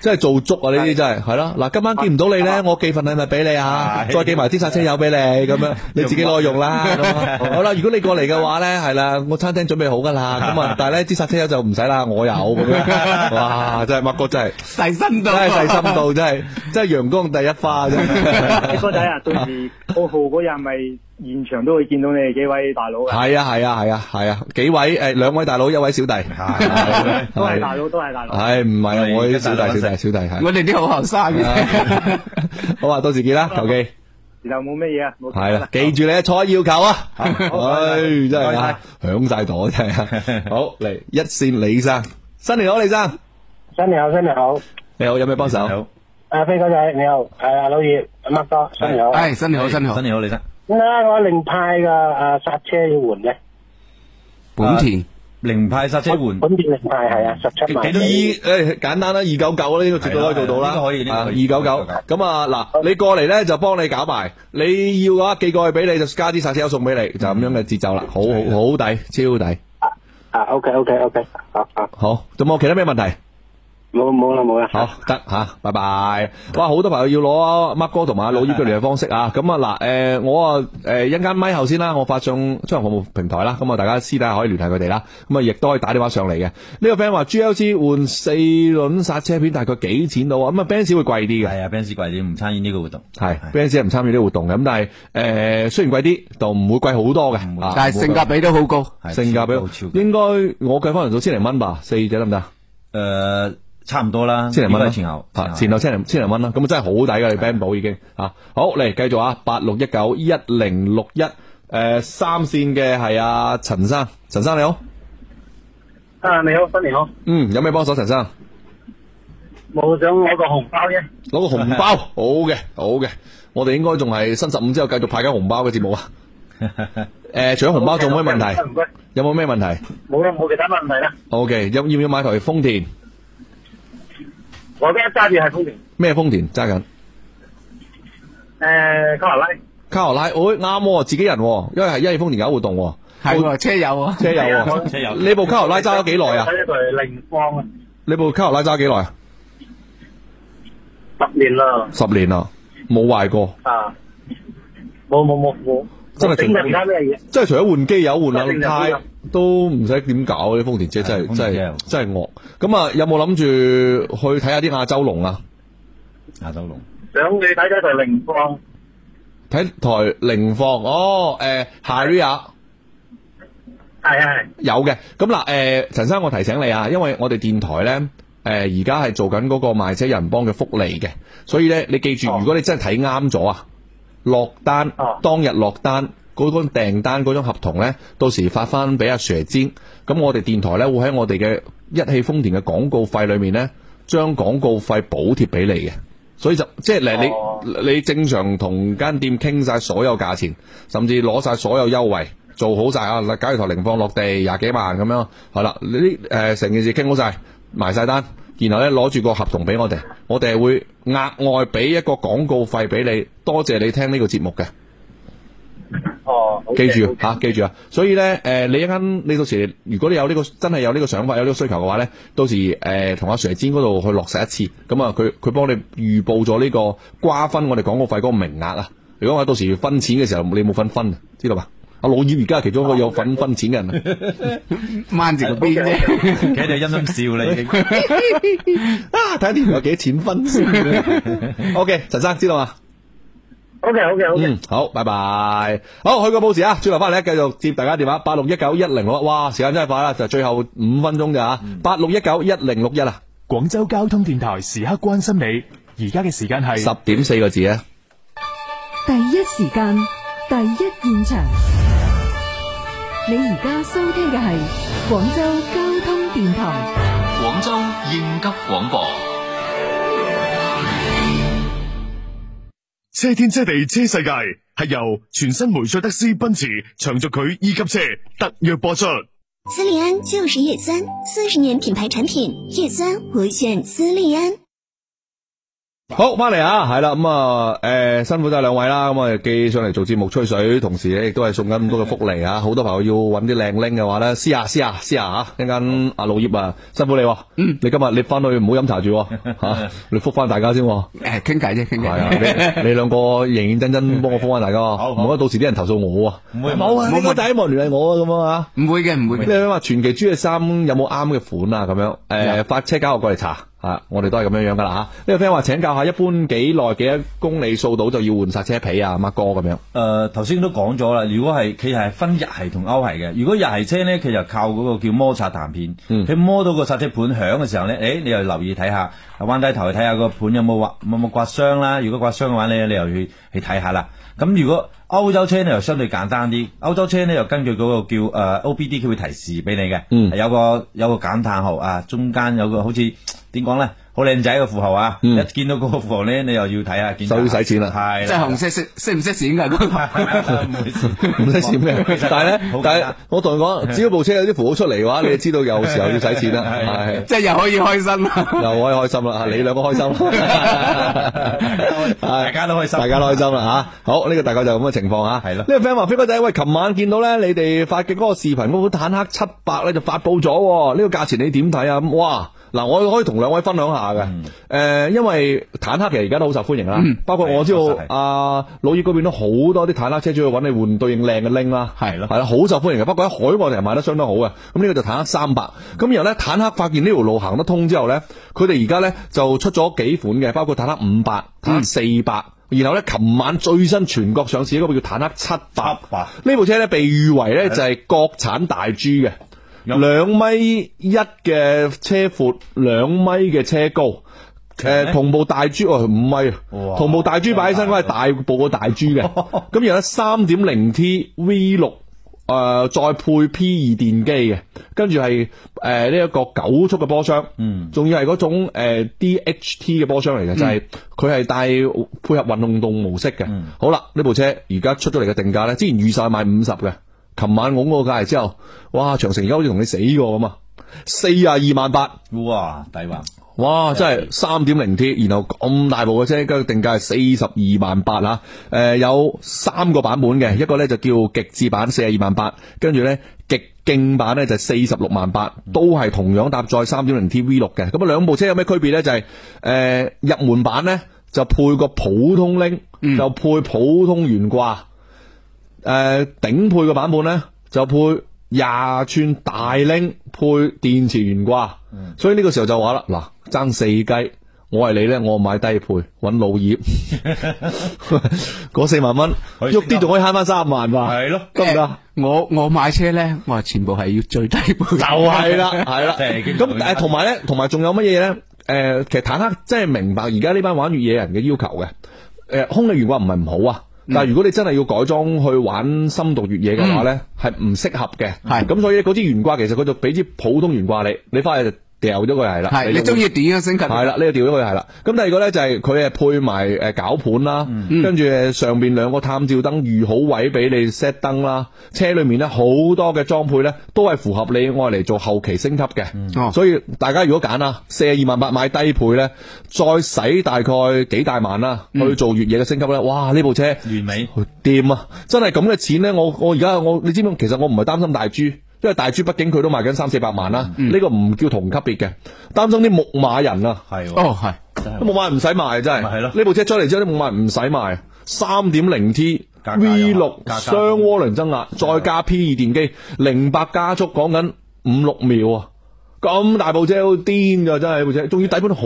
[SPEAKER 13] 真係做足啊！呢啲真係係啦。嗱，今晚見唔到你咧，我寄份禮物俾你啊，
[SPEAKER 15] 係
[SPEAKER 13] 再寄埋啲剎車油俾你咁樣，你自己攞去用啦。咁啊好啦，如果你過嚟嘅話咧，係啦，我餐廳準備好㗎啦。咁啊，但係咧啲剎車油就唔使啦，我有咁樣。哇，真係麥哥真係
[SPEAKER 14] 細心到，
[SPEAKER 13] 真係細心到，真係真係陽光第一花真係。
[SPEAKER 18] 哥仔啊，到時九號嗰日係咪現場都會見到你哋幾位大佬㗎？
[SPEAKER 13] 係啊係啊係啊係啊，幾位誒兩位大佬一位小弟，
[SPEAKER 18] 都係
[SPEAKER 13] 係
[SPEAKER 18] 大佬，都係大佬。
[SPEAKER 13] 唉，唔係啊，我啲小弟小弟小弟係，
[SPEAKER 14] 我哋啲好後生
[SPEAKER 13] 嘅。 好啊，到時見啦，求其
[SPEAKER 18] 然後冇乜嘢啊，冇
[SPEAKER 13] 係啦，記住你嘅坐要求啊，唉，真係啊，響晒朵真係 啊，好嚟一線李生，新年好，李生，
[SPEAKER 17] 新年好，新年好，
[SPEAKER 13] 你好，有咩幫手？
[SPEAKER 17] 啊，飛哥仔你好，係啊，老葉乜哥，新年好。
[SPEAKER 14] 新年好，新年好，
[SPEAKER 15] 新年好，李生。
[SPEAKER 17] 點解我零派嘅啊剎車要換嘅？
[SPEAKER 15] Ờ,
[SPEAKER 14] 本田
[SPEAKER 15] 零派刹车换，
[SPEAKER 17] 本田零派係啊，十七萬。
[SPEAKER 13] 幾多二誒簡單啦，二九九啦，呢個絕對可以做到啦，可以二九九。咁啊嗱，你過嚟咧就幫你搞埋，你要嘅話寄過去俾你，就加啲剎車油送俾你，就咁樣嘅節奏啦，好好好抵，超抵。
[SPEAKER 17] 啊，OK À, OK OK，好好。
[SPEAKER 13] 好，仲冇其他咩問題？
[SPEAKER 17] 冇冇啦冇啦。
[SPEAKER 13] 好得吓，拜拜。哇，好多朋友要攞啊 Mark 哥同埋阿老姨嘅聯絡方式啊。咁啊嗱，诶、我啊诶一陣間咪後先啦，我發上出行服務平台啦。咁啊，大家私底下可以聯繫佢哋啦。咁啊，亦都可以打電話上嚟嘅。呢、個 friend 話 GLC 換四輪剎車片大概幾錢到啊？咁啊，Benz 會貴啲嘅。
[SPEAKER 15] 係啊，Benz 貴啲，唔參與呢個活動。
[SPEAKER 13] 係 Benz 係唔參與呢個活動嘅。咁但係诶、誒雖然貴啲，就唔會貴好多嘅。啊
[SPEAKER 14] 但係性價比都好高係
[SPEAKER 13] 性價比好應該我計翻嚟到千零蚊吧，四隻得唔得？
[SPEAKER 15] 诶、差唔多啦，
[SPEAKER 13] 千零蚊
[SPEAKER 15] 應該
[SPEAKER 13] 啦
[SPEAKER 15] 係前後
[SPEAKER 13] 啊，前後千零千零蚊啦，咁啊真係好抵噶，你 band 保已經啊，好嚟繼續啊，八六一九一零六一，誒三線嘅係阿陳生，陳生你好，
[SPEAKER 17] 啊，你好，新年好。
[SPEAKER 13] 嗯，有咩幫手陳生？
[SPEAKER 17] 冇想攞個紅包啫。
[SPEAKER 13] 攞個 紅包，好嘅好嘅，我哋應該仲係新十五之後繼續派緊紅包嘅節目啊，誒除咗紅包仲有咩問題？
[SPEAKER 17] 唔該
[SPEAKER 13] 有冇咩問題
[SPEAKER 17] 冇啦，冇其他問題啦。
[SPEAKER 13] ？OK，要要唔要買台豐田？
[SPEAKER 17] 我而家揸住係豐田，
[SPEAKER 13] 咩豐田揸緊？
[SPEAKER 17] 誒卡羅拉。
[SPEAKER 13] 卡羅拉，哦啱喎，自己人喎，因為係一汽豐田搞活動喎。
[SPEAKER 14] 係喎車友啊
[SPEAKER 13] 車友喎，
[SPEAKER 17] 車友
[SPEAKER 13] 你部卡羅拉揸咗幾耐啊？
[SPEAKER 17] 睇一台零方啊，
[SPEAKER 13] 你部卡羅拉揸幾耐啊？
[SPEAKER 17] 十年啦。
[SPEAKER 13] 十年啦，冇壞過，
[SPEAKER 17] 啊，冇冇冇冇，
[SPEAKER 13] 真係
[SPEAKER 17] 整其他咩嘢？
[SPEAKER 13] 即係除咗換機油、換冷
[SPEAKER 17] 十年
[SPEAKER 13] 胎
[SPEAKER 17] 啦，
[SPEAKER 13] 啊都唔使點搞啲豐田車，真係真係真係惡。咁啊，有冇諗住去睇下啲亞洲龍啊？
[SPEAKER 15] 亞洲龍
[SPEAKER 17] 想你睇睇台零方，
[SPEAKER 13] 睇台凌放哦，誒 Harrier。
[SPEAKER 17] 係係
[SPEAKER 13] 有嘅，咁嗱，誒、陳生，我提醒你啊，因為我哋電台咧，誒而家係做緊嗰個賣車人幫嘅福利嘅，所以咧，你記住，如果你真係睇啱咗啊，落單、當日落單嗰張訂單嗰張合同咧，到時發翻俾阿 Sir 知，咁我哋電台咧會喺我哋嘅一汽豐田嘅廣告費裏面咧，將廣告費補貼俾你嘅。所以就即係嗱，你、你正常同間店傾晒所有價錢，甚至攞晒所有優惠，做好晒啊！嗱假如台零放落地廿幾萬咁樣，係啦，你呢誒成件事傾好晒，埋晒單，然後咧攞住個合同俾我哋，我哋係會額外俾一個廣告費俾你，多謝你聽呢個節目嘅。
[SPEAKER 17] 哦，好嘅
[SPEAKER 13] 記住嚇、記住啊！所以咧，誒、你一間你到時，如果你有呢、個真係有呢個想法、有呢個需求嘅話咧，到時誒同、阿 Sir 尖嗰度去落實一次，咁啊，佢佢幫你預報咗呢個瓜分我哋廣告費嗰個名額啊！如果我到時分錢嘅時候，你冇份分，知道嘛？阿老葉而家係其中一個有份分錢嘅人啊。
[SPEAKER 14] 掹住個邊啫，
[SPEAKER 15] 企喺度陰陰笑啦已經。
[SPEAKER 13] 啊，睇下呢條有幾錢分先。OK，陳生知道嘛？
[SPEAKER 17] ，OK OK OK，
[SPEAKER 13] 嗯，好，拜拜。好，去個報時啊，轉頭翻嚟咧，繼續接大家電話，八六一九一零六，哇，時間真係快啦，就最後五分鐘咋吓，啊八六一九一零六一啊，
[SPEAKER 16] 廣州交通電台時刻關心你，而家嘅時間係
[SPEAKER 13] 十點四個字啊。
[SPEAKER 19] 第一時間，第一現場。你而家收聽嘅係廣州交通電台。
[SPEAKER 21] 廣州應急廣播，
[SPEAKER 8] 车天车地车世界系由全新梅赛德斯奔驰长轴距 E 级车特约播出。
[SPEAKER 20] 斯利安就是叶酸，四十年品牌产品，叶酸我选斯利安。
[SPEAKER 13] 好，翻嚟啊，係啦，咁啊，诶，辛苦晒兩位啦，咁啊，寄上嚟做節目吹水，同時咧亦都係送緊咁多嘅福利啊，好多朋友要揾啲靚拎嘅話咧，私下私下私下吓，一陣間阿老葉啊，辛苦你喎，你今日你翻去唔好飲茶住 喎吓，你復翻大家先喎，
[SPEAKER 14] 诶，倾偈啫，倾
[SPEAKER 13] 係啊，你你兩個認認真真幫我覆翻大家喎，唔好到時啲人投訴我啊，
[SPEAKER 14] 會
[SPEAKER 13] 冇啊，
[SPEAKER 14] 冇
[SPEAKER 13] 你個仔冇聯繫我啊咁啊，
[SPEAKER 14] 唔會嘅，唔會
[SPEAKER 13] 你
[SPEAKER 14] 嘅。
[SPEAKER 13] 話傳奇珠嘅衫有冇啱嘅款啊？咁樣誒，發車交我過嚟查嚇，我哋都係咁樣樣噶啦啊嚇。呢個 friend 話請教下，一般幾耐幾多公里數到就要換剎車皮啊？孖哥咁 樣。
[SPEAKER 15] 誒呃頭先都講咗啦，如果係佢係分日系同歐系嘅，如果日系車咧，佢就靠嗰個叫摩擦彈片，
[SPEAKER 13] 嗯
[SPEAKER 15] 佢、摸到個剎車盤響嘅時候咧，誒、你又留意睇下，彎低頭去睇下個盤有冇刮有冇刮傷啦，如果刮傷嘅話咧，你又去去睇下啦。咁如果歐洲車咧又相對簡單啲，歐洲車咧又根據嗰個叫誒、呃 OBD，佢會提示俾你嘅，有個有個減碳號啊，中間有個好似點講咧，好好靚仔嘅富豪啊！一見到嗰個富豪咧，你又要睇下，見
[SPEAKER 13] 嗯就要使錢啦
[SPEAKER 15] 係
[SPEAKER 14] 即係紅色識識唔識錢㗎？
[SPEAKER 13] 唔使 錢嘅，但係咧，但係我同你講，只要部車有啲符號出嚟嘅話，你就知道有時候要使 錢啦，係
[SPEAKER 14] 即係又可以開心啦，
[SPEAKER 13] 又可以開 心啦，啊你兩個開心啦，大
[SPEAKER 15] 家都開心
[SPEAKER 13] 大家都開心啦嚇。好，呢個大概就係咁嘅情況嚇。係咯，呢個 friend 話飛哥仔，喂，琴晚見到咧你哋發嘅嗰個視頻嗰款坦克七百咧就發布咗喎，呢個價錢你點睇啊？咁哇！嗱，我可以同兩位分享下嘅，誒、因為坦克其實而家都好受歡迎啦，包括我知道阿啊老葉嗰邊都好多啲坦克車主去揾你換對應靚嘅拎啦，係咯，係啦，好受歡迎嘅，不過喺海外其實賣得相當好嘅，咁呢個就坦克三百，咁然後咧坦克發現呢條路行得通之後咧，佢哋而家咧就出咗幾款嘅，包括坦克五百、坦克四百。然後咧，琴晚最新全國上市嗰部叫坦克七百，呢部車咧被譽為咧就係國產大 G 嘅。兩米一嘅車闊，兩米嘅車高。
[SPEAKER 15] 咩
[SPEAKER 13] 誒，同步大豬哦，唔係，同步大豬擺起身嗰係大部個大豬嘅。咁然後三點零 T V 六。誒、再配 P 二電機嘅，跟住係呃誒呢一個九速嘅波箱，嗯，仲要係嗰種、呃、DHT 嘅波箱嚟嘅，就係佢係帶配合運動動模式嘅。
[SPEAKER 15] 嗯
[SPEAKER 13] 好啦，呢部車而家出咗嚟嘅定價咧，之前預售係賣五十嘅，琴晚拱嗰個價嚟之後，哇！長城而家好似同你死過咁啊，四廿二萬八，
[SPEAKER 15] 哇，抵話。
[SPEAKER 13] 哇！真係三點零 T，然後咁大部嘅車，跟住定價係四十二萬八啊！誒、有三個版本嘅，一個咧就叫極致版四十二萬八，跟住咧極勁版咧就四十六萬八，都係同樣搭載三點零 T V 六嘅。咁啊，兩部車有咩區別咧？就係、誒、入門版咧就配個普通拎，就配普通懸掛。誒、頂呃配嘅版本咧就配廿寸大拎配電池懸掛，所以呢個時候就話啦，嗱爭四雞，我係你咧，我買低配揾老 葉，嗰四萬蚊，喐啲仲可以慳翻三萬嘛，係咯，得唔得？
[SPEAKER 14] 呃我我買車咧，我係全部係要最低配，就
[SPEAKER 13] 就係啦，係 啦。咁誒，同埋咧，同埋仲有乜嘢咧？誒，其實坦克真係明白而家呢班玩越野人嘅要求嘅。誒，空嘅懸掛唔係唔好啊。
[SPEAKER 14] 嗯
[SPEAKER 13] 但係如果你真係要改裝去玩深度越野嘅話咧，
[SPEAKER 14] 嗯
[SPEAKER 13] 係唔適合嘅。係咁，所以嗰支懸掛其實佢就俾支普通懸掛你，你翻去就掉咗佢係啦。
[SPEAKER 14] 係你中意點樣升級？
[SPEAKER 13] 係啦，呢個掉咗佢係啦。咁第二個咧就係佢係配埋誒攪盤啦，跟住誒上邊兩個探照燈預好位俾你 set 燈啦。車裏面咧好多嘅裝配咧都係符合你愛嚟做後期升級嘅。所以大家如果揀啊，四十二萬八買低配咧，再使大概幾大萬啦去做越野嘅升級咧，哇！呢部車完
[SPEAKER 15] 美
[SPEAKER 13] 掂啊！真係咁嘅錢咧，我我而家我你知唔知？其實我唔係擔心大豬。因為大豬畢竟佢都賣緊三四百萬啦，呢、
[SPEAKER 15] 嗯
[SPEAKER 13] 個唔叫同級別嘅，擔心啲牧馬人啊，
[SPEAKER 15] 係
[SPEAKER 14] 哦係，
[SPEAKER 13] 牧馬人唔使賣真係，係咯，呢部車出嚟之後啲牧馬人唔使賣，三點零 T V 六
[SPEAKER 15] 加價
[SPEAKER 13] 雙渦輪增壓，再加 P 二電機，零百加速講緊五六秒啊，咁大部車好癲噶真係呢部車，仲要底盤 好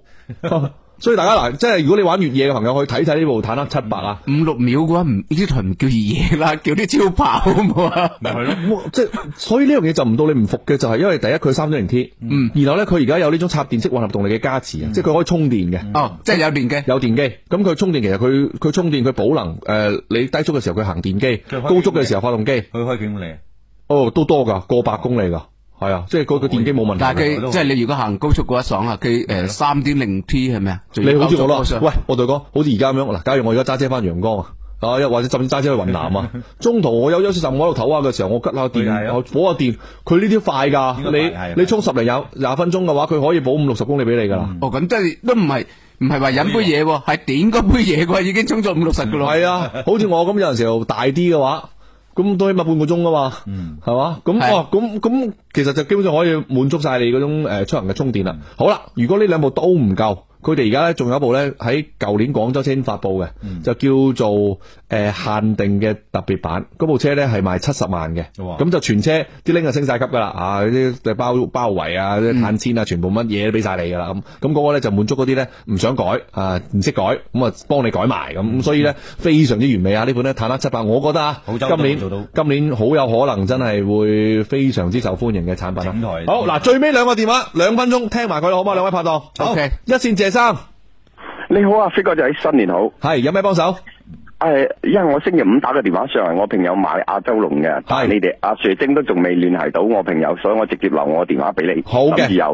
[SPEAKER 13] 啊好。所以大家嗱，即係如果你玩越野嘅朋友，去睇睇呢部坦克七百啊，
[SPEAKER 14] 五六秒嘅話，唔呢啲台唔叫越野啦，叫啲超跑好唔好啊？
[SPEAKER 13] 咪係咯，即係所以呢樣嘢就唔到你唔服嘅，就係、因為第一佢三點零 T，嗯，然後咧佢而家有呢種插電式混合動力嘅加持啊，即係佢可以充電嘅，
[SPEAKER 14] 嗯哦，即係有電機，
[SPEAKER 13] 有電機，咁佢充電其實佢佢充電佢補能，誒、你低速嘅時候佢行電機，
[SPEAKER 15] 佢開
[SPEAKER 13] 高速嘅時候發動機，
[SPEAKER 15] 啊佢開幾公里啊？
[SPEAKER 13] 哦，都多㗎，過百公里㗎，係啊，即係佢個電機冇問題㗎。
[SPEAKER 14] 但係佢即係你如果行高速嘅話爽啊，佢誒三點零 T 係咪啊？
[SPEAKER 13] 你好似我咯，喂，我同你講，好似而家咁樣嗱，假如我而家揸車翻陽江啊。啊，又或者甚至揸車去雲南啊，中途我有休息站，我喺度唞下嘅時候，我吉下電，我補下電，佢呢啲快
[SPEAKER 14] 啊應該快
[SPEAKER 13] 㗎，
[SPEAKER 14] 係啊
[SPEAKER 13] 你你充十零廿廿分鐘嘅話，佢可以補五六十公里俾你㗎啦。
[SPEAKER 14] 哦，咁即係都唔係唔係話飲杯嘢喎，係點嗰杯嘢喎，已經充咗五六十噶咯。
[SPEAKER 13] 係啊，好似我咁有陣時候大啲嘅話，咁都起碼半個鐘噶嘛，嗯係嘛？咁哦，咁咁其實就基本上可以滿足晒你嗰種呃誒出行嘅充電啦。好啦，如果呢兩部都唔夠，佢哋而家咧仲有一部咧喺舊年廣州先發布嘅，就叫做誒、呃限定嘅特別版。嗰部車咧係賣七十萬嘅，
[SPEAKER 15] 哇
[SPEAKER 13] 咁就全車啲拎就升晒級噶啦，啊啲包包圍啊、啲碳纖啊，全部乜嘢都俾晒你噶啦，咁咁嗰個咧就滿足嗰啲咧唔想改啊、唔識改，咁啊幫你改埋咁，咁所以咧非常之完美啊！呢款咧坦克七百，我覺得啊，
[SPEAKER 15] 周到
[SPEAKER 13] 今年
[SPEAKER 15] 做到
[SPEAKER 13] 今年好有可能真係會非常之受歡迎嘅產品啊！
[SPEAKER 15] 台
[SPEAKER 13] 好嗱，最尾兩個電話兩分鐘聽埋佢啦，好嘛？兩位拍檔，好一線謝生，
[SPEAKER 12] 你好啊，飞哥仔，新年好。
[SPEAKER 13] 係有咩幫手？
[SPEAKER 12] 诶、因為我星期五打個電話上嚟，我朋友買亞洲龍嘅，但係你哋阿 Sir 晶都仲未聯繫到我朋友，所以我直接留我電話俾你。好諗
[SPEAKER 13] 嘅
[SPEAKER 12] 住又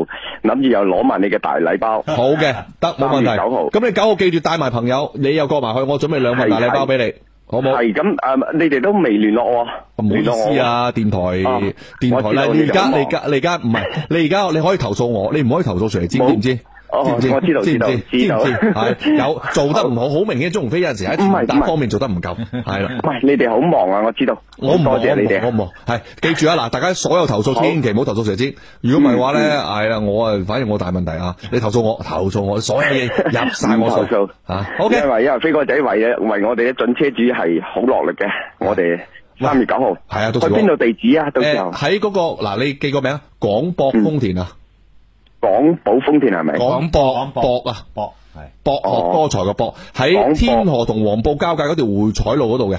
[SPEAKER 12] 諗住又攞埋你嘅大禮包。
[SPEAKER 13] 好嘅，得冇問題。
[SPEAKER 12] 3月9號
[SPEAKER 13] 咁你九號記住帶埋朋友，你又過埋去，我準備兩份大禮包俾你，好冇？
[SPEAKER 12] 係咁诶，你哋都未聯絡我，
[SPEAKER 13] 唔好意思啊，電
[SPEAKER 12] 啊
[SPEAKER 13] 台電台
[SPEAKER 12] 我知道
[SPEAKER 13] 咧，你而家
[SPEAKER 12] 你哋好忙
[SPEAKER 13] 你而家你而家唔係，你而家你可以投訴我，你唔可以投訴誰，知唔
[SPEAKER 12] 冇
[SPEAKER 13] 知唔知？
[SPEAKER 12] 哦
[SPEAKER 13] 知唔
[SPEAKER 12] 我知道
[SPEAKER 13] 知唔知？知
[SPEAKER 12] 知
[SPEAKER 13] 唔
[SPEAKER 12] 道
[SPEAKER 13] 知？
[SPEAKER 12] 知道
[SPEAKER 13] 係有做得唔好，好明顯鍾鴻飛有陣時喺
[SPEAKER 12] 唔
[SPEAKER 13] 傳
[SPEAKER 12] 係
[SPEAKER 13] 達
[SPEAKER 12] 唔係
[SPEAKER 13] 方面做得唔夠，係啦。
[SPEAKER 12] 喂，你哋好忙啊，我知道。
[SPEAKER 13] 我唔忙
[SPEAKER 12] 多謝你哋。
[SPEAKER 13] 我唔忙，系記住啊！嗱，大家所有投訴千祈唔好投訴蛇精，如果唔係話咧，
[SPEAKER 12] 嗯
[SPEAKER 13] 係啦，我啊，反正我大問題啊！你投訴我，投訴我，所有 嘢入晒我
[SPEAKER 12] 唔投
[SPEAKER 13] 數
[SPEAKER 12] 訴
[SPEAKER 13] 啊！
[SPEAKER 12] OK，因為因為飛哥仔為嘅為我哋嘅準車主係好落力嘅，我哋三月九號
[SPEAKER 13] 係啊，到
[SPEAKER 12] 去
[SPEAKER 13] 時我
[SPEAKER 12] 邊度地址啊？到時
[SPEAKER 13] 誒
[SPEAKER 12] 候嗯
[SPEAKER 13] 喺嗰個嗱，你記個名啊，廣博豐田啊，
[SPEAKER 12] 廣寶豐田係咪？
[SPEAKER 13] 廣博博啊，
[SPEAKER 15] 博
[SPEAKER 13] 系博
[SPEAKER 12] 哦
[SPEAKER 13] 學多才嘅博，喺天河同黃埔交界嗰條匯彩路嗰度嘅。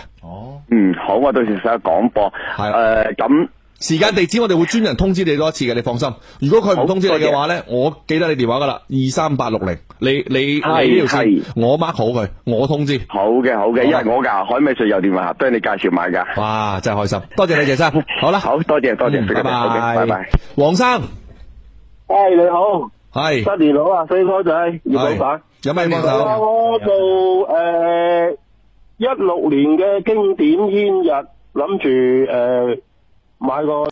[SPEAKER 12] 嗯，好，我到時實廣播。
[SPEAKER 13] 係啊
[SPEAKER 12] 诶，呃咁
[SPEAKER 13] 時間地址我哋會專人通知你多一次嘅，你放心。如果佢唔通知你嘅話咧，我記得你電話噶啦，二三八六零，你你你
[SPEAKER 12] 係
[SPEAKER 13] 呢條線，我 mark 好佢，我通知。
[SPEAKER 12] 好嘅，好嘅，因為我噶海美瑞油電話盒都係你介紹買噶。
[SPEAKER 13] 哇，真係開心，多謝你 謝生。好啦，
[SPEAKER 12] 好多謝多謝
[SPEAKER 13] 嗯
[SPEAKER 12] 飛
[SPEAKER 13] 拜
[SPEAKER 12] 哥仔
[SPEAKER 13] 拜，
[SPEAKER 12] OK，拜拜。
[SPEAKER 13] 黃生
[SPEAKER 22] 喂，你好，
[SPEAKER 13] 係
[SPEAKER 22] 新年好啊，飛哥仔，葉老闆
[SPEAKER 13] 係，有咩幫手
[SPEAKER 22] 啊我做
[SPEAKER 18] ờ,
[SPEAKER 22] 诶
[SPEAKER 18] ờ,
[SPEAKER 22] 一六年嘅經典煙日，諗住诶買個